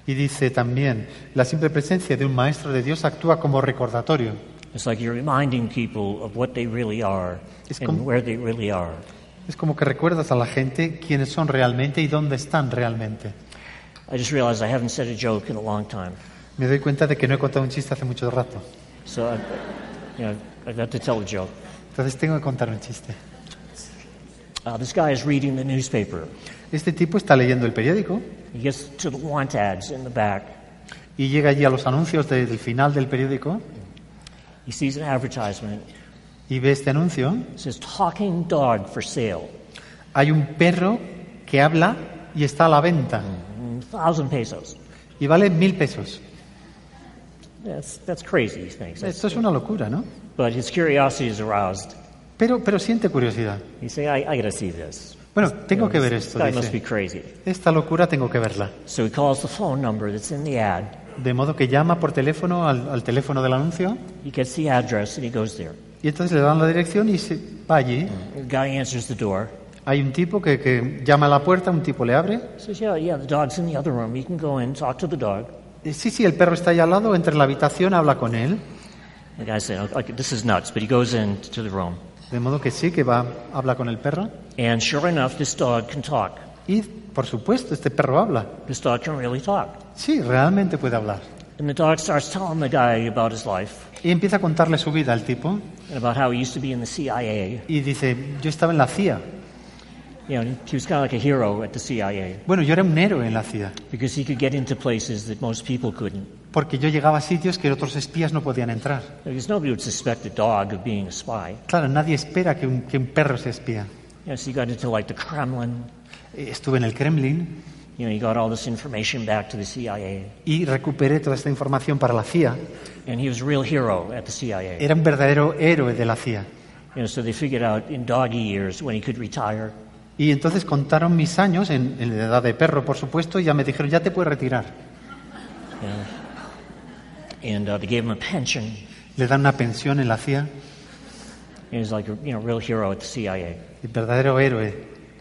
Speaker 2: Y dice también, la simple presencia de un maestro de Dios actúa como recordatorio.
Speaker 1: It's like you're reminding people of what they really are
Speaker 2: It's
Speaker 1: and
Speaker 2: com-
Speaker 1: where they really are.
Speaker 2: Es como que recuerdas a la gente quiénes son realmente y dónde están realmente.
Speaker 1: I just realized I haven't said a joke in a long time,
Speaker 2: Me doy cuenta de que no he contado un chiste hace mucho rato.
Speaker 1: so I, you know, I've got to tell a joke.
Speaker 2: Entonces tengo que contar un chiste.
Speaker 1: Uh, this guy is reading the newspaper.
Speaker 2: Este tipo está leyendo el periódico
Speaker 1: He gets to the want ads in the back.
Speaker 2: y llega allí a los anuncios de- del final del periódico
Speaker 1: He sees an advertisement.
Speaker 2: y ve este anuncio.
Speaker 1: It says "Talking dog for sale,
Speaker 2: Hay un perro que habla y está a la venta
Speaker 1: thousand pesos."
Speaker 2: y vale mil pesos.
Speaker 1: That's that's crazy. He thinks. That's-
Speaker 2: Esto es una locura, ¿no?
Speaker 1: but his curiosity is aroused.
Speaker 2: Pero, pero siente curiosidad.
Speaker 1: He say, "I, I got to see this."
Speaker 2: Bueno, tengo que ver
Speaker 1: This
Speaker 2: esto.
Speaker 1: guy must be
Speaker 2: dice.
Speaker 1: crazy.
Speaker 2: Esta locura tengo que verla.
Speaker 1: So he calls the phone number that's in the ad.
Speaker 2: De modo que llama por teléfono al, al teléfono del anuncio
Speaker 1: He gets the address and he goes there.
Speaker 2: y entonces le dan la dirección y se va allí.
Speaker 1: The guy answers the door.
Speaker 2: Hay un tipo que, que llama a la puerta, un tipo le abre.
Speaker 1: Says, "Yeah, yeah, the dog's in the other room. You can go in, talk to the dog."
Speaker 2: Eh, Sí, sí, el perro está ahí al lado, entra en la habitación, habla con él.
Speaker 1: The guy said, okay, "This is nuts," but he goes into the room,
Speaker 2: De modo que sí, que va, habla con el perro.
Speaker 1: and sure enough, this dog can talk.
Speaker 2: Y, por supuesto, este perro habla.
Speaker 1: This dog can really talk.
Speaker 2: Sí, realmente puede hablar.
Speaker 1: And the dog starts telling the guy about his life
Speaker 2: Y empieza a contarle su vida al tipo
Speaker 1: and about how he used to be in the CIA.
Speaker 2: y dice, yo estaba en la CIA.
Speaker 1: You know, he was kind of like a hero at the CIA
Speaker 2: Bueno, yo era un héroe en la CIA,
Speaker 1: because he could get into places that most people couldn't.
Speaker 2: porque yo llegaba a sitios que otros espías no podían entrar.
Speaker 1: Because nobody would suspect a dog of being a spy.
Speaker 2: Claro, nadie espera que un, que un perro sea espía.
Speaker 1: You know, so he got into like the Kremlin.
Speaker 2: Eh, Estuve en el Kremlin
Speaker 1: You know, he got all this information back to the CIA.
Speaker 2: y recuperé toda esta información para la CIA.
Speaker 1: And he was a real hero at the CIA.
Speaker 2: Era un verdadero héroe de la CIA.
Speaker 1: You know, so they figured out in doggy years when he could retire.
Speaker 2: Y entonces contaron mis años, en, en la edad de perro, por supuesto, y ya me dijeron, ya te puedes retirar.
Speaker 1: You know. And uh, they gave him a pension.
Speaker 2: Le dan una pensión en la CIA,
Speaker 1: He was like a you know, real hero at the CIA.
Speaker 2: el verdadero héroe.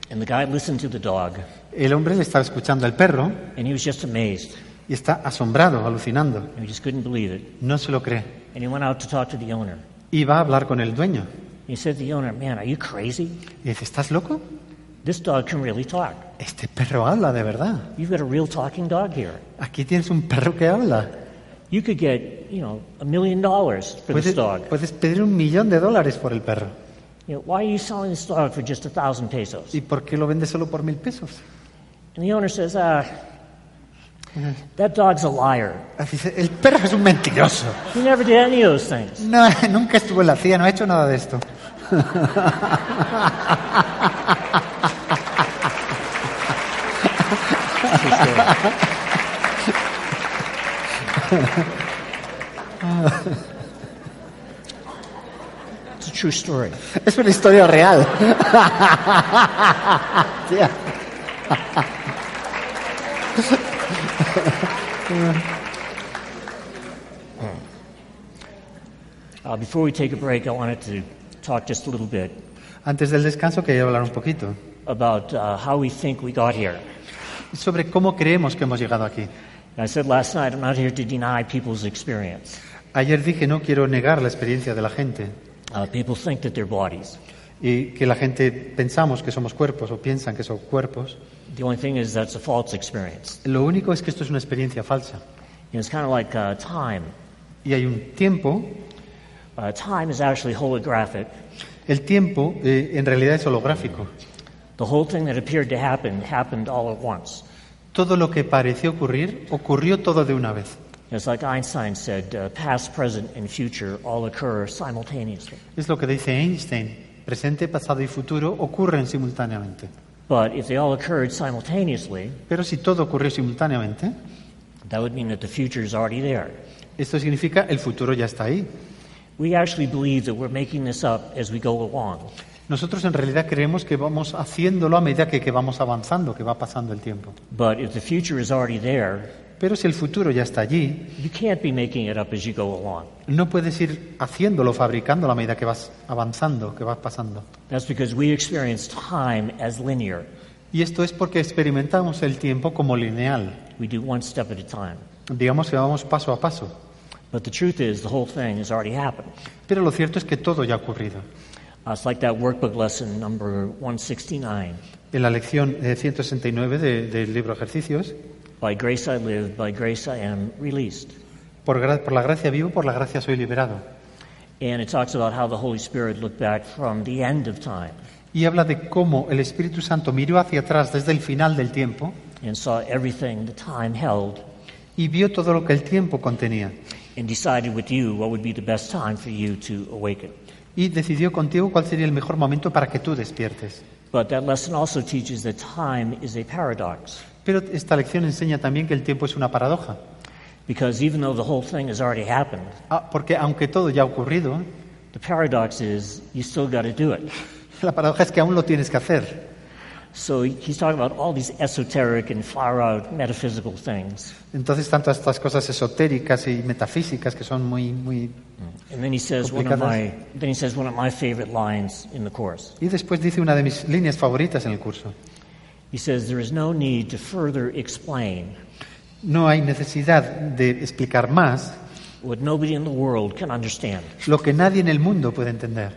Speaker 1: And the guy listened to the dog,
Speaker 2: El hombre le estaba escuchando al perro
Speaker 1: and he was just amazed.
Speaker 2: y está asombrado, alucinando.
Speaker 1: And he just couldn't believe it.
Speaker 2: No se lo cree.
Speaker 1: And he went out to talk to the owner.
Speaker 2: Y va a hablar con el dueño.
Speaker 1: He said to the owner, Man, are you crazy?
Speaker 2: Y dice, ¿estás loco?
Speaker 1: This dog can really talk.
Speaker 2: Este perro habla de verdad.
Speaker 1: You've got a real talking dog here.
Speaker 2: Aquí tienes un perro que habla.
Speaker 1: You could get, you know, a million dollars for this
Speaker 2: Puedes,
Speaker 1: dog.
Speaker 2: puedes pedir un millón de dólares por el perro.
Speaker 1: You know, why are you selling this dog for just a thousand pesos?
Speaker 2: ¿Y por qué lo vendes solo por mil pesos?
Speaker 1: And the owner says, ah, that dog's a liar.
Speaker 2: Ah, Dice, el perro es un mentiroso.
Speaker 1: He never did any of those things.
Speaker 2: No, nunca estuvo en la CIA, no ha hecho nada de esto.
Speaker 1: It's a true story.
Speaker 2: Es una historia real. Tía.
Speaker 1: Uh, before we take a break, I wanted to talk just a little bit
Speaker 2: Antes del descanso quería hablar un poquito
Speaker 1: about uh, how we think we got here.
Speaker 2: sobre cómo creemos que hemos llegado aquí.
Speaker 1: And I said last night, I'm not here to deny people's experience.
Speaker 2: Ayer dije no quiero negar la experiencia de la gente
Speaker 1: Uh, people think that they're bodies.
Speaker 2: y que la gente pensamos que somos cuerpos o piensan que son cuerpos.
Speaker 1: The only thing is that's a false experience.
Speaker 2: Lo único es que esto es una experiencia falsa.
Speaker 1: You know, it's kind of like uh, time.
Speaker 2: Y hay un tiempo,
Speaker 1: Uh, time is actually holographic.
Speaker 2: el tiempo eh, en realidad es holográfico.
Speaker 1: The whole thing that appeared to happen happened all at once.
Speaker 2: Todo lo que pareció ocurrir ocurrió todo de una vez.
Speaker 1: It's like Einstein said, uh, past, present, and future all occur simultaneously.
Speaker 2: Es lo que dice Einstein. Presente, pasado y futuro ocurren simultáneamente.
Speaker 1: But if they all occurred simultaneously,
Speaker 2: Pero si todo ocurrió simultáneamente,
Speaker 1: that would mean that the future is already there.
Speaker 2: esto significa el futuro ya está ahí.
Speaker 1: We actually believe that we're making this up as we go along.
Speaker 2: Nosotros en realidad creemos que vamos haciéndolo a medida que, que vamos avanzando, que va pasando el tiempo.
Speaker 1: But if the future is already there,
Speaker 2: Pero si el futuro ya está allí,
Speaker 1: you can't be making it up as you go along.
Speaker 2: no puedes ir haciéndolo, fabricándolo a medida que vas avanzando, que vas pasando.
Speaker 1: That's because we experience time as linear.
Speaker 2: Y esto es porque experimentamos el tiempo como lineal.
Speaker 1: We do one step at a time.
Speaker 2: Digamos que vamos paso a paso.
Speaker 1: But the truth is, the whole thing has already happened.
Speaker 2: Pero lo cierto es que todo ya ha ocurrido.
Speaker 1: Uh, it's like that workbook lesson number 169.
Speaker 2: En la lección eh, 169 de- del libro Ejercicios,
Speaker 1: By grace I live, by grace I am released.
Speaker 2: por, gra- por la gracia vivo, por la gracia soy liberado.
Speaker 1: And it talks about how the Holy Spirit looked back from the end of time
Speaker 2: Y habla de cómo el Espíritu Santo miró hacia atrás desde el final del tiempo
Speaker 1: and saw everything the time held
Speaker 2: y vio todo lo que el tiempo contenía.
Speaker 1: and decided with you what would be the best time for you to awaken.
Speaker 2: Y decidió contigo cuál sería el mejor momento para que tú despiertes.
Speaker 1: But that lesson also teaches that time is a paradox
Speaker 2: Pero esta lección enseña también que el tiempo es una paradoja.
Speaker 1: because even though the whole thing has already happened,
Speaker 2: Ah, porque aunque todo ya ha ocurrido,
Speaker 1: the paradox is you still got to do it.
Speaker 2: la paradoja es que aún lo tienes que hacer.
Speaker 1: So he's talking about all these esoteric and far out metaphysical things.
Speaker 2: Entonces, tanto estas cosas esotéricas y metafísicas que son muy, muy...
Speaker 1: And then he says one of
Speaker 2: Complicadas.
Speaker 1: my then he says one of my favorite lines in the course.
Speaker 2: Y después dice una de mis líneas favoritas en el curso.
Speaker 1: He says there is no need to further explain
Speaker 2: No hay necesidad de explicar más
Speaker 1: what nobody in the world can understand.
Speaker 2: lo que nadie en el mundo puede entender.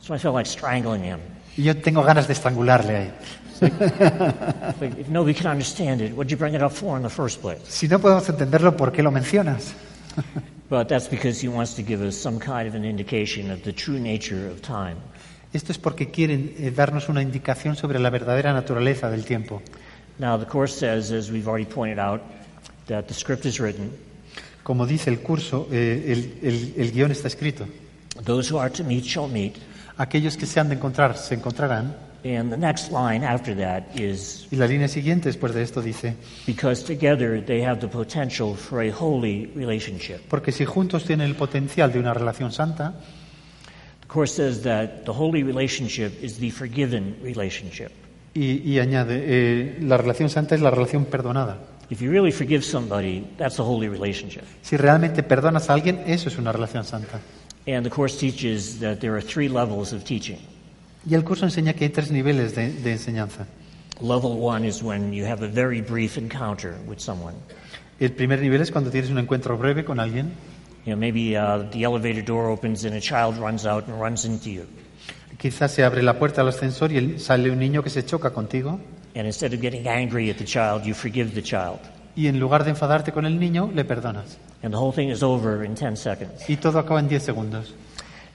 Speaker 1: So I felt like strangling him.
Speaker 2: Y yo tengo ganas de estrangularle ahí.
Speaker 1: It's Like, if nobody can understand it, what'd you bring it up for in the first place?
Speaker 2: Si no podemos entenderlo, ¿por qué lo mencionas?
Speaker 1: But that's because he wants to give us some kind of an indication of the true nature of time.
Speaker 2: Esto es porque quieren eh, darnos una indicación sobre la verdadera naturaleza del tiempo.
Speaker 1: Now the course says, as we've already pointed out, that the script is written.
Speaker 2: Como dice el curso, eh, el, el- el guión está escrito.
Speaker 1: Those who are to meet shall meet.
Speaker 2: Aquellos que se han de encontrar se encontrarán.
Speaker 1: And the next line after that is
Speaker 2: Y la línea siguiente después de esto dice,
Speaker 1: because together they have the potential for a holy relationship.
Speaker 2: porque si juntos tienen el potencial de una relación santa,
Speaker 1: The Course says that the holy relationship is the forgiven relationship.
Speaker 2: y, y añade, eh, la relación santa es la relación perdonada.
Speaker 1: If you really forgive somebody, that's a holy relationship.
Speaker 2: Si realmente perdonas a alguien, eso es una relación santa.
Speaker 1: And the Course teaches that there are three levels of teaching.
Speaker 2: Y el curso enseña que hay tres niveles de- de enseñanza.
Speaker 1: Level one is when you have a very brief encounter with someone.
Speaker 2: El primer nivel es cuando tienes un encuentro breve con alguien.
Speaker 1: You know, maybe uh, the elevator door opens and a child runs out and runs into you.
Speaker 2: Quizás se abre la puerta al ascensor y el- sale un niño que se choca contigo.
Speaker 1: And instead of getting angry at the child, you forgive the child.
Speaker 2: Y en lugar de enfadarte con el niño, le perdonas.
Speaker 1: And the whole thing is over in 10 seconds.
Speaker 2: Y todo acaba en 10 segundos.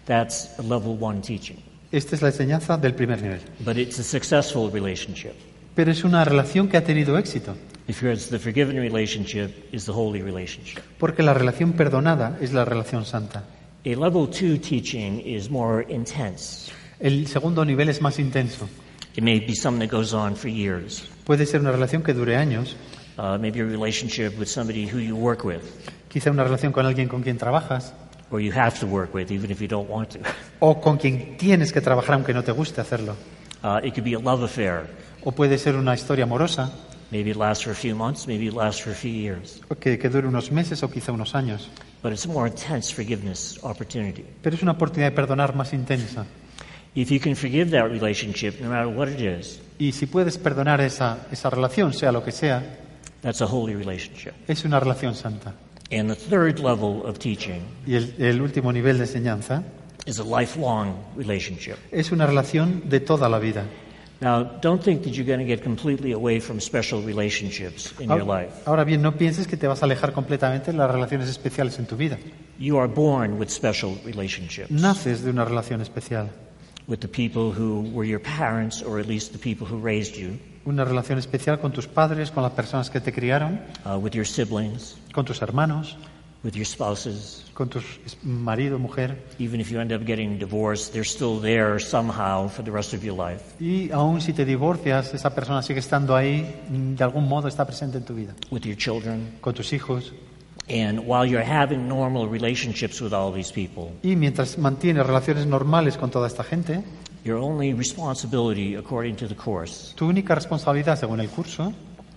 Speaker 1: That's a level one teaching.
Speaker 2: Esta es la enseñanza del primer nivel.
Speaker 1: But it's a successful relationship
Speaker 2: Pero es una relación que ha tenido éxito.
Speaker 1: because the forgiven relationship is the holy relationship.
Speaker 2: Porque la relación perdonada es la relación santa.
Speaker 1: A level two teaching is more intense.
Speaker 2: El segundo nivel es más intenso.
Speaker 1: It may be something that goes on for years,
Speaker 2: Puede ser una relación que dure años.
Speaker 1: uh, maybe a relationship with somebody who you work with
Speaker 2: Quizá una relación con alguien con quien trabajas.
Speaker 1: or you have to work with, even if you don't want to.
Speaker 2: O con quien tienes que trabajar aunque no te guste hacerlo.
Speaker 1: Uh, it could be a love affair.
Speaker 2: O puede ser una historia amorosa
Speaker 1: Maybe it lasts for a few months, maybe it lasts for a few years.
Speaker 2: o que, que dure unos meses o quizá unos años.
Speaker 1: But it's a more intense forgiveness opportunity.
Speaker 2: Pero es una oportunidad de perdonar más intensa.
Speaker 1: If you can forgive that relationship, no matter what it is,
Speaker 2: Y si puedes perdonar esa, esa relación, sea lo que sea,
Speaker 1: that's a holy relationship.
Speaker 2: es una relación santa.
Speaker 1: And the third level of teaching
Speaker 2: Y el, el último nivel de enseñanza
Speaker 1: is a lifelong relationship.
Speaker 2: es una relación de toda la vida.
Speaker 1: Now, don't think that you're going to get completely away from special relationships in your
Speaker 2: Ahora,
Speaker 1: life.
Speaker 2: ahora bien, no pienses que te vas a alejar completamente de las relaciones especiales en tu vida.
Speaker 1: You are born with special relationships
Speaker 2: Naces de una relación especial,
Speaker 1: with the people who were your parents, or at least the people who raised you,
Speaker 2: una relación especial con tus padres, con las personas que te criaron,
Speaker 1: uh, with your siblings,
Speaker 2: con tus hermanos,
Speaker 1: with your spouses.
Speaker 2: con tu es- marido, mujer.
Speaker 1: Even if you end up getting divorced, they're still there somehow for the rest of your life.
Speaker 2: Y aún si te divorcias, esa persona sigue estando ahí, mm, de algún modo está presente en tu vida,
Speaker 1: With your children,
Speaker 2: con tus hijos.
Speaker 1: And while you're having normal relationships with all these people,
Speaker 2: Y mientras mantienes relaciones normales con toda esta gente,
Speaker 1: your only responsibility, according to the Course,
Speaker 2: tu única responsabilidad, según el curso,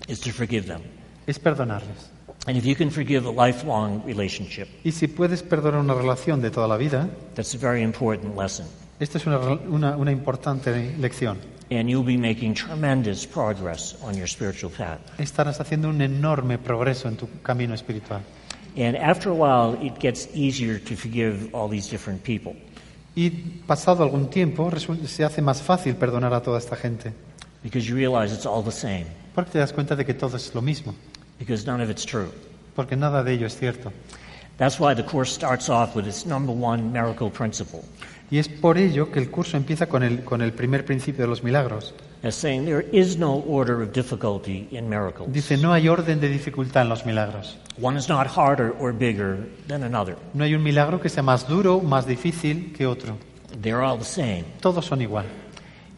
Speaker 1: is to forgive them.
Speaker 2: es perdonarles.
Speaker 1: And if you can forgive a lifelong relationship,
Speaker 2: Y si puedes perdonar una relación de toda la vida,
Speaker 1: that's a very important lesson.
Speaker 2: esta es una, re- una- una importante lección.
Speaker 1: And you'll be making tremendous progress on your spiritual path.
Speaker 2: Estarás haciendo un enorme progreso en tu camino espiritual.
Speaker 1: And after a while, it gets easier to forgive all these different people.
Speaker 2: Y pasado algún tiempo, resu- se hace más fácil perdonar a toda esta gente,
Speaker 1: Because you realize it's all the same.
Speaker 2: porque te das cuenta de que todo es lo mismo,
Speaker 1: Because none of it's true.
Speaker 2: porque nada de ello es cierto.
Speaker 1: That's why the Course starts off with its number one miracle principle.
Speaker 2: Y es por ello que el curso empieza con el, con el primer principio de los milagros.
Speaker 1: as saying there is no order of difficulty in miracles.
Speaker 2: Dice, no hay orden de dificultad en los milagros.
Speaker 1: One is not harder or bigger than another.
Speaker 2: No hay un milagro que sea más duro, más difícil que otro.
Speaker 1: They're all the same.
Speaker 2: Todos son igual.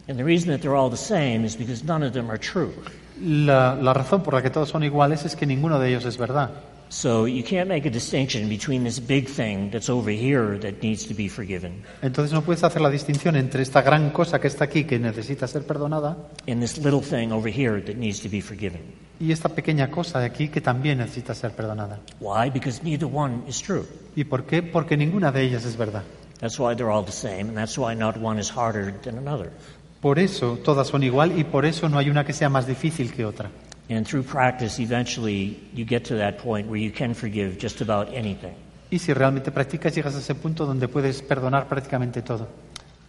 Speaker 1: And the reason that they're all the same is because none of them are true.
Speaker 2: La, la razón por la que todos son iguales es que ninguno de ellos es verdad.
Speaker 1: So you can't make a distinction between this big thing that's over here that needs to be forgiven
Speaker 2: Entonces no puedes hacer la distinción entre esta gran cosa que está aquí, que necesita ser perdonada,
Speaker 1: and this little thing over here that needs to be forgiven.
Speaker 2: y esta pequeña cosa de aquí, que también necesita ser perdonada.
Speaker 1: Why? Because neither one is true.
Speaker 2: ¿Y por qué? Porque ninguna de ellas es verdad.
Speaker 1: That's why they're all the same, and that's why not one is harder than another.
Speaker 2: Por eso todas son igual y por eso no hay una que sea más difícil que otra.
Speaker 1: And through practice, eventually you get to that point where you can forgive just about anything.
Speaker 2: Y si realmente practicas, llegas a ese punto donde puedes perdonar prácticamente todo.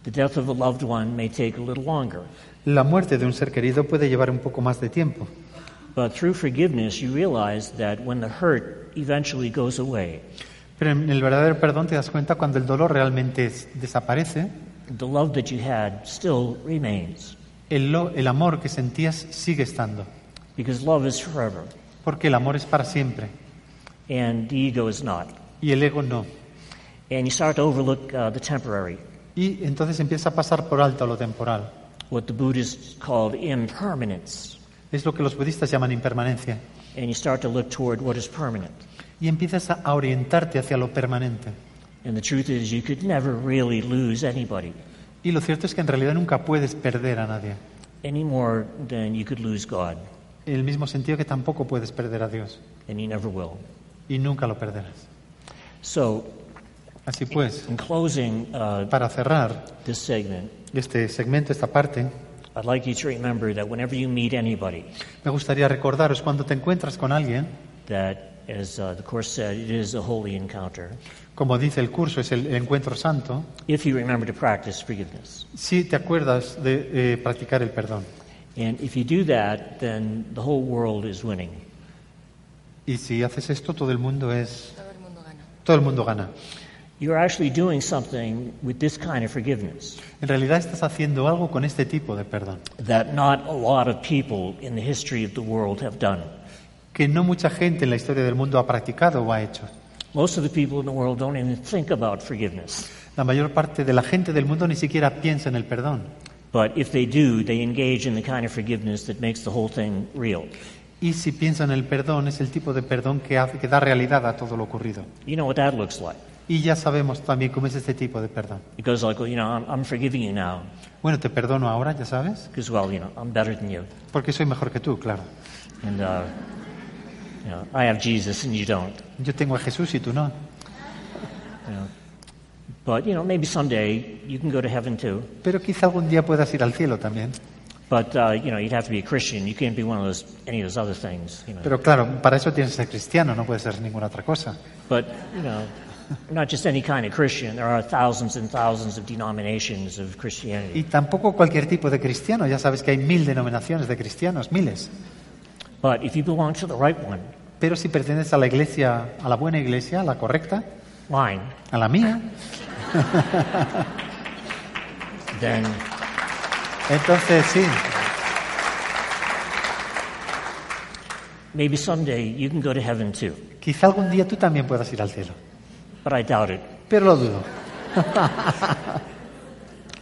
Speaker 1: The death of a loved one may take a little longer,
Speaker 2: La muerte de un ser querido puede llevar un poco más de tiempo,
Speaker 1: but through forgiveness, you realize that when the hurt eventually goes away,
Speaker 2: pero en el verdadero perdón te das cuenta cuando el dolor realmente es- desaparece,
Speaker 1: the love that you had still remains.
Speaker 2: el, lo- el amor que sentías sigue estando,
Speaker 1: Because love is forever,
Speaker 2: porque el amor es para siempre
Speaker 1: and the ego is not.
Speaker 2: y el ego no.
Speaker 1: And you start to overlook uh, the temporary,
Speaker 2: Y entonces empieza a pasar por alto lo temporal.
Speaker 1: what the Buddhists called impermanence,
Speaker 2: Es lo que los budistas llaman impermanencia.
Speaker 1: and you start to look toward what is permanent.
Speaker 2: Y empiezas a a orientarte hacia lo permanente.
Speaker 1: And the truth is, you could never really lose anybody
Speaker 2: Y lo cierto es que en realidad nunca puedes perder a nadie.
Speaker 1: any more than you could lose God,
Speaker 2: En el mismo sentido que tampoco puedes perder a Dios.
Speaker 1: and you never will.
Speaker 2: Y nunca lo perderás.
Speaker 1: So,
Speaker 2: Así pues,
Speaker 1: in closing, uh,
Speaker 2: para cerrar
Speaker 1: this segment,
Speaker 2: este segmento, esta parte,
Speaker 1: I'd like you to remember that whenever you meet anybody,
Speaker 2: me gustaría recordaros cuando te encuentras con alguien,
Speaker 1: that, as uh, the Course said, it is a holy encounter,
Speaker 2: como dice el curso, es el encuentro santo,
Speaker 1: if you remember to practice forgiveness.
Speaker 2: si te acuerdas de eh, practicar el perdón.
Speaker 1: And if you do that, then the whole world is winning.
Speaker 2: Y si haces esto, todo el mundo es,
Speaker 3: Todo el mundo gana.
Speaker 2: todo el mundo gana.
Speaker 1: You're actually doing something with this kind of forgiveness
Speaker 2: En realidad estás haciendo algo con este tipo de perdón,
Speaker 1: that not a lot of people in the history of the world have done.
Speaker 2: que no mucha gente en la historia del mundo ha practicado o ha hecho.
Speaker 1: Most of the people in the world don't even think about forgiveness.
Speaker 2: La mayor parte de la gente del mundo ni siquiera piensa en el perdón.
Speaker 1: But if they do, they engage in the kind of forgiveness that makes the whole thing real.
Speaker 2: Y si piensa en el perdón, es el tipo de perdón que, hace, que da realidad a todo lo ocurrido.
Speaker 1: You know what that looks like.
Speaker 2: Y ya sabemos también cómo es este tipo de perdón.
Speaker 1: It goes like, well, you know, I'm, I'm forgiving you now
Speaker 2: Bueno, te perdono ahora, ya sabes,
Speaker 1: because, well, you know, I'm better than you.
Speaker 2: porque soy mejor que tú, claro.
Speaker 1: And, uh, you know, I have Jesus and you don't.
Speaker 2: Yo tengo a Jesús y tú no.
Speaker 1: You know. But, you know, maybe someday you can go to heaven too.
Speaker 2: Pero quizá algún día puedas ir al cielo también.
Speaker 1: But, uh, you know, you'd have to be a Christian. You can't be one of those, any of those other things, you know.
Speaker 2: Pero claro, para eso tienes que ser cristiano, no puedes ser ninguna otra cosa.
Speaker 1: But, you know, not just any kind of Christian. There are thousands and thousands of denominations of Christianity.
Speaker 2: Y tampoco cualquier tipo de cristiano. Ya sabes que hay mil denominaciones de cristianos, miles.
Speaker 1: But if you belong to the right one,
Speaker 2: Pero si perteneces a la iglesia, a la buena iglesia, a la correcta,
Speaker 1: mine,
Speaker 2: a la mía,
Speaker 1: then
Speaker 2: entonces sí,
Speaker 1: maybe someday you can go to heaven too.
Speaker 2: quizá algún día tú también puedas ir al cielo.
Speaker 1: But I doubt it.
Speaker 2: Pero lo dudo.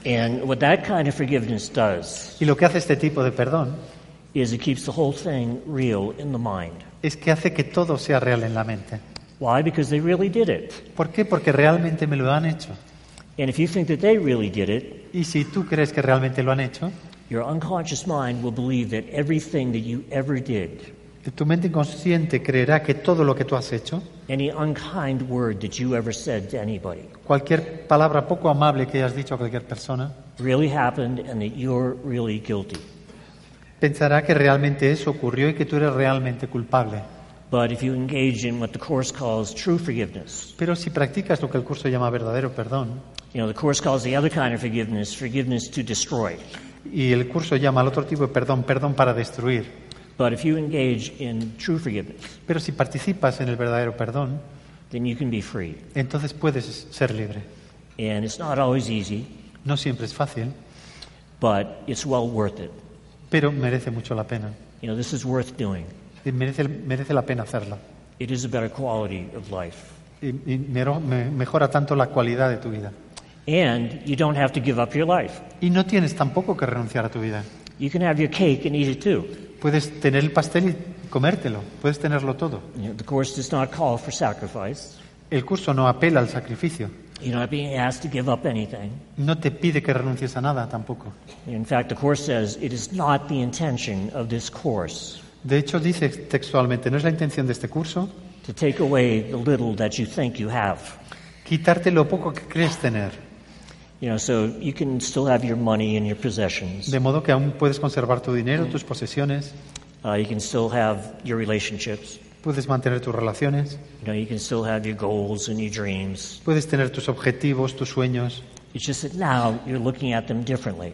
Speaker 1: And what that kind of forgiveness does
Speaker 2: Y lo que hace este tipo de perdón
Speaker 1: is it keeps the whole thing real in the mind.
Speaker 2: es que hace que todo sea real en la mente.
Speaker 1: Why? Because they really did it.
Speaker 2: ¿Por qué? Porque realmente me lo han hecho.
Speaker 1: And if you think that they really did it,
Speaker 2: Y si tú crees que realmente lo han hecho,
Speaker 1: your unconscious mind will believe that everything that you ever did,
Speaker 2: tu mente inconsciente creerá que todo lo que tú has hecho,
Speaker 1: any unkind word that you ever said to anybody,
Speaker 2: cualquier palabra poco amable que hayas dicho a cualquier persona,
Speaker 1: really happened and that you're really guilty.
Speaker 2: pensará que realmente eso ocurrió y que tú eres realmente culpable.
Speaker 1: But if you engage in what the Course calls true forgiveness,
Speaker 2: Pero si practicas lo que el curso llama verdadero perdón,
Speaker 1: you know, the Course calls the other kind of forgiveness forgiveness to destroy.
Speaker 2: y el curso llama al otro tipo de perdón, perdón para destruir,
Speaker 1: But if you engage in true forgiveness,
Speaker 2: pero si participas en el verdadero perdón,
Speaker 1: then you can be free.
Speaker 2: entonces puedes ser libre.
Speaker 1: And it's not always easy,
Speaker 2: No siempre es fácil,
Speaker 1: but it's well worth it.
Speaker 2: pero merece mucho la pena.
Speaker 1: You know, this is worth doing.
Speaker 2: Y Merece, merece la pena hacerlo.
Speaker 1: It is a better quality of life.
Speaker 2: Y, y mero- me- mejora tanto la cualidad de tu vida.
Speaker 1: And you don't have to give up your life.
Speaker 2: Y no tienes tampoco que renunciar a tu vida.
Speaker 1: You can have your cake and eat it too.
Speaker 2: Puedes tener el pastel y comértelo, puedes tenerlo todo.
Speaker 1: You know, the Course does not call for sacrifice.
Speaker 2: El curso no apela al sacrificio,
Speaker 1: You're not being asked to give up anything.
Speaker 2: no te pide que renuncies a nada tampoco.
Speaker 1: In fact, the Course says it is not the intention of this Course
Speaker 2: De hecho, dice textualmente, no es la intención de este curso
Speaker 1: to take away the little that you think you have.
Speaker 2: quitarte lo poco que crees tener,
Speaker 1: You know, so you can still have your money and your possessions.
Speaker 2: de modo que aún puedes conservar tu dinero, tus posesiones,
Speaker 1: Uh, you can still have your relationships.
Speaker 2: puedes mantener tus relaciones,
Speaker 1: You know, you can still have your goals and your dreams.
Speaker 2: puedes tener tus objetivos, tus sueños.
Speaker 1: It's just that now you're looking at them differently.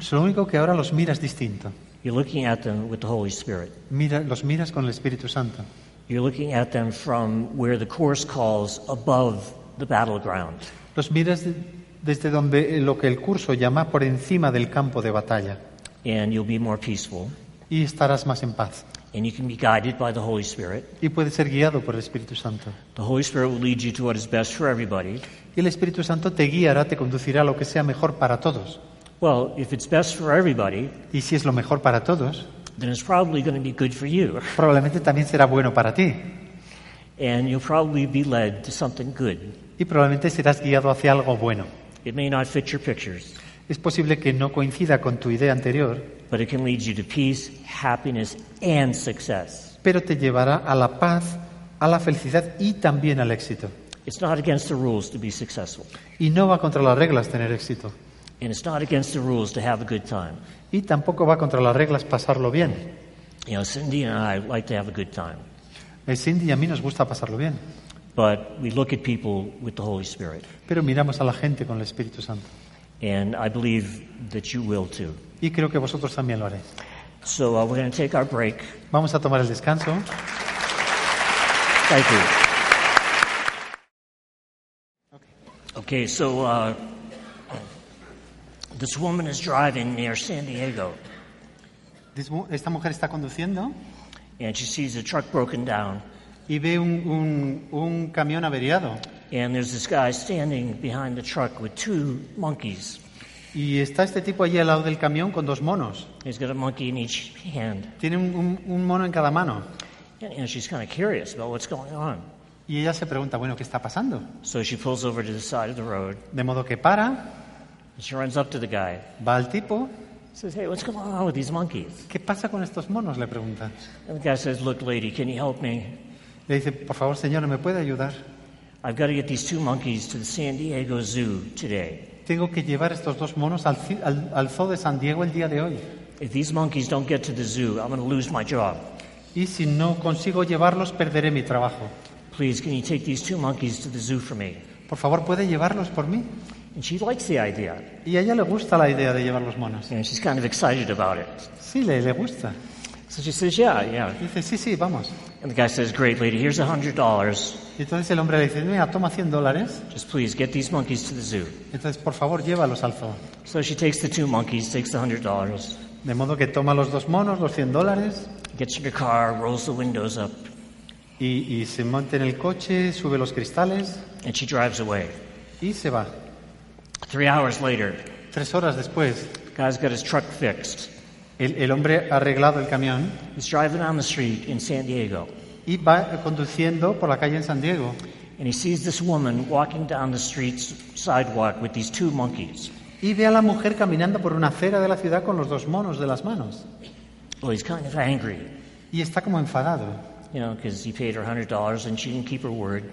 Speaker 2: Es Lo único que ahora los miras distinto.
Speaker 1: You're looking at them with the Holy Spirit.
Speaker 2: Mira, los miras con el Espíritu Santo.
Speaker 1: You're looking at them from where the Course calls above the battleground.
Speaker 2: Los miras de- desde donde eh, lo que el curso llama por encima del campo de batalla.
Speaker 1: And you'll be more peaceful.
Speaker 2: Y estarás más en paz.
Speaker 1: And you can be guided by the Holy Spirit.
Speaker 2: Y puedes ser guiado por el Espíritu Santo.
Speaker 1: The Holy Spirit will lead you to what is best for everybody.
Speaker 2: Y el Espíritu Santo te guiará, te conducirá a lo que sea mejor para todos.
Speaker 1: Well, if it's best for everybody,
Speaker 2: Y si es lo mejor para todos,
Speaker 1: then it's probably going to be good for you.
Speaker 2: probablemente también será bueno para ti.
Speaker 1: And you'll probably be led to something good.
Speaker 2: y probablemente serás guiado hacia algo bueno.
Speaker 1: It may not fit your pictures,
Speaker 2: Es posible que no coincida con tu idea anterior,
Speaker 1: but it can lead you to peace, happiness, and success.
Speaker 2: pero te llevará a la paz, a la felicidad y también al éxito.
Speaker 1: It's not against the rules to be successful,
Speaker 2: Y no va contra las reglas tener éxito.
Speaker 1: and it's not against the rules to have a good time.
Speaker 2: Y tampoco va contra las reglas pasarlo bien.
Speaker 1: You know, Cindy and I like to have a good time,
Speaker 2: A Cindy y a mí nos gusta pasarlo bien,
Speaker 1: but we look at people with the Holy Spirit,
Speaker 2: pero miramos a la gente con el Espíritu Santo.
Speaker 1: and I believe that you will too.
Speaker 2: Y creo que vosotros también lo haréis.
Speaker 1: So uh, we're going to take our break.
Speaker 2: Vamos a tomar el descanso.
Speaker 1: Thank you. Okay, so uh, this woman is driving near San Diego,
Speaker 2: Esta mujer está conduciendo
Speaker 1: and she sees a truck broken down,
Speaker 2: y ve un, camión averiado.
Speaker 1: and there's this guy standing behind the truck with two monkeys.
Speaker 2: Y está este tipo allí al lado del camión con dos monos.
Speaker 1: He's got a monkey in each hand,
Speaker 2: Tiene un, un- un mono en cada mano.
Speaker 1: and, and she's kind of curious about what's going on.
Speaker 2: Y ella se pregunta, bueno, ¿qué está pasando?
Speaker 1: So she pulls over to the side of the road,
Speaker 2: De modo que para,
Speaker 1: and she runs up to the guy,
Speaker 2: va al tipo.
Speaker 1: says, "Hey, what's going on with these monkeys?"
Speaker 2: ¿Qué pasa con estos monos? Le pregunta.
Speaker 1: And the guy says, "Look, lady, can you help me?"
Speaker 2: Le dice, por favor, señor, ¿me puede ayudar?
Speaker 1: I've got to get these two monkeys to the San Diego Zoo today.
Speaker 2: Tengo que llevar estos dos monos al, ci- al- al zoo de San Diego el día de hoy.
Speaker 1: If these monkeys don't get to the zoo, I'm going to lose my job.
Speaker 2: Y si no consigo llevarlos, perderé mi trabajo.
Speaker 1: Please, can you take these two monkeys to the zoo for me?
Speaker 2: Por favor, ¿puede llevarlos por mí?
Speaker 1: And she likes the idea,
Speaker 2: Y a ella le gusta la idea de llevar los monos.
Speaker 1: and she's kind of excited about it.
Speaker 2: Sí, le, le gusta.
Speaker 1: So she says, Yeah, yeah.
Speaker 2: Dice, sí, sí, vamos.
Speaker 1: And the guy says, Great lady, here's a $100.
Speaker 2: Y entonces el hombre le dice, mira, toma 100 dólares.
Speaker 1: Just please get these monkeys to the zoo.
Speaker 2: Entonces, por favor, llévalos al zoo.
Speaker 1: So she takes the two monkeys, takes the $100,
Speaker 2: De modo que toma los dos monos, los 100 dólares,
Speaker 1: gets in her car, rolls the windows up,
Speaker 2: y, y se monta en el coche, sube los cristales
Speaker 1: and she drives away.
Speaker 2: y se va.
Speaker 1: Three hours later,
Speaker 2: Tres horas después,
Speaker 1: the guy's got his truck fixed.
Speaker 2: el, el hombre ha arreglado el camión
Speaker 1: He's driving on the street in San Diego,
Speaker 2: y va conduciendo por la calle en San Diego.
Speaker 1: and he sees this woman walking down the street sidewalk with these two monkeys.
Speaker 2: Y ve a la mujer caminando por una acera de la ciudad con los dos monos de las manos.
Speaker 1: Well, he's kind of angry,
Speaker 2: Y está como enfadado,
Speaker 1: you know, because he paid her $100 and she didn't keep her word.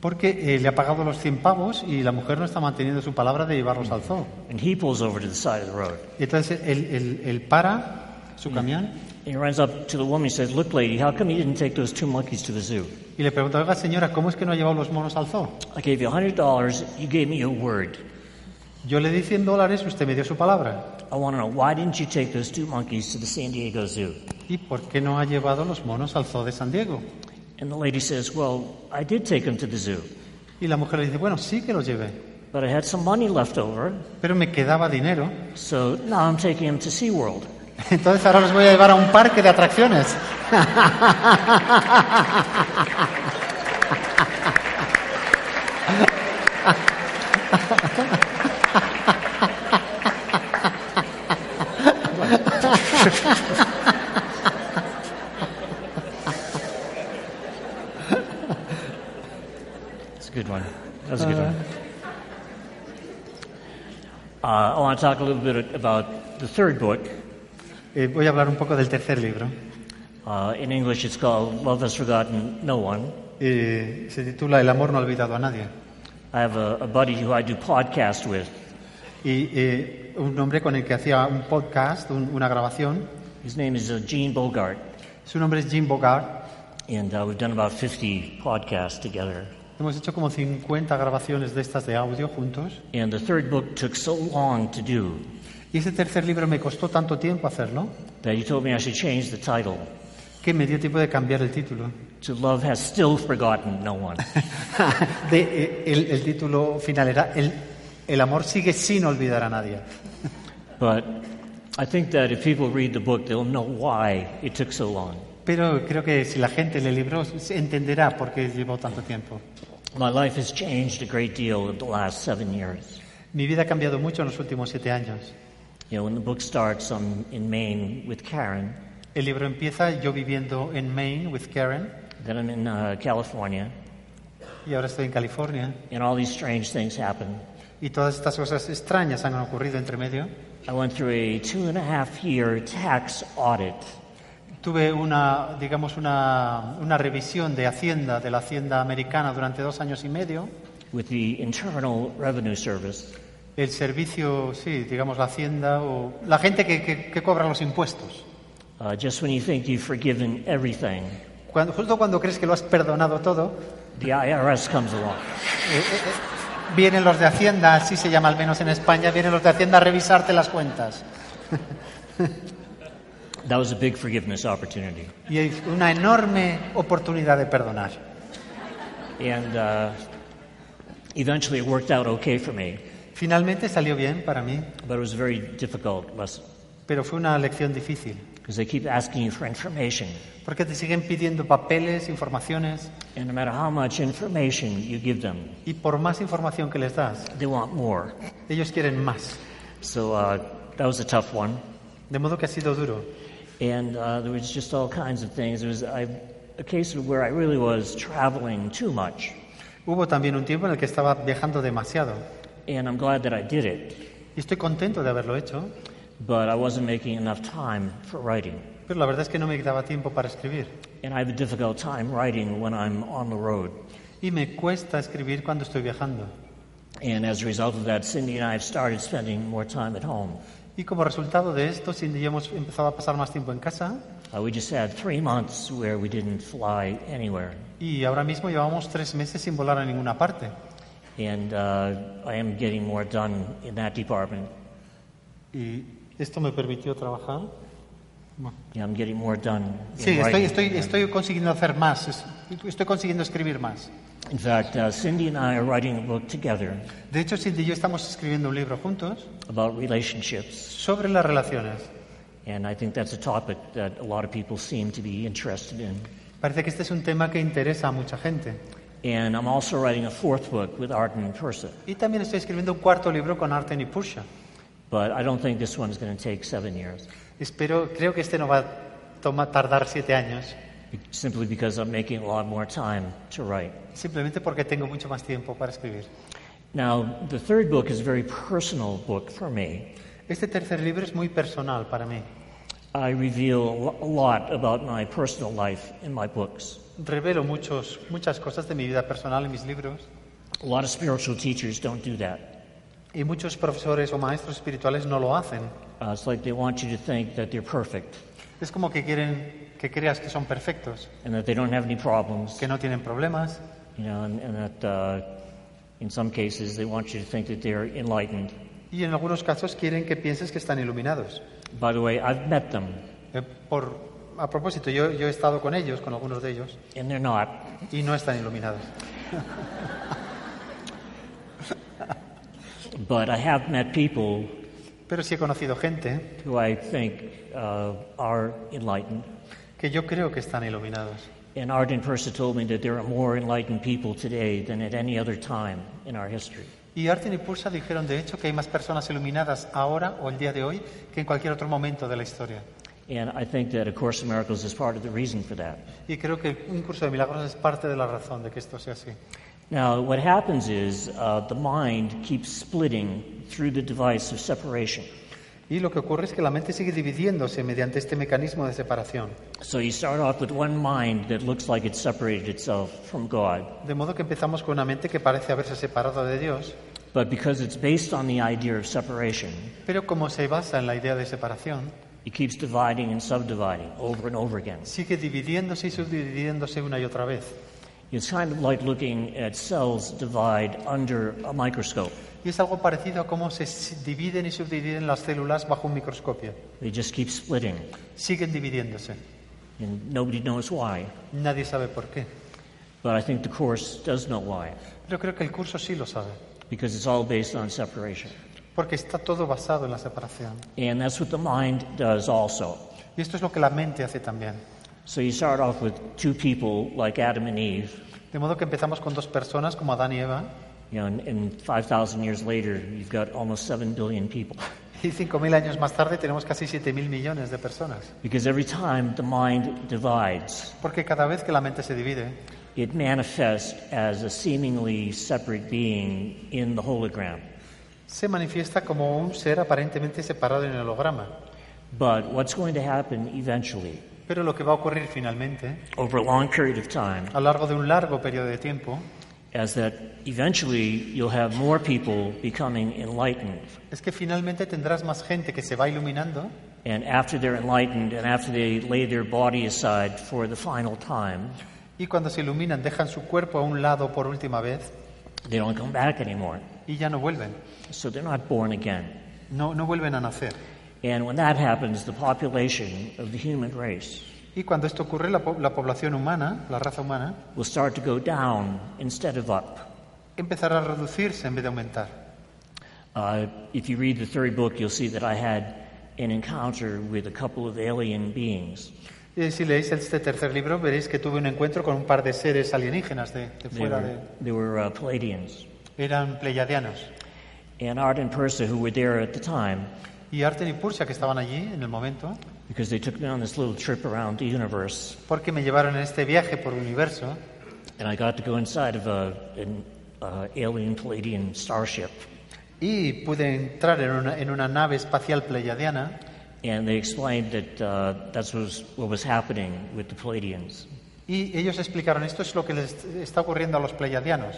Speaker 2: porque eh, le ha pagado los 100 pavos y la mujer no está manteniendo su palabra de llevarlos al zoo.
Speaker 1: And he pulls over to the side of the road.
Speaker 2: Y entonces él, él- él para su camión
Speaker 1: And he runs up to the woman and says, Look, lady, how come you didn't take those two monkeys to the zoo?
Speaker 2: y le pregunta, oiga señora, ¿cómo es que no ha llevado los monos al zoo?
Speaker 1: I gave you $100. You gave me your word.
Speaker 2: Yo le di 100 dólares, usted me dio su palabra.
Speaker 1: I want to know why didn't you take those two monkeys to the San Diego Zoo?
Speaker 2: ¿Y por qué no ha llevado los monos al zoo de San Diego?
Speaker 1: And the lady says, Well, I did take them to the zoo,
Speaker 2: Y la mujer le dice, bueno, sí que los llevé,
Speaker 1: but I had some money left over,
Speaker 2: pero me quedaba dinero,
Speaker 1: so now I'm taking them to SeaWorld.
Speaker 2: entonces ahora los voy a llevar a un parque de atracciones.
Speaker 1: That's a good one. That was a good one. Uh, I want to talk a little bit about the third book.
Speaker 2: Eh, voy a hablar un poco del tercer libro.
Speaker 1: Uh, in English, it's called Love Has Forgotten No One.
Speaker 2: Eh, se titula El amor no ha olvidado a nadie.
Speaker 1: I have a, a buddy who I do podcast with.
Speaker 2: Y eh, un hombre con el que hacía un podcast, un- una grabación,
Speaker 1: His name is uh, Gene Bogart,
Speaker 2: su nombre es Jim Bogart.
Speaker 1: and uh, we've done about 50 podcasts together.
Speaker 2: Hemos hecho como 50 grabaciones de estas de audio juntos.
Speaker 1: And the third book took so long to do
Speaker 2: Y ese tercer libro me costó tanto tiempo hacerlo
Speaker 1: that he told me I should change the title
Speaker 2: que me dio tiempo de cambiar el título.
Speaker 1: to Love Has Still Forgotten No One.
Speaker 2: De, eh, el, el título final era el, el amor sigue sin olvidar a nadie.
Speaker 1: but I think that if people read the book, they'll know why it took so long.
Speaker 2: Pero creo que si la gente lee el libro se entenderá por qué llevó tanto tiempo.
Speaker 1: My life has changed a great deal in the last seven years.
Speaker 2: Mi vida ha cambiado mucho en los últimos siete años.
Speaker 1: You know, when the book starts, I'm in Maine with Karen,
Speaker 2: El libro empieza yo viviendo en Maine with Karen
Speaker 1: then I'm in uh, California,
Speaker 2: y ahora estoy en California.
Speaker 1: and all these strange things happen.
Speaker 2: Y todas estas cosas extrañas han ocurrido entre medio.
Speaker 1: I went through a two and a half year tax audit,
Speaker 2: Tuve una, digamos, una, una revisión de Hacienda, de la Hacienda americana durante dos años y medio.
Speaker 1: with the Internal Revenue Service.
Speaker 2: El servicio, sí, digamos, la Hacienda o la gente que, que- que cobra los impuestos.
Speaker 1: Uh, just when you think you've forgiven everything,
Speaker 2: Cuando, justo cuando crees que lo has perdonado todo,
Speaker 1: the IRS comes along.
Speaker 2: eh, eh, eh, vienen los de Hacienda, así se llama al menos en España, vienen los de Hacienda a revisarte las cuentas.
Speaker 1: That was a big forgiveness opportunity.
Speaker 2: Y es una enorme oportunidad de perdonar.
Speaker 1: And uh, eventually it worked out okay for me,
Speaker 2: Finalmente salió bien para mí,
Speaker 1: but it was a very difficult lesson.
Speaker 2: pero fue una lección difícil,
Speaker 1: because they keep asking you for information.
Speaker 2: porque te siguen pidiendo papeles, informaciones,
Speaker 1: And no matter how much information you give them,
Speaker 2: y por más información que les das,
Speaker 1: they want more.
Speaker 2: ellos quieren más.
Speaker 1: So uh, that was a tough one.
Speaker 2: De modo que ha sido duro.
Speaker 1: And uh, there was just all kinds of things. It was I, a case of where I really was traveling too much.
Speaker 2: Hubo también un tiempo en el que estaba viajando demasiado,
Speaker 1: And I'm glad that I did it,
Speaker 2: y estoy contento de haberlo hecho,
Speaker 1: but I wasn't making enough time for writing.
Speaker 2: pero la verdad es que no me daba tiempo para escribir.
Speaker 1: And I have a difficult time writing when I'm on the road.
Speaker 2: Y me cuesta escribir cuando estoy viajando.
Speaker 1: And as a result of that, Cindy and I have started spending more time at home.
Speaker 2: Y como resultado de esto, Cindy y yo hemos empezado a pasar más tiempo en casa
Speaker 1: Uh, we just had three months where we didn't fly anywhere.
Speaker 2: y ahora mismo llevamos tres meses sin volar a ninguna parte.
Speaker 1: And uh, I am getting more done in that department.
Speaker 2: Y esto me permitió trabajar.
Speaker 1: Yeah, I'm getting more done. in
Speaker 2: Sí, estoy,
Speaker 1: writing.
Speaker 2: estoy, estoy consiguiendo hacer más, es- estoy consiguiendo escribir más.
Speaker 1: In fact, uh, Cindy and I are writing a book together
Speaker 2: De hecho, Cindy y yo estamos escribiendo un libro juntos
Speaker 1: about relationships.
Speaker 2: sobre las relaciones.
Speaker 1: And I think that's a topic that a lot of people seem to be interested in.
Speaker 2: Parece que este es un tema que interesa a mucha gente.
Speaker 1: And I'm also writing a fourth book with Arden and Persa.
Speaker 2: Y también estoy escribiendo un cuarto libro con Arten y Pusha.
Speaker 1: But I don't think this one's going to take seven years,
Speaker 2: Espero, creo que este no va a toma- tardar siete años,
Speaker 1: be- simply because I'm making a lot more time to write.
Speaker 2: simplemente porque tengo mucho más tiempo para escribir.
Speaker 1: Now, the third book is a very personal book for me.
Speaker 2: Este tercer libro es muy personal para mí.
Speaker 1: I reveal a lo- a lot about my personal life in my books.
Speaker 2: Revelo muchos, muchas cosas de mi vida personal en mis libros
Speaker 1: A lot of spiritual teachers don't do that.
Speaker 2: y muchos profesores o maestros espirituales no lo hacen.
Speaker 1: Uh, it's like they want you to think that they're perfect
Speaker 2: Es como que quieren que creas que son perfectos,
Speaker 1: and that they don't have any problems,
Speaker 2: que no tienen problemas
Speaker 1: you know, and, and that uh, in some cases they want you to think that they're enlightened.
Speaker 2: y en algunos casos quieren que pienses que están iluminados.
Speaker 1: By the way, I've met them
Speaker 2: Eh, por, a propósito, yo, yo he estado con ellos, con algunos de ellos,
Speaker 1: and they're not.
Speaker 2: y no están iluminados.
Speaker 1: But I have met people
Speaker 2: Pero sí he conocido gente
Speaker 1: who I think uh, are enlightened.
Speaker 2: que yo creo que están iluminados.
Speaker 1: And Arden Persa told me that there are more enlightened people today than at any other time in our history.
Speaker 2: Y Arten y Pursa dijeron, de hecho, que hay más personas iluminadas ahora o el día de hoy que en cualquier otro momento de la historia.
Speaker 1: And I think that A Course in Miracles is part of the reason for that.
Speaker 2: Y creo que un curso de milagros es parte de la razón de que esto sea así.
Speaker 1: Now, what happens is uh, the mind keeps splitting through the device of separation.
Speaker 2: Y lo que ocurre es que la mente sigue dividiéndose mediante este mecanismo de separación.
Speaker 1: So you start off with one mind that looks like it separated itself from God.
Speaker 2: De modo que empezamos con una mente que parece haberse separado de Dios,
Speaker 1: But because it's based on the idea of separation,
Speaker 2: pero como se basa en la idea de separación,
Speaker 1: it keeps dividing and subdividing over and over again.
Speaker 2: sigue dividiéndose y subdividiéndose una y otra vez.
Speaker 1: It's kind of like looking at cells divide under a microscope.
Speaker 2: Y es algo parecido a cómo se s- dividen y subdividen las células bajo un microscopio.
Speaker 1: They just keep splitting,
Speaker 2: Siguen dividiéndose.
Speaker 1: and nobody knows why.
Speaker 2: Nadie sabe por qué.
Speaker 1: But I think the Course does know why,
Speaker 2: Pero creo que el curso sí lo sabe,
Speaker 1: because it's all based on separation.
Speaker 2: porque está todo basado en la separación.
Speaker 1: And that's what the mind does also.
Speaker 2: Y esto es lo que la mente hace también.
Speaker 1: So you start off with two people like Adam and Eve,
Speaker 2: De modo que empezamos con dos personas como Adán y Eva,
Speaker 1: you know, and, and 5,000 years later, you've got almost 7 billion people.
Speaker 2: y 5.000 años más tarde tenemos casi 7.000 millones de personas.
Speaker 1: Because every time the mind divides,
Speaker 2: Porque cada vez que la mente se divide,
Speaker 1: it manifests as a seemingly separate being in the hologram.
Speaker 2: se manifiesta como un ser aparentemente separado en el holograma.
Speaker 1: But what's going to happen eventually,
Speaker 2: Pero lo que va a ocurrir finalmente,
Speaker 1: over a long period of time,
Speaker 2: a lo largo de un largo periodo de tiempo,
Speaker 1: is that eventually you'll have more people becoming enlightened.
Speaker 2: es que finalmente tendrás más gente que se va iluminando
Speaker 1: And after they're enlightened and after they lay their body aside for the final time,
Speaker 2: y cuando se iluminan dejan su cuerpo a un lado por última vez
Speaker 1: they don't come back anymore.
Speaker 2: y ya no vuelven.
Speaker 1: So they're not born again.
Speaker 2: No, no vuelven a nacer.
Speaker 1: And when that happens, the population of the human race
Speaker 2: Y cuando esto ocurre, la, po- la población humana, la raza humana,
Speaker 1: will start to go down instead of up.
Speaker 2: empezará a reducirse en vez de aumentar.
Speaker 1: Uh, if you read the third book, you'll see that I had an encounter with a couple of alien beings.
Speaker 2: Y si leéis este tercer libro, veréis que tuve un encuentro con un par de seres alienígenas de, de
Speaker 1: They
Speaker 2: fuera
Speaker 1: were,
Speaker 2: de...
Speaker 1: they were uh, Palladians.
Speaker 2: Eran pleiadianos.
Speaker 1: And Art and Persa, who were there at the time,
Speaker 2: Y Arten y Pursia, que estaban allí en el momento,
Speaker 1: because they took me on this little trip around the universe,
Speaker 2: porque me llevaron en este viaje por el universo
Speaker 1: and I got to go inside of a, an uh, alien Palladian starship.
Speaker 2: y pude entrar en una, en una nave espacial pleiadiana
Speaker 1: And they explained that uh, that's was, what was happening with the Palladians.
Speaker 2: Y ellos explicaron, esto es lo que les está ocurriendo a los pleiadianos.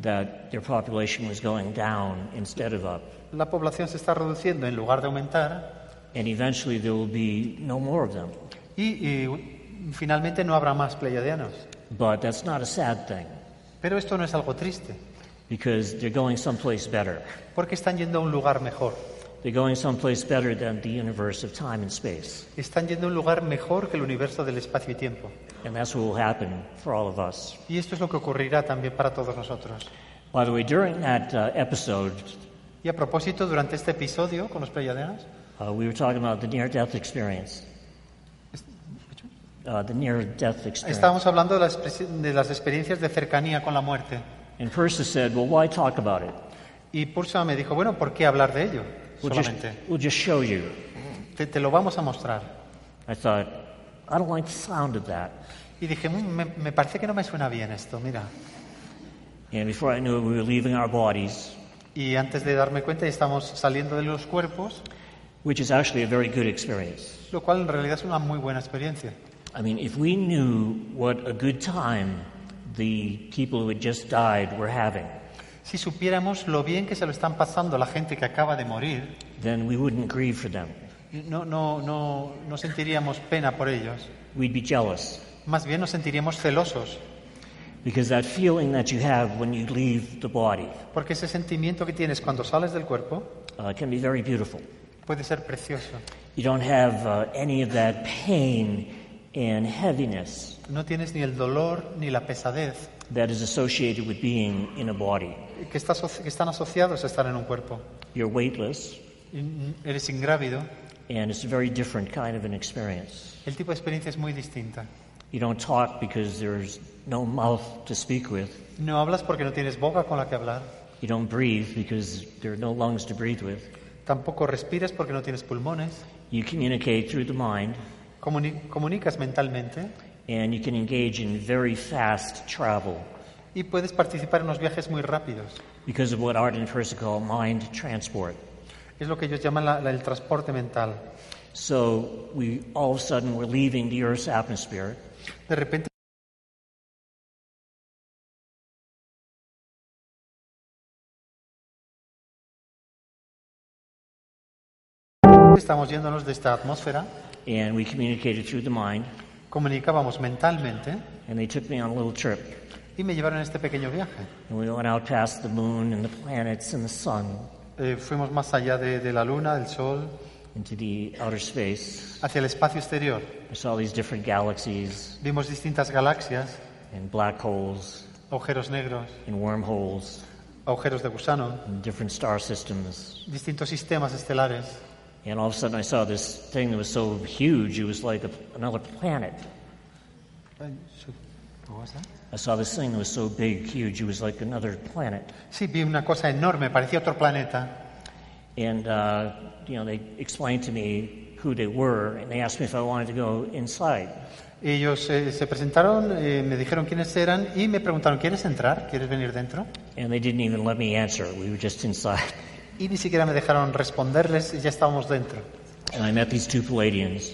Speaker 1: that their population was going down instead of up.
Speaker 2: La población se está reduciendo en lugar de aumentar
Speaker 1: And eventually there will be no more of them.
Speaker 2: y, y finalmente no habrá más pleiadianos.
Speaker 1: But that's not a sad thing
Speaker 2: Pero esto no es algo triste,
Speaker 1: because they're going someplace better.
Speaker 2: porque están yendo a un lugar mejor.
Speaker 1: They're going someplace better than the universe of time and space.
Speaker 2: Están yendo a un lugar mejor que el universo del espacio y tiempo.
Speaker 1: And that's what will happen for all of us.
Speaker 2: Y esto es lo que ocurrirá también para todos nosotros.
Speaker 1: By the way, during that uh, episode,
Speaker 2: Y a propósito, durante este episodio con los pleiadianos,
Speaker 1: uh, we were talking about the near death experience. Uh, the near death experience.
Speaker 2: estábamos hablando de las, expresi- de las experiencias de cercanía con la muerte.
Speaker 1: And Persis said, Well, why talk about it?
Speaker 2: Y Pursa me dijo, bueno, ¿por qué hablar de ello?
Speaker 1: We'll just,
Speaker 2: Solamente.
Speaker 1: we'll just show you.
Speaker 2: Te, te lo vamos a mostrar.
Speaker 1: I thought, I don't like the sound of that.
Speaker 2: Y dije, "Mm, me, me parece que no me suena bien esto, mira.
Speaker 1: And before I knew it, we were leaving our bodies,
Speaker 2: Y antes de darme cuenta, estamos saliendo de los cuerpos,
Speaker 1: which is actually a very good experience.
Speaker 2: lo cual en realidad es una muy buena experiencia.
Speaker 1: I mean, if we knew what a good time the people who had just died were having,
Speaker 2: Si supiéramos lo bien que se lo están pasando la gente que acaba de morir,
Speaker 1: then we wouldn't grieve for them.
Speaker 2: no, no, no, no sentiríamos pena por ellos.
Speaker 1: We'd be jealous.
Speaker 2: Más bien nos sentiríamos celosos,
Speaker 1: Because that feeling that you have when you leave the body
Speaker 2: porque ese sentimiento que tienes cuando sales del cuerpo
Speaker 1: uh, can be very beautiful.
Speaker 2: puede ser precioso.
Speaker 1: You don't have uh, any of that pain and heaviness
Speaker 2: No tienes ni el dolor ni la pesadez
Speaker 1: that is associated with being in a body.
Speaker 2: que, está aso- que están asociados a estar en un cuerpo.
Speaker 1: You're weightless,
Speaker 2: Y mm, Eres ingrávido.
Speaker 1: and it's a very different kind of an experience.
Speaker 2: El tipo de experiencia es muy distinta.
Speaker 1: You don't talk because there's no mouth to speak with.
Speaker 2: No hablas porque no tienes boca con la que hablar.
Speaker 1: You don't breathe because there are no lungs to breathe with.
Speaker 2: Tampoco respiras porque no tienes pulmones.
Speaker 1: You communicate through the mind,
Speaker 2: Comuni- comunicas mentalmente
Speaker 1: and you can engage in very fast travel
Speaker 2: y puedes participar en unos viajes muy rápidos.
Speaker 1: because of what Art and Percy call mind transport.
Speaker 2: Es lo que ellos llaman la- la- el transporte mental.
Speaker 1: So we all of a sudden we're leaving the Earth's atmosphere,
Speaker 2: De repente estamos yéndonos de esta atmósfera,
Speaker 1: and we communicated through the mind.
Speaker 2: comunicábamos mentalmente
Speaker 1: And they took me on a little trip,
Speaker 2: y me llevaron a este pequeño viaje.
Speaker 1: and we went out past the moon and the planets and the sun
Speaker 2: Eh, fuimos más allá de, de la luna, del sol,
Speaker 1: into the outer space.
Speaker 2: hacia el espacio exterior.
Speaker 1: I saw these different galaxies
Speaker 2: Vimos distintas galaxias,
Speaker 1: and black holes
Speaker 2: agujeros negros,
Speaker 1: and wormholes
Speaker 2: agujeros de gusano,
Speaker 1: and different star systems.
Speaker 2: distintos sistemas estelares.
Speaker 1: And all of a sudden, I saw this thing that was so huge, it was like a, another planet. I saw this thing that was so big, huge, it was like another planet.
Speaker 2: Sí, vi una cosa enorme, parecía otro planeta.
Speaker 1: And, uh, you know, they explained to me who they were, and they asked me if I wanted to go inside.
Speaker 2: Ellos eh, se presentaron, eh, me dijeron quiénes eran y me preguntaron, ¿quieres entrar? ¿Quieres venir dentro?
Speaker 1: And they didn't even let me answer. We were just inside.
Speaker 2: Y ni siquiera me dejaron responderles y ya estábamos dentro.
Speaker 1: And I met these two Palladians.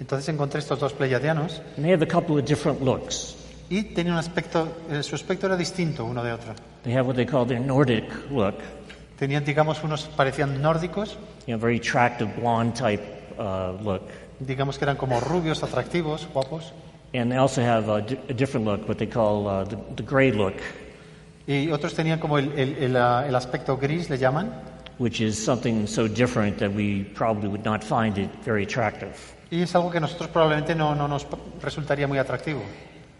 Speaker 2: Entonces encontré estos dos pleiadianos
Speaker 1: And they have a couple of different looks.
Speaker 2: y tenía un aspecto, eh, su aspecto era distinto uno de otro.
Speaker 1: They have what they call their Nordic look,
Speaker 2: Tenían, digamos, unos parecían nórdicos,
Speaker 1: you know, very attractive blonde type uh, look.
Speaker 2: digamos que eran como rubios, atractivos, guapos.
Speaker 1: And they also have a, di- a different look, what they call uh, the, the gray look,
Speaker 2: Y otros tenían como el, el- el, ah, el aspecto gris, le llaman,
Speaker 1: which is something so different that we probably would not find it very attractive.
Speaker 2: y es algo que a nosotros probablemente no, no nos resultaría muy atractivo.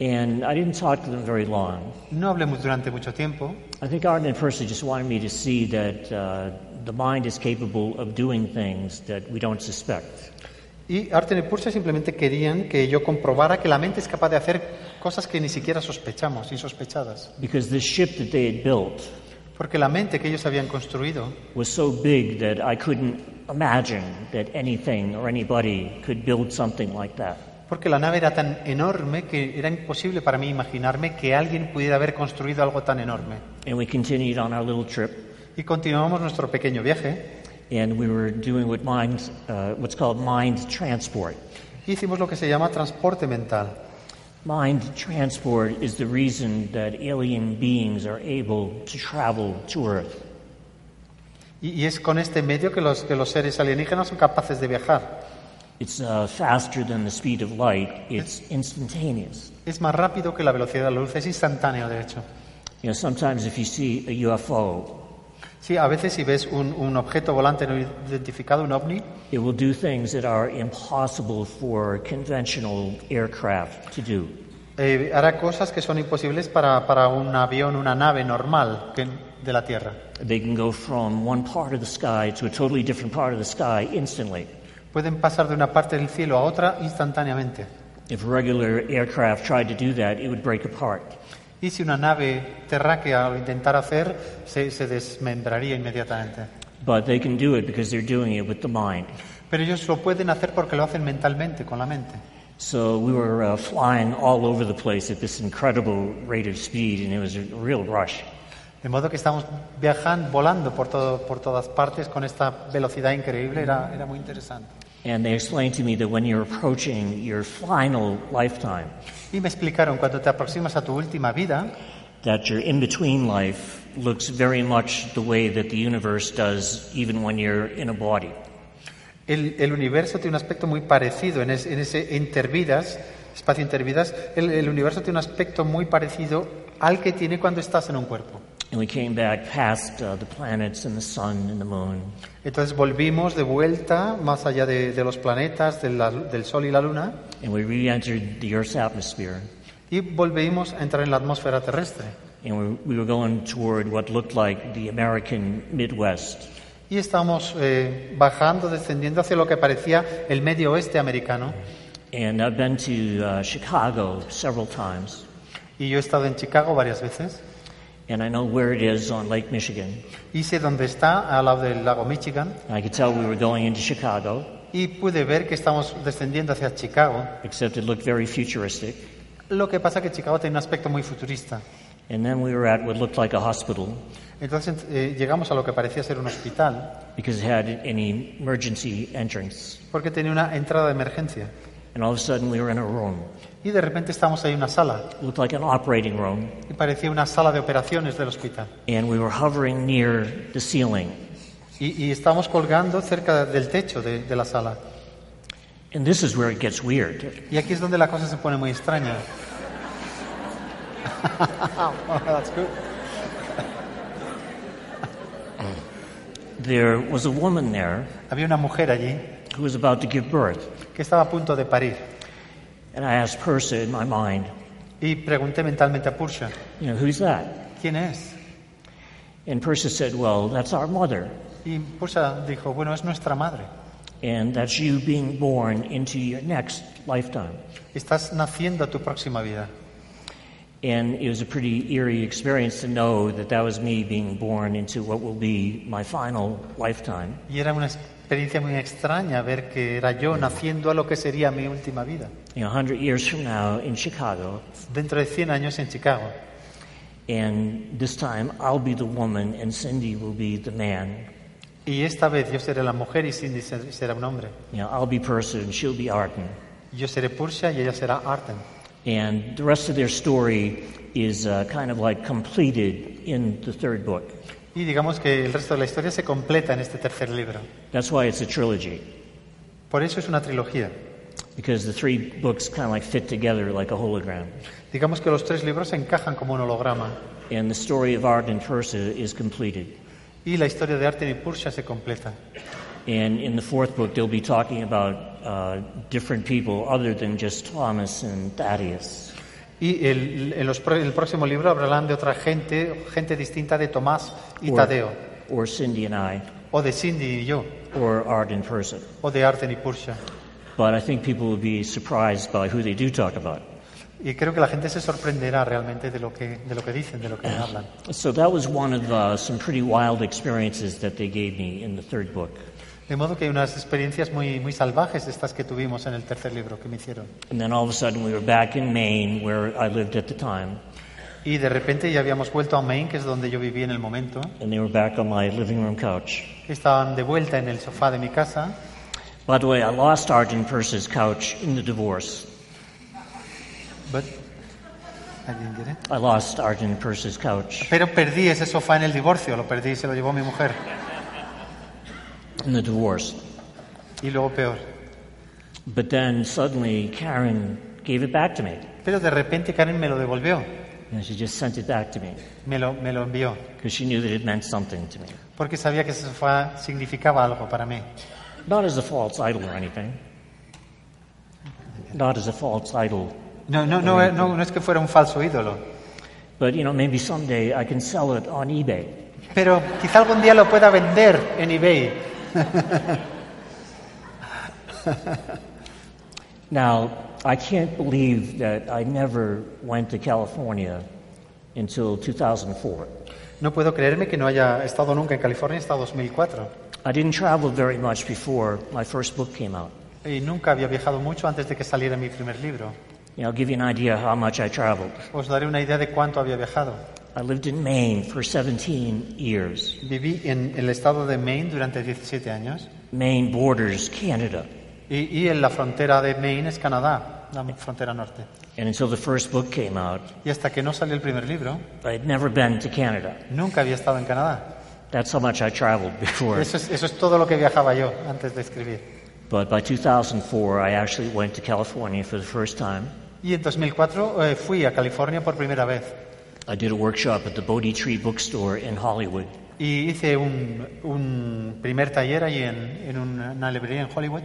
Speaker 1: And I didn't talk to them very long.
Speaker 2: No hablé mu- durante mucho tiempo,
Speaker 1: I think Arden and Percy just wanted me to see that uh, the mind is capable of doing things that we don't suspect.
Speaker 2: Y Arten y Purse simplemente querían que yo comprobara que la mente es capaz de hacer cosas que ni siquiera sospechamos, insospechadas.
Speaker 1: Because this ship that they had built
Speaker 2: Porque la mente que ellos habían construido
Speaker 1: was so big that I couldn't imagine that anything or anybody could build something like that.
Speaker 2: porque la nave era tan enorme que era imposible para mí imaginarme que alguien pudiera haber construido algo tan enorme.
Speaker 1: And we continued on our little trip,
Speaker 2: Y continuamos nuestro pequeño viaje
Speaker 1: and we were doing what mind, uh, what's called mind transport.
Speaker 2: y hicimos lo que se llama transporte mental.
Speaker 1: Mind transport is the reason that alien beings are able to travel to Earth.
Speaker 2: Y, y es con este medio que los, que los seres alienígenas son capaces de viajar.
Speaker 1: It's uh, faster than the speed of light, it's instantaneous.
Speaker 2: Es más rápido que la velocidad de la luz, es instantáneo, de hecho.
Speaker 1: You know, sometimes if you see a UFO,
Speaker 2: Sí, a veces si ves un, un objeto volante no identificado, un ovni,
Speaker 1: it will do things that are impossible for conventional aircraft to do.
Speaker 2: eh, hará cosas que son imposibles para, para un avión, una nave normal que- de la Tierra.
Speaker 1: They can go from one part of the sky to a totally different part of the sky instantly.
Speaker 2: Pueden pasar de una parte del cielo a otra instantáneamente.
Speaker 1: If regular aircraft tried to do that, it would break apart.
Speaker 2: Y si una nave terráquea lo intentara hacer, se, se desmembraría inmediatamente.
Speaker 1: But they can do it because they're doing it with the mind.
Speaker 2: Pero ellos lo pueden hacer porque lo hacen mentalmente, con la mente.
Speaker 1: So we were uh, flying all over the place at this incredible rate of speed, and it was a real rush.
Speaker 2: De modo que estamos viajando, volando por, todo, por todas partes con esta velocidad increíble, era, era muy interesante.
Speaker 1: And they explained to me that when you're approaching your final lifetime,
Speaker 2: Y me explicaron, cuando te aproximas a tu última vida,
Speaker 1: that your in between life looks very much the way that the universe does even when you're in a body.
Speaker 2: el, el universo tiene un aspecto muy parecido. En, es- en ese intervidas, espacio intervidas, el, el universo tiene un aspecto muy parecido al que tiene cuando estás en un cuerpo.
Speaker 1: And we came back past uh, the planets and the sun and the moon.
Speaker 2: Entonces volvimos de vuelta más allá de, de los planetas, de la- del Sol y la Luna,
Speaker 1: And we re entered the Earth's atmosphere.
Speaker 2: y volvimos a entrar en la atmósfera terrestre.
Speaker 1: And we, we were going toward what looked like the American Midwest.
Speaker 2: Y estábamos eh, bajando, descendiendo hacia lo que parecía el medio oeste americano.
Speaker 1: And I've been to uh, Chicago several times.
Speaker 2: Y yo he estado en Chicago varias veces
Speaker 1: And I know where it is on Lake Michigan.
Speaker 2: y sé dónde está, al lado del lago Michigan,
Speaker 1: I could tell we were going into Chicago,
Speaker 2: y pude ver que estamos descendiendo hacia Chicago.
Speaker 1: except it looked very futuristic.
Speaker 2: Lo que pasa que Chicago tiene un aspecto muy futurista.
Speaker 1: And then we were at what looked like a hospital
Speaker 2: Entonces eh, llegamos a lo que parecía ser un hospital,
Speaker 1: because it had an emergency entrance.
Speaker 2: porque tenía una entrada de emergencia.
Speaker 1: And all of a sudden we were in a room.
Speaker 2: Y de repente estábamos ahí en una sala.
Speaker 1: It looked like an operating room.
Speaker 2: y parecía una sala de operaciones del hospital.
Speaker 1: And we were hovering near the ceiling.
Speaker 2: Y, y estábamos colgando cerca del techo de, de la sala.
Speaker 1: And this is where it gets weird.
Speaker 2: Y aquí es donde la cosa se pone muy extraña. That's good.
Speaker 1: There was a woman there
Speaker 2: Había una mujer allí
Speaker 1: who was about to give birth.
Speaker 2: que estaba a punto de parir.
Speaker 1: And I asked Persa in my mind,
Speaker 2: Y pregunté mentalmente a Pursha,
Speaker 1: you know, who's that?
Speaker 2: ¿quién es?
Speaker 1: And Persa said, well, that's our mother.
Speaker 2: Y Pursha dijo, bueno, es nuestra madre.
Speaker 1: And that's you being born into your next lifetime.
Speaker 2: Estás naciendo a tu próxima vida.
Speaker 1: And it was a pretty eerie experience to know that that was me being born into what will be my final lifetime.
Speaker 2: Y era una experiencia muy extraña ver que era yo naciendo a lo que sería mi última vida.
Speaker 1: You know, 100 years from now in Chicago.
Speaker 2: Dentro de 100 años en Chicago.
Speaker 1: And this time I'll be the woman and Cindy will be the man.
Speaker 2: Y esta vez yo seré la mujer y Cindy ser- será un hombre.
Speaker 1: You know, I'll be Percy and she'll be Arden.
Speaker 2: Yo seré Pursha y ella será Arten.
Speaker 1: And the rest of their story is uh, kind of like completed in the third book.
Speaker 2: Y digamos que el resto de la historia se completa en este tercer libro.
Speaker 1: That's why it's a trilogy,
Speaker 2: Por eso es una trilogía.
Speaker 1: because the three books kind of like fit together like a hologram.
Speaker 2: Digamos que los tres libros se encajan como un holograma.
Speaker 1: And the story of Arden and Percy is completed.
Speaker 2: Y la historia de Arten y Pursha se completa.
Speaker 1: And in the fourth book, they'll be talking about uh, different people other than just Thomas and Thaddeus.
Speaker 2: Y el- en los pro- el próximo libro hablarán de otra gente, gente distinta de Tomás y Tadeo,
Speaker 1: or Cindy and I,
Speaker 2: o de Cindy y yo,
Speaker 1: or Arden Person.
Speaker 2: o de Arten y Pursha.
Speaker 1: But I think people will be surprised by who they do talk about.
Speaker 2: Y creo que la gente se sorprenderá realmente de lo que, de lo que dicen, de lo que hablan.
Speaker 1: So that was one of uh, some pretty wild experiences that they gave me in the third book.
Speaker 2: De modo que hay unas experiencias muy, muy salvajes estas que tuvimos en el tercer libro que me hicieron.
Speaker 1: And then all of a sudden, we were back in Maine, where I lived at the time,
Speaker 2: Y de repente ya habíamos vuelto a Maine, que es donde yo viví en el momento.
Speaker 1: and they were back on my living room couch.
Speaker 2: Estaban de vuelta en el sofá de mi casa.
Speaker 1: By the way, I lost Arden Purse's couch in the divorce.
Speaker 2: But I didn't get it.
Speaker 1: I lost Arjun Purse's couch
Speaker 2: Pero perdí ese sofá en el divorcio, lo perdí, se lo llevó mi mujer.
Speaker 1: in the divorce.
Speaker 2: Y luego peor.
Speaker 1: But then suddenly Karen gave it back to me.
Speaker 2: Pero de repente Karen me lo devolvió,
Speaker 1: And she just sent it back to me
Speaker 2: me lo, me lo envió,
Speaker 1: because she knew that it meant something to me.
Speaker 2: porque sabía que ese sofá significaba algo para mí.
Speaker 1: Not as a false idol or anything. Not as a false idol.
Speaker 2: No, no, no, no, no es que fuera un falso ídolo,
Speaker 1: But, you know, maybe someday I can sell it on eBay.
Speaker 2: pero quizá algún día lo pueda vender en eBay.
Speaker 1: Now, I can't believe that I never went to California until 2004.
Speaker 2: No puedo creerme que no haya estado nunca en California hasta 2004.
Speaker 1: I didn't travel very much before my first book came out.
Speaker 2: Y nunca había viajado mucho antes de que saliera mi primer libro.
Speaker 1: You know, I'll give you an idea how much I traveled.
Speaker 2: Os daré una idea de cuánto había viajado.
Speaker 1: I lived in Maine for 17 years.
Speaker 2: Viví en el estado de Maine durante 17 años
Speaker 1: Maine borders Canada.
Speaker 2: y, y en la frontera de Maine es Canadá, la frontera norte.
Speaker 1: And until the first book came out,
Speaker 2: Y hasta que no salió el primer libro,
Speaker 1: I had never been to Canada.
Speaker 2: nunca había estado en Canadá.
Speaker 1: That's how much I traveled before.
Speaker 2: Eso es, eso es todo lo que viajaba yo antes de escribir.
Speaker 1: But by 2004, I actually went to California for the first time.
Speaker 2: Y en 2004 eh, fui a California por primera vez
Speaker 1: I did a workshop at the Bodhi Tree Bookstore in Hollywood.
Speaker 2: y hice un, un primer taller ahí en, en una librería en Hollywood.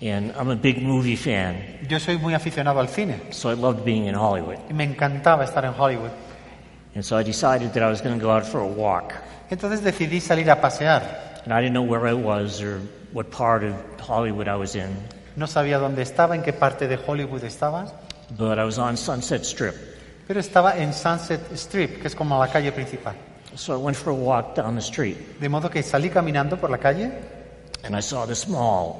Speaker 1: And I'm a big movie fan,
Speaker 2: Yo soy muy aficionado al cine
Speaker 1: so I loved being in Hollywood.
Speaker 2: y me encantaba estar en Hollywood.
Speaker 1: And so I decided that I was going to go out for a walk.
Speaker 2: Entonces decidí salir a pasear.
Speaker 1: And I didn't know where I was or what part of Hollywood I was in,
Speaker 2: No sabía dónde estaba, en qué parte de Hollywood estaba,
Speaker 1: but I was on Sunset Strip.
Speaker 2: pero estaba en Sunset Strip, que es como la calle principal.
Speaker 1: So I went for a walk down the street,
Speaker 2: De modo que salí caminando por la calle
Speaker 1: and I saw this mall.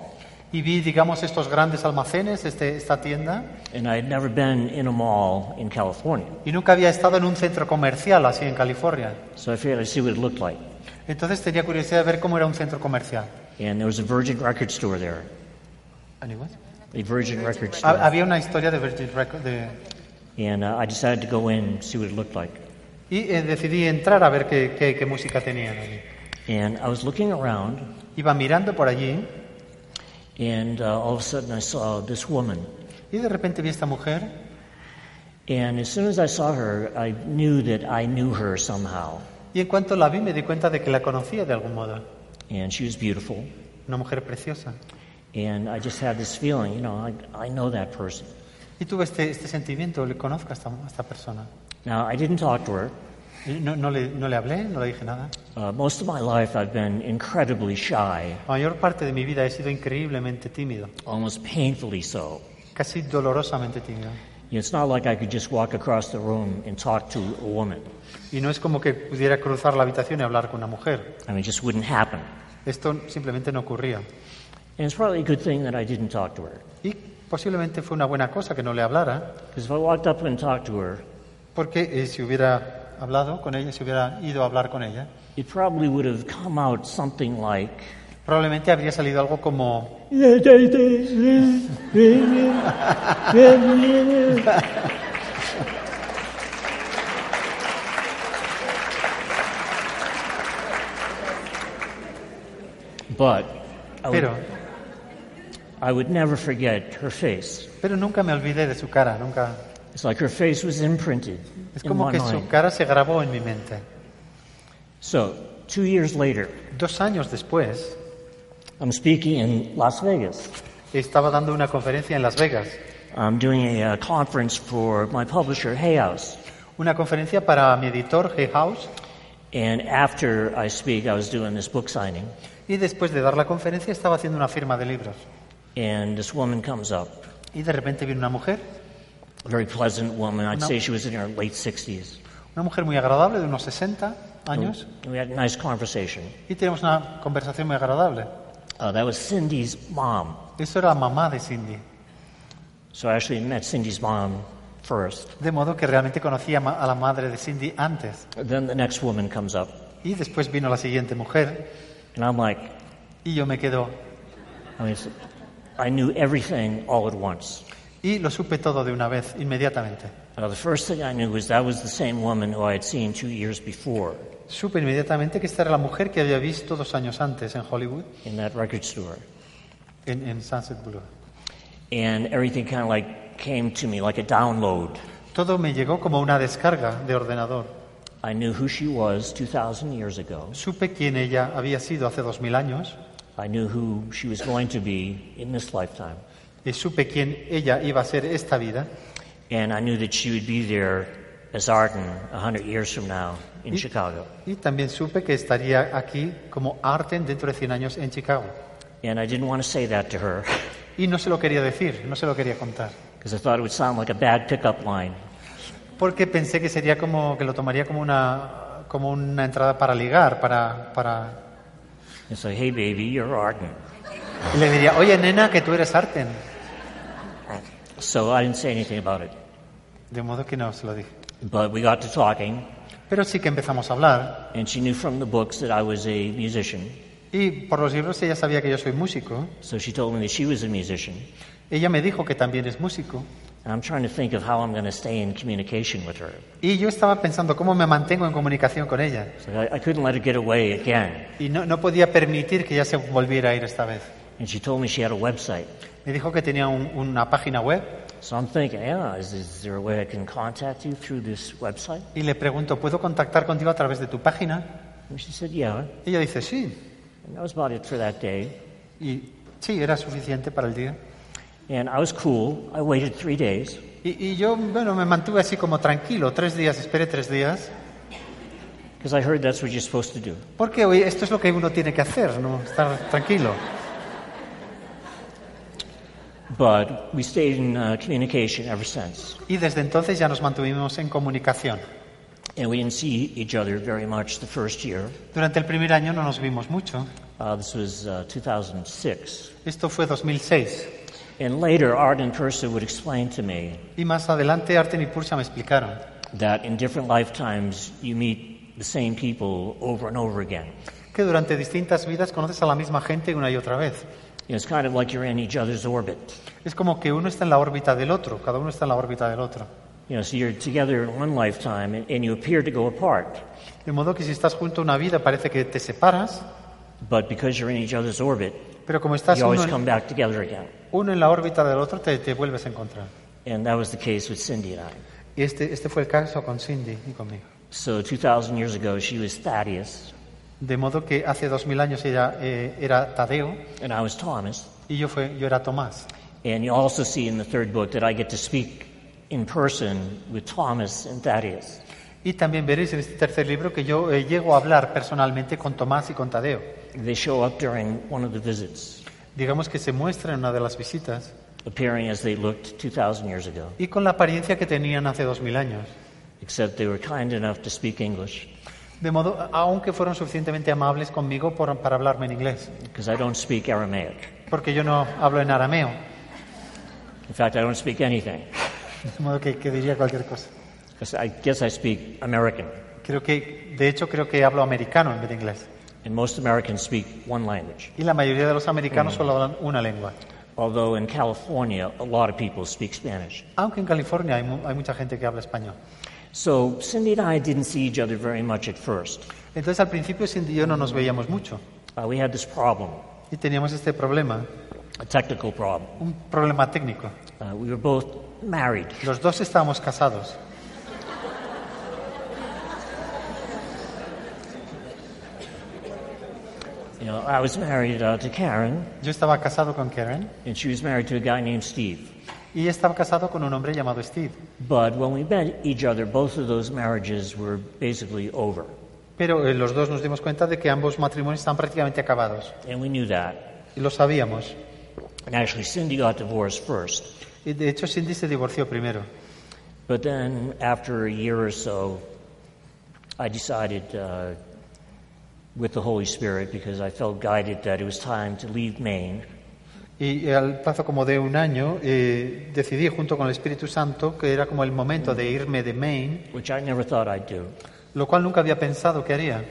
Speaker 2: y vi, digamos, estos grandes almacenes, este, esta tienda,
Speaker 1: And I had never been in a mall in California,
Speaker 2: y nunca había estado en un centro comercial así en California.
Speaker 1: so I figured I'd see what it looked like.
Speaker 2: Entonces tenía curiosidad de ver cómo era un centro comercial.
Speaker 1: And there was a Virgin record store there, a Virgin record
Speaker 2: Ha-
Speaker 1: store.
Speaker 2: Había una historia de Virgin Records. de-
Speaker 1: And uh, I decided to go in and see what it looked like.
Speaker 2: Y eh, decidí entrar a ver qué, qué- qué música tenían allí.
Speaker 1: And I was looking around,
Speaker 2: Iba mirando por allí
Speaker 1: and uh, all of a sudden I saw this woman.
Speaker 2: y de repente vi a esta mujer
Speaker 1: And as soon as I saw her, I knew that I knew her somehow.
Speaker 2: y en cuanto la vi me di cuenta de que la conocía de algún modo.
Speaker 1: And she was beautiful.
Speaker 2: Una mujer preciosa.
Speaker 1: And I just had this feeling, you know, I, I know that person.
Speaker 2: Y tuve este, este sentimiento, le conozco a esta, a esta persona.
Speaker 1: Now, I didn't talk to her.
Speaker 2: Y No, no le, no le hablé, no le dije nada.
Speaker 1: Uh, most of my life, I've been incredibly shy,
Speaker 2: La mayor parte de mi vida he sido increíblemente tímido,
Speaker 1: almost painfully so.
Speaker 2: casi dolorosamente tímido.
Speaker 1: You know, it's not like I could just walk across the room and talk to a woman.
Speaker 2: Y no es como que pudiera cruzar la habitación y hablar con una mujer.
Speaker 1: I mean, it just wouldn't happen.
Speaker 2: Esto simplemente no ocurría.
Speaker 1: And it's probably a good thing that I didn't talk to her.
Speaker 2: Y posiblemente fue una buena cosa que no le hablara,
Speaker 1: Because if I walked up and talked to her,
Speaker 2: porque eh, si hubiera hablado con ella, si hubiera ido a hablar con ella,
Speaker 1: it probably would have come out something like,
Speaker 2: probablemente habría salido algo como...
Speaker 1: and but I
Speaker 2: Pero,
Speaker 1: would, I would never forget her face.
Speaker 2: pero nunca me olvidé de su cara, nunca...
Speaker 1: It's like her face was imprinted
Speaker 2: Es
Speaker 1: in
Speaker 2: como
Speaker 1: my
Speaker 2: que su
Speaker 1: mind.
Speaker 2: cara se grabó en mi mente.
Speaker 1: So, two years later,
Speaker 2: Dos años después,
Speaker 1: I'm speaking in Las Vegas.
Speaker 2: estaba dando una conferencia en Las Vegas,
Speaker 1: I'm doing a, uh conference for my publisher, Hay House.
Speaker 2: una conferencia para mi editor, Hay House,
Speaker 1: And after I speak, I was doing this book signing,
Speaker 2: y después de dar la conferencia estaba haciendo una firma de libros.
Speaker 1: and this woman comes up,
Speaker 2: Y de repente vino una mujer,
Speaker 1: a very pleasant woman. I'd
Speaker 2: No.
Speaker 1: say she was in her late 60s.
Speaker 2: una mujer muy agradable, de unos 60 años,
Speaker 1: We had a nice conversation.
Speaker 2: y tenemos una conversación muy agradable.
Speaker 1: Uh, that was Cindy's mom.
Speaker 2: Eso era la mamá de Cindy.
Speaker 1: So I actually met Cindy's mom first.
Speaker 2: De modo que realmente conocía ma- a la madre de Cindy antes.
Speaker 1: Then the next woman comes up,
Speaker 2: Y después vino la siguiente mujer
Speaker 1: and I'm like,
Speaker 2: y yo me quedo.
Speaker 1: I mean, it's- I knew everything all at once.
Speaker 2: Y lo supe todo de una vez, inmediatamente.
Speaker 1: Uh, the first thing I knew was that was the same woman who I had seen two years before
Speaker 2: Supe inmediatamente que esta era la mujer que había visto dos años antes en Hollywood,
Speaker 1: in that record store.
Speaker 2: en, en Sunset Boulevard.
Speaker 1: And everything kind of like came to me like a download.
Speaker 2: Todo me llegó como una descarga de ordenador.
Speaker 1: I knew who she was 2,000 years ago.
Speaker 2: Supe quién ella había sido hace dos mil años
Speaker 1: I knew who she was going to be in this lifetime.
Speaker 2: y supe quién ella iba a ser esta vida.
Speaker 1: And I knew that she would be there as Arden 100 years from now in Chicago.
Speaker 2: Y también supe que estaría aquí como Arten dentro de 100 años en Chicago.
Speaker 1: And I didn't want to say that to her
Speaker 2: Y no se lo quería decir, no se lo quería contar.
Speaker 1: because I thought it would sound like a bad pickup line.
Speaker 2: Porque pensé que sería como que lo tomaría como una, como una entrada para ligar, para, para...
Speaker 1: And say, hey, baby, you're Arden.
Speaker 2: Y le diría, oye nena, que tú eres Arten.
Speaker 1: So I didn't say anything about it.
Speaker 2: De modo que no se lo dije.
Speaker 1: But we got to talking,
Speaker 2: Pero sí que empezamos a hablar.
Speaker 1: and she knew from the books that I was a musician.
Speaker 2: Y por los libros ella sabía que yo soy músico.
Speaker 1: So she told me that she was a musician.
Speaker 2: Ella me dijo que también es músico.
Speaker 1: And I'm trying to think of how I'm going to stay in communication with her.
Speaker 2: Y yo estaba pensando cómo me mantengo en comunicación con ella.
Speaker 1: So I, I couldn't let her get away again.
Speaker 2: Y no, no podía permitir que ella se volviera a ir esta vez.
Speaker 1: And she told me she had a website.
Speaker 2: Me dijo que tenía un- una página web
Speaker 1: So I'm thinking, yeah, is, is there a way I can contact you through this website?
Speaker 2: y le pregunto, ¿puedo contactar contigo a través de tu página?
Speaker 1: And she said, yeah.
Speaker 2: Ella dice, sí.
Speaker 1: And that was about it for that day.
Speaker 2: Y sí, era suficiente para el día.
Speaker 1: And I was cool. I waited three days.
Speaker 2: Y, y yo, bueno, me mantuve así como tranquilo, tres días, esperé tres días,
Speaker 1: Because I heard that's what you're supposed to do.
Speaker 2: porque hoy esto es lo que uno tiene que hacer, ¿no? Estar tranquilo.
Speaker 1: But we stayed in uh, communication ever since.
Speaker 2: Y desde entonces ya nos mantuvimos en comunicación.
Speaker 1: And we didn't see each other very much the first year.
Speaker 2: Durante el primer año no nos vimos mucho.
Speaker 1: Uh, this was uh, 2006.
Speaker 2: Esto fue 2006.
Speaker 1: And later, Arden Purser would explain to me
Speaker 2: Y más adelante Arten y Pursa me explicaron
Speaker 1: that in different lifetimes, you meet the same people over and over again.
Speaker 2: que durante distintas vidas conoces a la misma gente una y otra vez.
Speaker 1: You know, it's kind of like you're in each other's orbit.
Speaker 2: Es como que uno está en la órbita del otro, cada uno está en la órbita del otro.
Speaker 1: You know, so you're together in one lifetime and, and you appear to go apart,
Speaker 2: De modo que si estás junto a una vida parece que te separas,
Speaker 1: but because you're in each other's orbit,
Speaker 2: pero como estás
Speaker 1: you always
Speaker 2: uno
Speaker 1: come
Speaker 2: en,
Speaker 1: back together again.
Speaker 2: uno en la órbita del otro te, te vuelves a encontrar.
Speaker 1: And that was the case with Cindy and I.
Speaker 2: Y este, este fue el caso con Cindy y conmigo.
Speaker 1: So 2,000 years ago, she was Thaddeus
Speaker 2: De modo que hace dos mil años ella eh, era Tadeo
Speaker 1: and I was Thomas.
Speaker 2: y yo, fue, yo era Tomás.
Speaker 1: And you also see in the third book that I get to speak in person with Thomas and Thaddeus.
Speaker 2: Y también veréis en este tercer libro que yo eh, llego a hablar personalmente con Tomás y con Tadeo.
Speaker 1: They show up during one of the visits,
Speaker 2: Digamos que se muestra en una de las visitas
Speaker 1: appearing as they looked 2,000 years ago,
Speaker 2: y con la apariencia que tenían hace dos mil años.
Speaker 1: except they were kind enough to speak English
Speaker 2: De modo, aunque fueron suficientemente amables conmigo por- para hablarme en inglés,
Speaker 1: because I don't speak Aramaic.
Speaker 2: porque yo no hablo en arameo,
Speaker 1: In fact, I don't speak anything.
Speaker 2: de modo que, que diría cualquier cosa.
Speaker 1: 'Cause I guess I speak American,
Speaker 2: Creo que, de hecho, creo que hablo americano en vez de inglés.
Speaker 1: and most Americans speak one language.
Speaker 2: Y la mayoría de los americanos solo hablan una lengua.
Speaker 1: Although in California, a lot of people speak Spanish.
Speaker 2: Aunque en California hay, mu- hay mucha gente que habla español.
Speaker 1: So Cindy and I didn't see each other very much at first.
Speaker 2: Entonces, al principio, Cindy y yo no nos veíamos mucho.
Speaker 1: Uh, we had this problem,
Speaker 2: Y teníamos este problema,
Speaker 1: a technical problem.
Speaker 2: un problema técnico.
Speaker 1: Uh, we were both married,
Speaker 2: Los dos estábamos casados.
Speaker 1: You know, I was married uh, to Karen,
Speaker 2: Yo estaba casado con Karen
Speaker 1: and she was married to a guy named Steve.
Speaker 2: y ella estaba casado con un hombre llamado Steve.
Speaker 1: But when we met each other, both of those marriages were basically over,
Speaker 2: Pero eh, los dos nos dimos cuenta de que ambos matrimonios están prácticamente acabados.
Speaker 1: and we knew that.
Speaker 2: Y lo sabíamos.
Speaker 1: And actually, Cindy got divorced first.
Speaker 2: Y de hecho, Cindy se divorció primero.
Speaker 1: But then, after a year or so, I decided uh, with the Holy Spirit, because I felt guided that it was time to leave Maine,
Speaker 2: Y eh, al plazo como de un año, eh, decidí junto con el Espíritu Santo que era como el momento de irme de Maine,
Speaker 1: which I never thought I'd do.
Speaker 2: lo cual nunca había pensado que haría.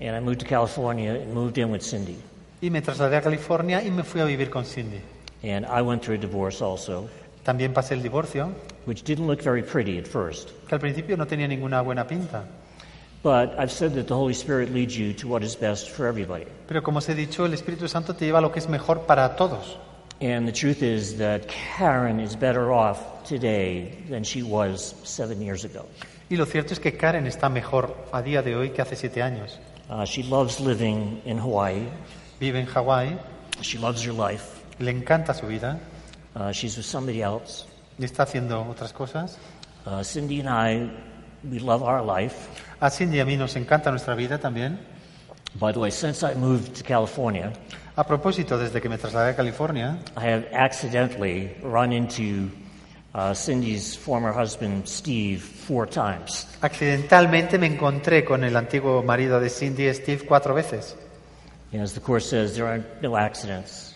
Speaker 1: And I moved to California and moved in with Cindy.
Speaker 2: Y me trasladé a California y me fui a vivir con Cindy.
Speaker 1: And I went through a divorce also.
Speaker 2: También pasé el divorcio,
Speaker 1: which didn't look very pretty at first.
Speaker 2: que al principio no tenía ninguna buena pinta.
Speaker 1: But I've said that the Holy Spirit leads you to what is best for everybody.
Speaker 2: Pero como os he dicho, el Espíritu Santo te lleva a lo que es mejor para todos.
Speaker 1: And the truth is that Karen is better off today than she was seven years ago.
Speaker 2: Y lo cierto es que Karen está mejor a día de hoy que hace siete años.
Speaker 1: Uh, she loves living in Hawaii.
Speaker 2: Vive en Hawái,
Speaker 1: She loves her life.
Speaker 2: le encanta su vida
Speaker 1: Uh, she's with somebody else.
Speaker 2: y está haciendo otras cosas.
Speaker 1: Uh, Cindy and I, we love our life.
Speaker 2: A Cindy y a mí nos encanta nuestra vida también.
Speaker 1: By the way, since I moved to California,
Speaker 2: A propósito, desde que me trasladé a California,
Speaker 1: I have accidentally run into uh, Cindy's former husband, Steve, four times.
Speaker 2: accidentalmente me encontré con el antiguo marido de Cindy, Steve, cuatro veces.
Speaker 1: And as the Course says, there are no accidents.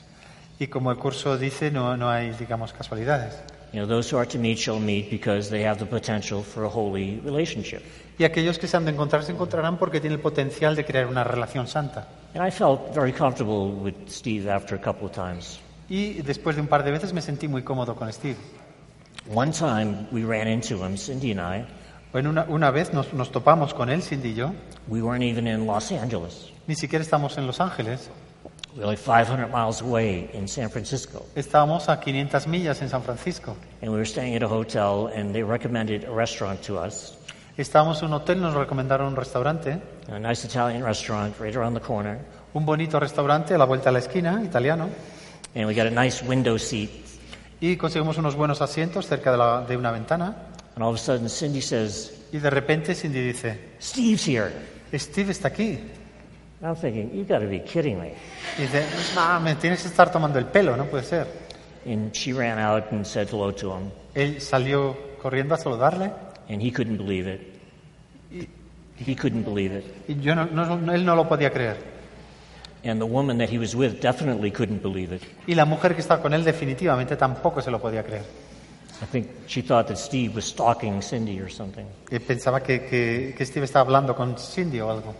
Speaker 2: Y como el curso dice, no, no hay, digamos, casualidades.
Speaker 1: You know, those who are to meet shall meet because they have the potential for a holy relationship.
Speaker 2: Y aquellos que se han de encontrar se encontrarán porque tiene el potencial de crear una relación santa.
Speaker 1: And I felt very comfortable with Steve after a couple of times.
Speaker 2: Y después de un par de veces me sentí muy cómodo con Steve.
Speaker 1: One time we ran into him, Cindy and I.
Speaker 2: Bueno, una, una vez nos, nos topamos con él, Cindy y yo.
Speaker 1: We weren't even in Los Angeles.
Speaker 2: Ni siquiera estamos en Los Ángeles.
Speaker 1: We were like 500 miles away in San Francisco.
Speaker 2: Estábamos a 500 millas en San Francisco.
Speaker 1: And we were staying at a hotel, and they recommended a restaurant to us,
Speaker 2: Estábamos en un hotel, nos recomendaron un restaurante,
Speaker 1: a nice Italian restaurant right around the corner.
Speaker 2: un bonito restaurante a la vuelta de la esquina, italiano,
Speaker 1: And we got a nice window seat.
Speaker 2: y conseguimos unos buenos asientos cerca de, la- de una ventana.
Speaker 1: And all of a sudden, Cindy says,
Speaker 2: Y de repente Cindy dice,
Speaker 1: Steve's here.
Speaker 2: Steve está aquí.
Speaker 1: And I'm thinking, you've got to be kidding me.
Speaker 2: Y dice, no, me tienes que estar tomando el pelo, no puede ser.
Speaker 1: And she ran out and said hello to him,
Speaker 2: Él salió corriendo a saludarle
Speaker 1: and he couldn't believe it. He couldn't believe it.
Speaker 2: y yo no- no- no- él no lo podía creer.
Speaker 1: And the woman that he was with definitely couldn't believe it.
Speaker 2: Y la mujer que estaba con él definitivamente tampoco se lo podía creer.
Speaker 1: I think she thought that Steve was stalking Cindy or something.
Speaker 2: Eh, Pensaba que, que- que Steve estaba hablando con Cindy o algo.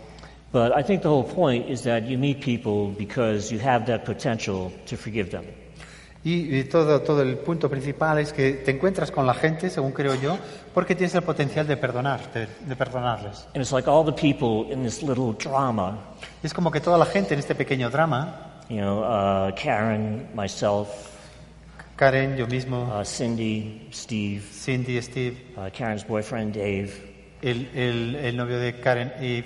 Speaker 1: But I think the whole point is that you meet people because you have that potential to forgive them.
Speaker 2: Y, y todo, todo el punto principal es que te encuentras con la gente, según creo yo, porque tienes el potencial de perdonarte, de perdonarles.
Speaker 1: And it's like all the people in this little drama,
Speaker 2: Es como que toda la gente en este pequeño drama,
Speaker 1: you know, uh, Karen, myself,
Speaker 2: Karen, yo mismo,
Speaker 1: uh, Cindy, Steve,
Speaker 2: Cindy, Steve,
Speaker 1: uh, Karen's boyfriend, Dave.
Speaker 2: el, el- el novio de Karen y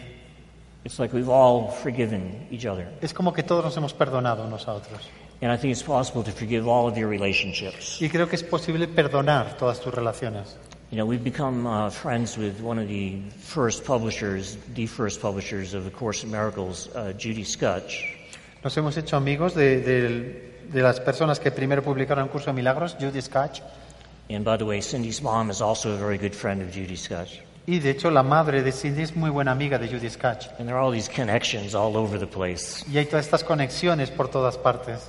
Speaker 1: It's like we've all forgiven each other.
Speaker 2: es como que todos nos hemos perdonado unos a otros.
Speaker 1: And I think it's possible to forgive all of your relationships.
Speaker 2: Y creo que es posible perdonar todas tus relaciones.
Speaker 1: You know, we've become uh, friends with one of the first publishers, the first publishers of A Course in Miracles, uh, Judy Scutch.
Speaker 2: Nos hemos hecho amigos de, del- de las personas que primero publicaron el curso de milagros, Judy Scotch,
Speaker 1: And by the way, Cindy's mom is also a very good friend of Judy Scotch.
Speaker 2: y de hecho la madre de Cindy es muy buena amiga de Judy Scotch.
Speaker 1: And there are all these connections all over the place.
Speaker 2: Y hay todas estas conexiones por todas partes.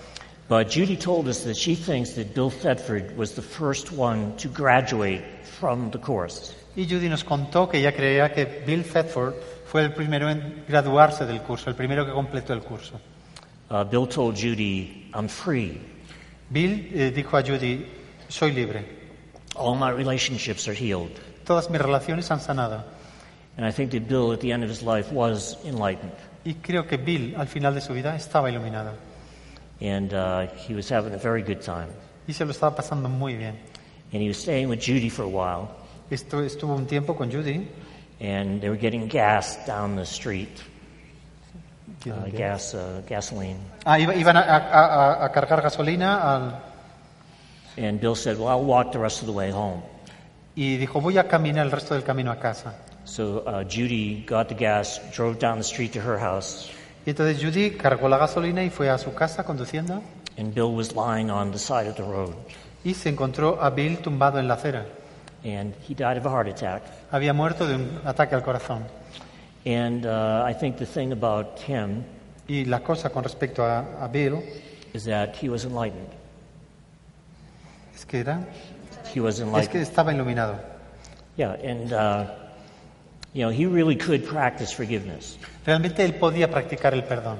Speaker 1: But Judy told us that she thinks that Bill Thetford was the first one to graduate from the course.
Speaker 2: Y Judy nos contó que ella creía que Bill Thetford fue el primero en graduarse del curso, el primero que completó el curso.
Speaker 1: Uh, Bill told Judy, I'm free.
Speaker 2: Bill eh, dijo a Judy, soy libre,
Speaker 1: All my relationships are healed.
Speaker 2: todas mis relaciones han sanado.
Speaker 1: And I think that Bill, at the end of his life, was enlightened.
Speaker 2: Y creo que Bill, al final de su vida, estaba iluminado
Speaker 1: And uh, he was having a very good time.
Speaker 2: y se lo estaba pasando muy bien.
Speaker 1: And he was staying with Judy for a while.
Speaker 2: Esto, estuvo un tiempo con Judy,
Speaker 1: And they were getting gas down the street, uh, gas, uh, gasoline.
Speaker 2: Ah, iba- iban a, a- a- a cargar gasolina al-
Speaker 1: And Bill said, Well, I'll walk the rest of the way home.
Speaker 2: y dijo, voy a caminar el resto del camino a casa.
Speaker 1: So uh, Judy got the gas, drove down the street to her house,
Speaker 2: Y entonces Judy cargó la gasolina y fue a su casa conduciendo.
Speaker 1: and Bill was lying on the side of the road.
Speaker 2: y se encontró a Bill tumbado en la acera.
Speaker 1: And he died of a heart attack.
Speaker 2: Había muerto de un ataque al corazón.
Speaker 1: And uh, I think the thing about him
Speaker 2: Y la cosa con respecto a, a Bill
Speaker 1: is that he was enlightened.
Speaker 2: es que era,
Speaker 1: He was
Speaker 2: es
Speaker 1: enlightened.
Speaker 2: que estaba iluminado.
Speaker 1: Yeah, and uh, you know he really could practice forgiveness.
Speaker 2: Realmente él podía practicar el perdón.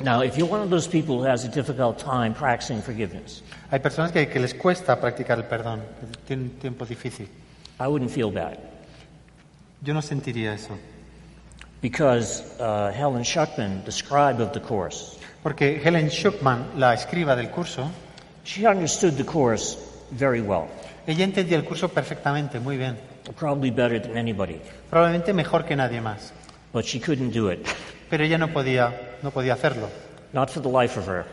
Speaker 1: Now, if you're one of those people who has a difficult time practicing forgiveness,
Speaker 2: Hay personas que, que les cuesta practicar el perdón, que tienen un tiempo difícil.
Speaker 1: I wouldn't feel bad
Speaker 2: Yo no sentiría eso.
Speaker 1: because uh, Helen Schuckman, the scribe of the course,
Speaker 2: Porque Helen Schuckman, la escriba del curso,
Speaker 1: she understood the course very well,
Speaker 2: ella entendía el curso perfectamente, muy bien.
Speaker 1: probably better than anybody,
Speaker 2: Probablemente mejor que nadie más.
Speaker 1: but she couldn't do it,
Speaker 2: Pero ella no podía, no podía hacerlo.
Speaker 1: not for the life of her.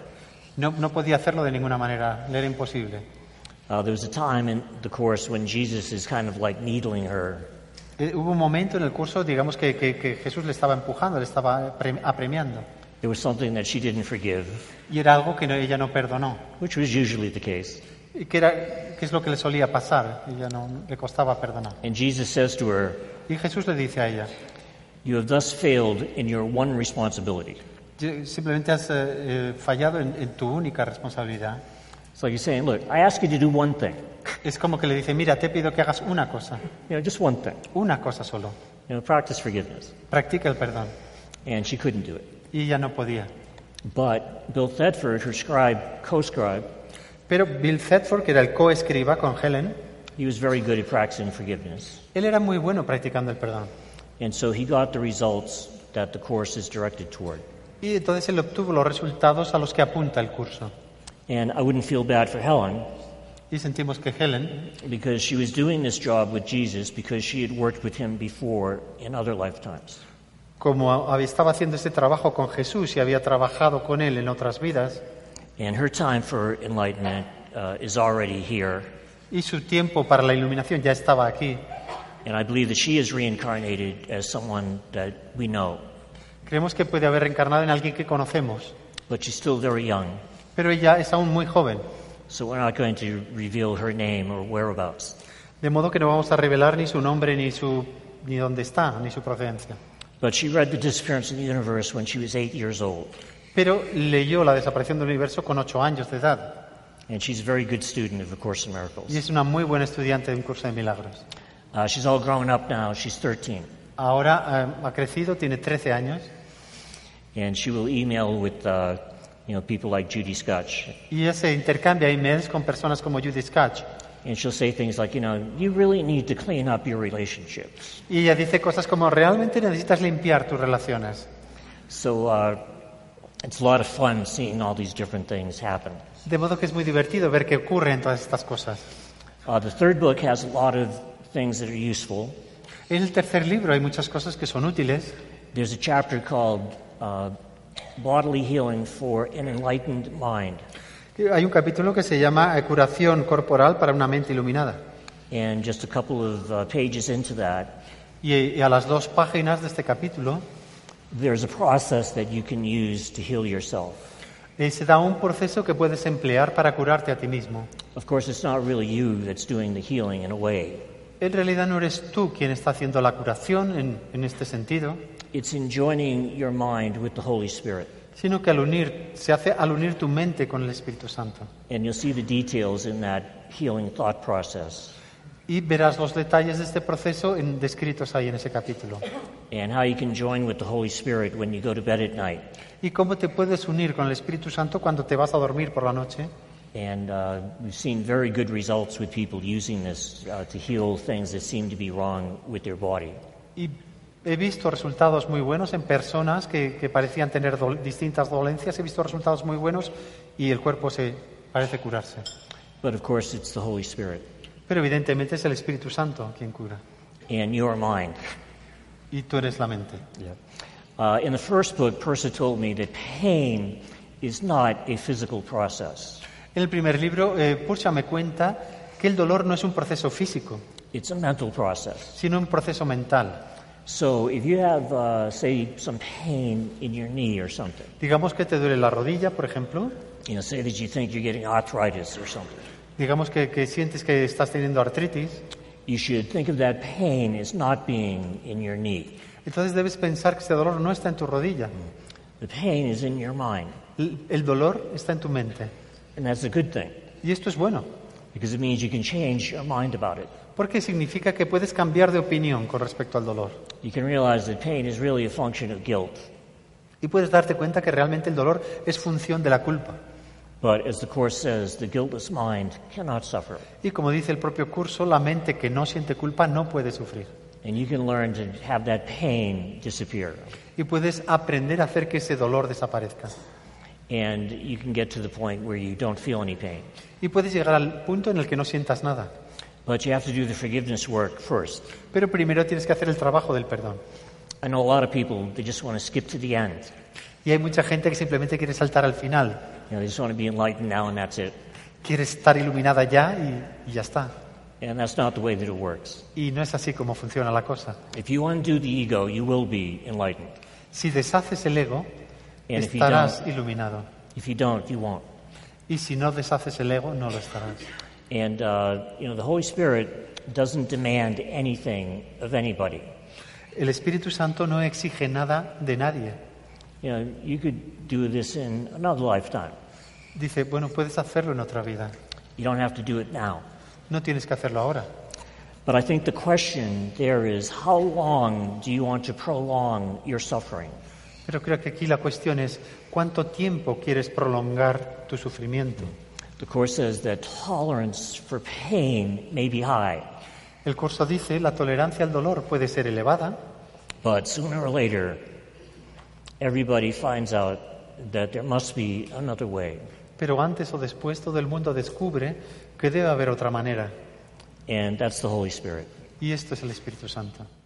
Speaker 2: No, no podía hacerlo de ninguna manera, le era imposible.
Speaker 1: Uh, there was a time in the course when Jesus is kind of like needling her,
Speaker 2: Eh, hubo un momento en el curso, digamos, que, que- que Jesús le estaba empujando, le estaba pre- apremiando.
Speaker 1: There was something that she didn't forgive,
Speaker 2: Y era algo que no- ella no perdonó.
Speaker 1: which was usually the case.
Speaker 2: Y que, era, que es lo que le solía pasar. Ella no le costaba perdonar.
Speaker 1: And Jesus says to her,
Speaker 2: Y Jesús le dice a ella,
Speaker 1: You have thus failed in your one responsibility.
Speaker 2: "Yo- simplemente has eh, eh, fallado en, en tu única responsabilidad.
Speaker 1: It's like he's saying, Look, I ask you to do one thing,
Speaker 2: Es como que le dice, mira, te pido que hagas una cosa,
Speaker 1: you know, just one thing,
Speaker 2: una cosa solo.
Speaker 1: you know, practice forgiveness.
Speaker 2: Practica el perdón.
Speaker 1: And she couldn't do it.
Speaker 2: Y ella no podía.
Speaker 1: But Bill Thetford, her scribe, co scribe,
Speaker 2: Pero Bill Thetford, que era el coescriba con Helen,
Speaker 1: he was very good at practicing forgiveness.
Speaker 2: él era muy bueno practicando el perdón.
Speaker 1: And so he got the results that the Course is directed toward.
Speaker 2: Y entonces él obtuvo los resultados a los que apunta el curso.
Speaker 1: And I wouldn't feel bad for Helen
Speaker 2: Y sentimos que Helen,
Speaker 1: because she was doing this job with Jesus because she had worked with him before in other lifetimes.
Speaker 2: como a- estaba haciendo este trabajo con Jesús y había trabajado con él en otras vidas,
Speaker 1: And her time for enlightenment uh, is already here.
Speaker 2: y su tiempo para la iluminación ya estaba aquí,
Speaker 1: And I believe that she is reincarnated as someone that we know,
Speaker 2: creemos que puede haber reencarnado en alguien que conocemos.
Speaker 1: but she's still very young.
Speaker 2: Pero ella es aún muy joven,
Speaker 1: So we're not going to reveal her name or whereabouts.
Speaker 2: de modo que no vamos a revelar ni su nombre, ni, su, ni dónde está, ni su procedencia.
Speaker 1: But she read The Disappearance of the Universe when she was eight years old.
Speaker 2: Pero leyó La desaparición del universo con ocho años de edad
Speaker 1: And she's a very good student of A Course in
Speaker 2: y
Speaker 1: Miracles.
Speaker 2: es una muy buena estudiante de un curso de milagros.
Speaker 1: Uh, she's all grown up now. She's 13.
Speaker 2: Ahora eh, ha crecido, tiene 13 años
Speaker 1: And she will email with uh, you know, people like Judy Scotch.
Speaker 2: y ella se intercambia emails con personas como Judith Scotch.
Speaker 1: And she'll say things like, you know, you really need to clean up your relationships.
Speaker 2: Y ella dice cosas como, realmente necesitas limpiar tus relaciones.
Speaker 1: So uh, it's a lot of fun seeing all these different things happen.
Speaker 2: De modo que es muy divertido ver qué ocurre en todas estas cosas.
Speaker 1: Uh, the third book has a lot of things that are useful.
Speaker 2: En el tercer libro hay muchas cosas que son útiles.
Speaker 1: There's a chapter called uh, Bodily Healing for an Enlightened Mind.
Speaker 2: Hay un capítulo que se llama eh, Curación corporal para una mente iluminada.
Speaker 1: And just a couple of uh, pages into that,
Speaker 2: Y, y a las dos páginas de este capítulo
Speaker 1: there's a process that you can use to heal yourself.
Speaker 2: eh, se da un proceso que puedes emplear para curarte a ti mismo.
Speaker 1: Of course, it's not really you that's doing the healing in a way.
Speaker 2: En realidad no eres tú quien está haciendo la curación en, en este sentido,
Speaker 1: It's in joining your mind with the Holy Spirit.
Speaker 2: sino que al unir, se hace al unir tu mente con el Espíritu Santo.
Speaker 1: And you'll see the details in that healing thought process.
Speaker 2: Y verás los detalles de este proceso en- descritos ahí en ese capítulo.
Speaker 1: and how you can join with the Holy Spirit when you go to bed at night.
Speaker 2: Y cómo te puedes unir con el Espíritu Santo cuando te vas a dormir por la noche.
Speaker 1: And uh, we've seen very good results with people using this uh, to heal things that seem to be wrong with their body.
Speaker 2: Y he visto resultados muy buenos en personas que, que parecían tener dol- distintas dolencias. He visto resultados muy buenos y el cuerpo se parece curarse.
Speaker 1: But of course, it's the Holy Spirit
Speaker 2: Pero evidentemente es el Espíritu Santo quien cura.
Speaker 1: and your mind.
Speaker 2: Y tú eres la mente.
Speaker 1: Uh, in the first book, Persa told me that pain is not a physical process,
Speaker 2: En el primer libro, eh, Purcha me cuenta que el dolor no es un proceso físico,
Speaker 1: it's a mental process.
Speaker 2: sino un proceso mental.
Speaker 1: So if you have, uh, say, some pain in your knee or something,
Speaker 2: Digamos que te duele la rodilla, por ejemplo.
Speaker 1: you know, say that you think you're getting arthritis or something,
Speaker 2: Digamos que, que sientes que estás teniendo artritis.
Speaker 1: you should think of that pain as not being in your knee.
Speaker 2: Entonces debes pensar que ese dolor no está en tu rodilla.
Speaker 1: The pain is in your mind,
Speaker 2: El el dolor está en tu mente.
Speaker 1: and that's a good thing
Speaker 2: Y esto es bueno,
Speaker 1: because it means you can change your mind about it.
Speaker 2: porque significa que puedes cambiar de opinión con respecto al dolor.
Speaker 1: You can realize that pain is really a function of guilt,
Speaker 2: Y puedes darte cuenta que realmente el dolor es función de la culpa.
Speaker 1: But as the Course says, the guiltless mind cannot suffer.
Speaker 2: Y como dice el propio curso, la mente que no siente culpa no puede sufrir.
Speaker 1: And you can learn to have that pain disappear.
Speaker 2: Y puedes aprender a hacer que ese dolor desaparezca.
Speaker 1: And you can get to the point where you don't feel any pain.
Speaker 2: Y puedes llegar al punto en el que no sientas nada.
Speaker 1: But you have to do the forgiveness work first.
Speaker 2: Pero primero tienes que hacer el trabajo del perdón.
Speaker 1: I know a lot of people, they just want to skip to the end.
Speaker 2: Y hay mucha gente que simplemente quiere saltar al final.
Speaker 1: You know, they just want to be enlightened now and that's it.
Speaker 2: Quiere estar iluminada ya y, y ya está.
Speaker 1: And that's not the way that it works.
Speaker 2: Y no es así como funciona la cosa.
Speaker 1: If you undo the ego, you will be enlightened.
Speaker 2: Si deshaces el ego,
Speaker 1: And if you
Speaker 2: estarás iluminado.
Speaker 1: If you don't, you won't.
Speaker 2: Y si no deshaces el ego, no lo estarás.
Speaker 1: And, uh, you know, the Holy Spirit doesn't demand anything of anybody.
Speaker 2: El Espíritu Santo no exige nada de nadie.
Speaker 1: You know, you could do this in another lifetime.
Speaker 2: Dice, bueno, puedes hacerlo en otra vida.
Speaker 1: You don't have to do it now.
Speaker 2: No tienes que hacerlo ahora.
Speaker 1: But I think the question there is how long do you want to prolong your suffering?
Speaker 2: Pero creo que aquí la cuestión es cuánto tiempo quieres prolongar tu sufrimiento.
Speaker 1: The Course says that tolerance for pain may be high,
Speaker 2: El curso dice, la tolerancia al dolor puede ser elevada,
Speaker 1: but sooner or later, everybody finds out that there must be another way.
Speaker 2: pero antes o después todo el mundo descubre que debe haber otra manera.
Speaker 1: And that's the Holy Spirit.
Speaker 2: Y esto es el Espíritu Santo.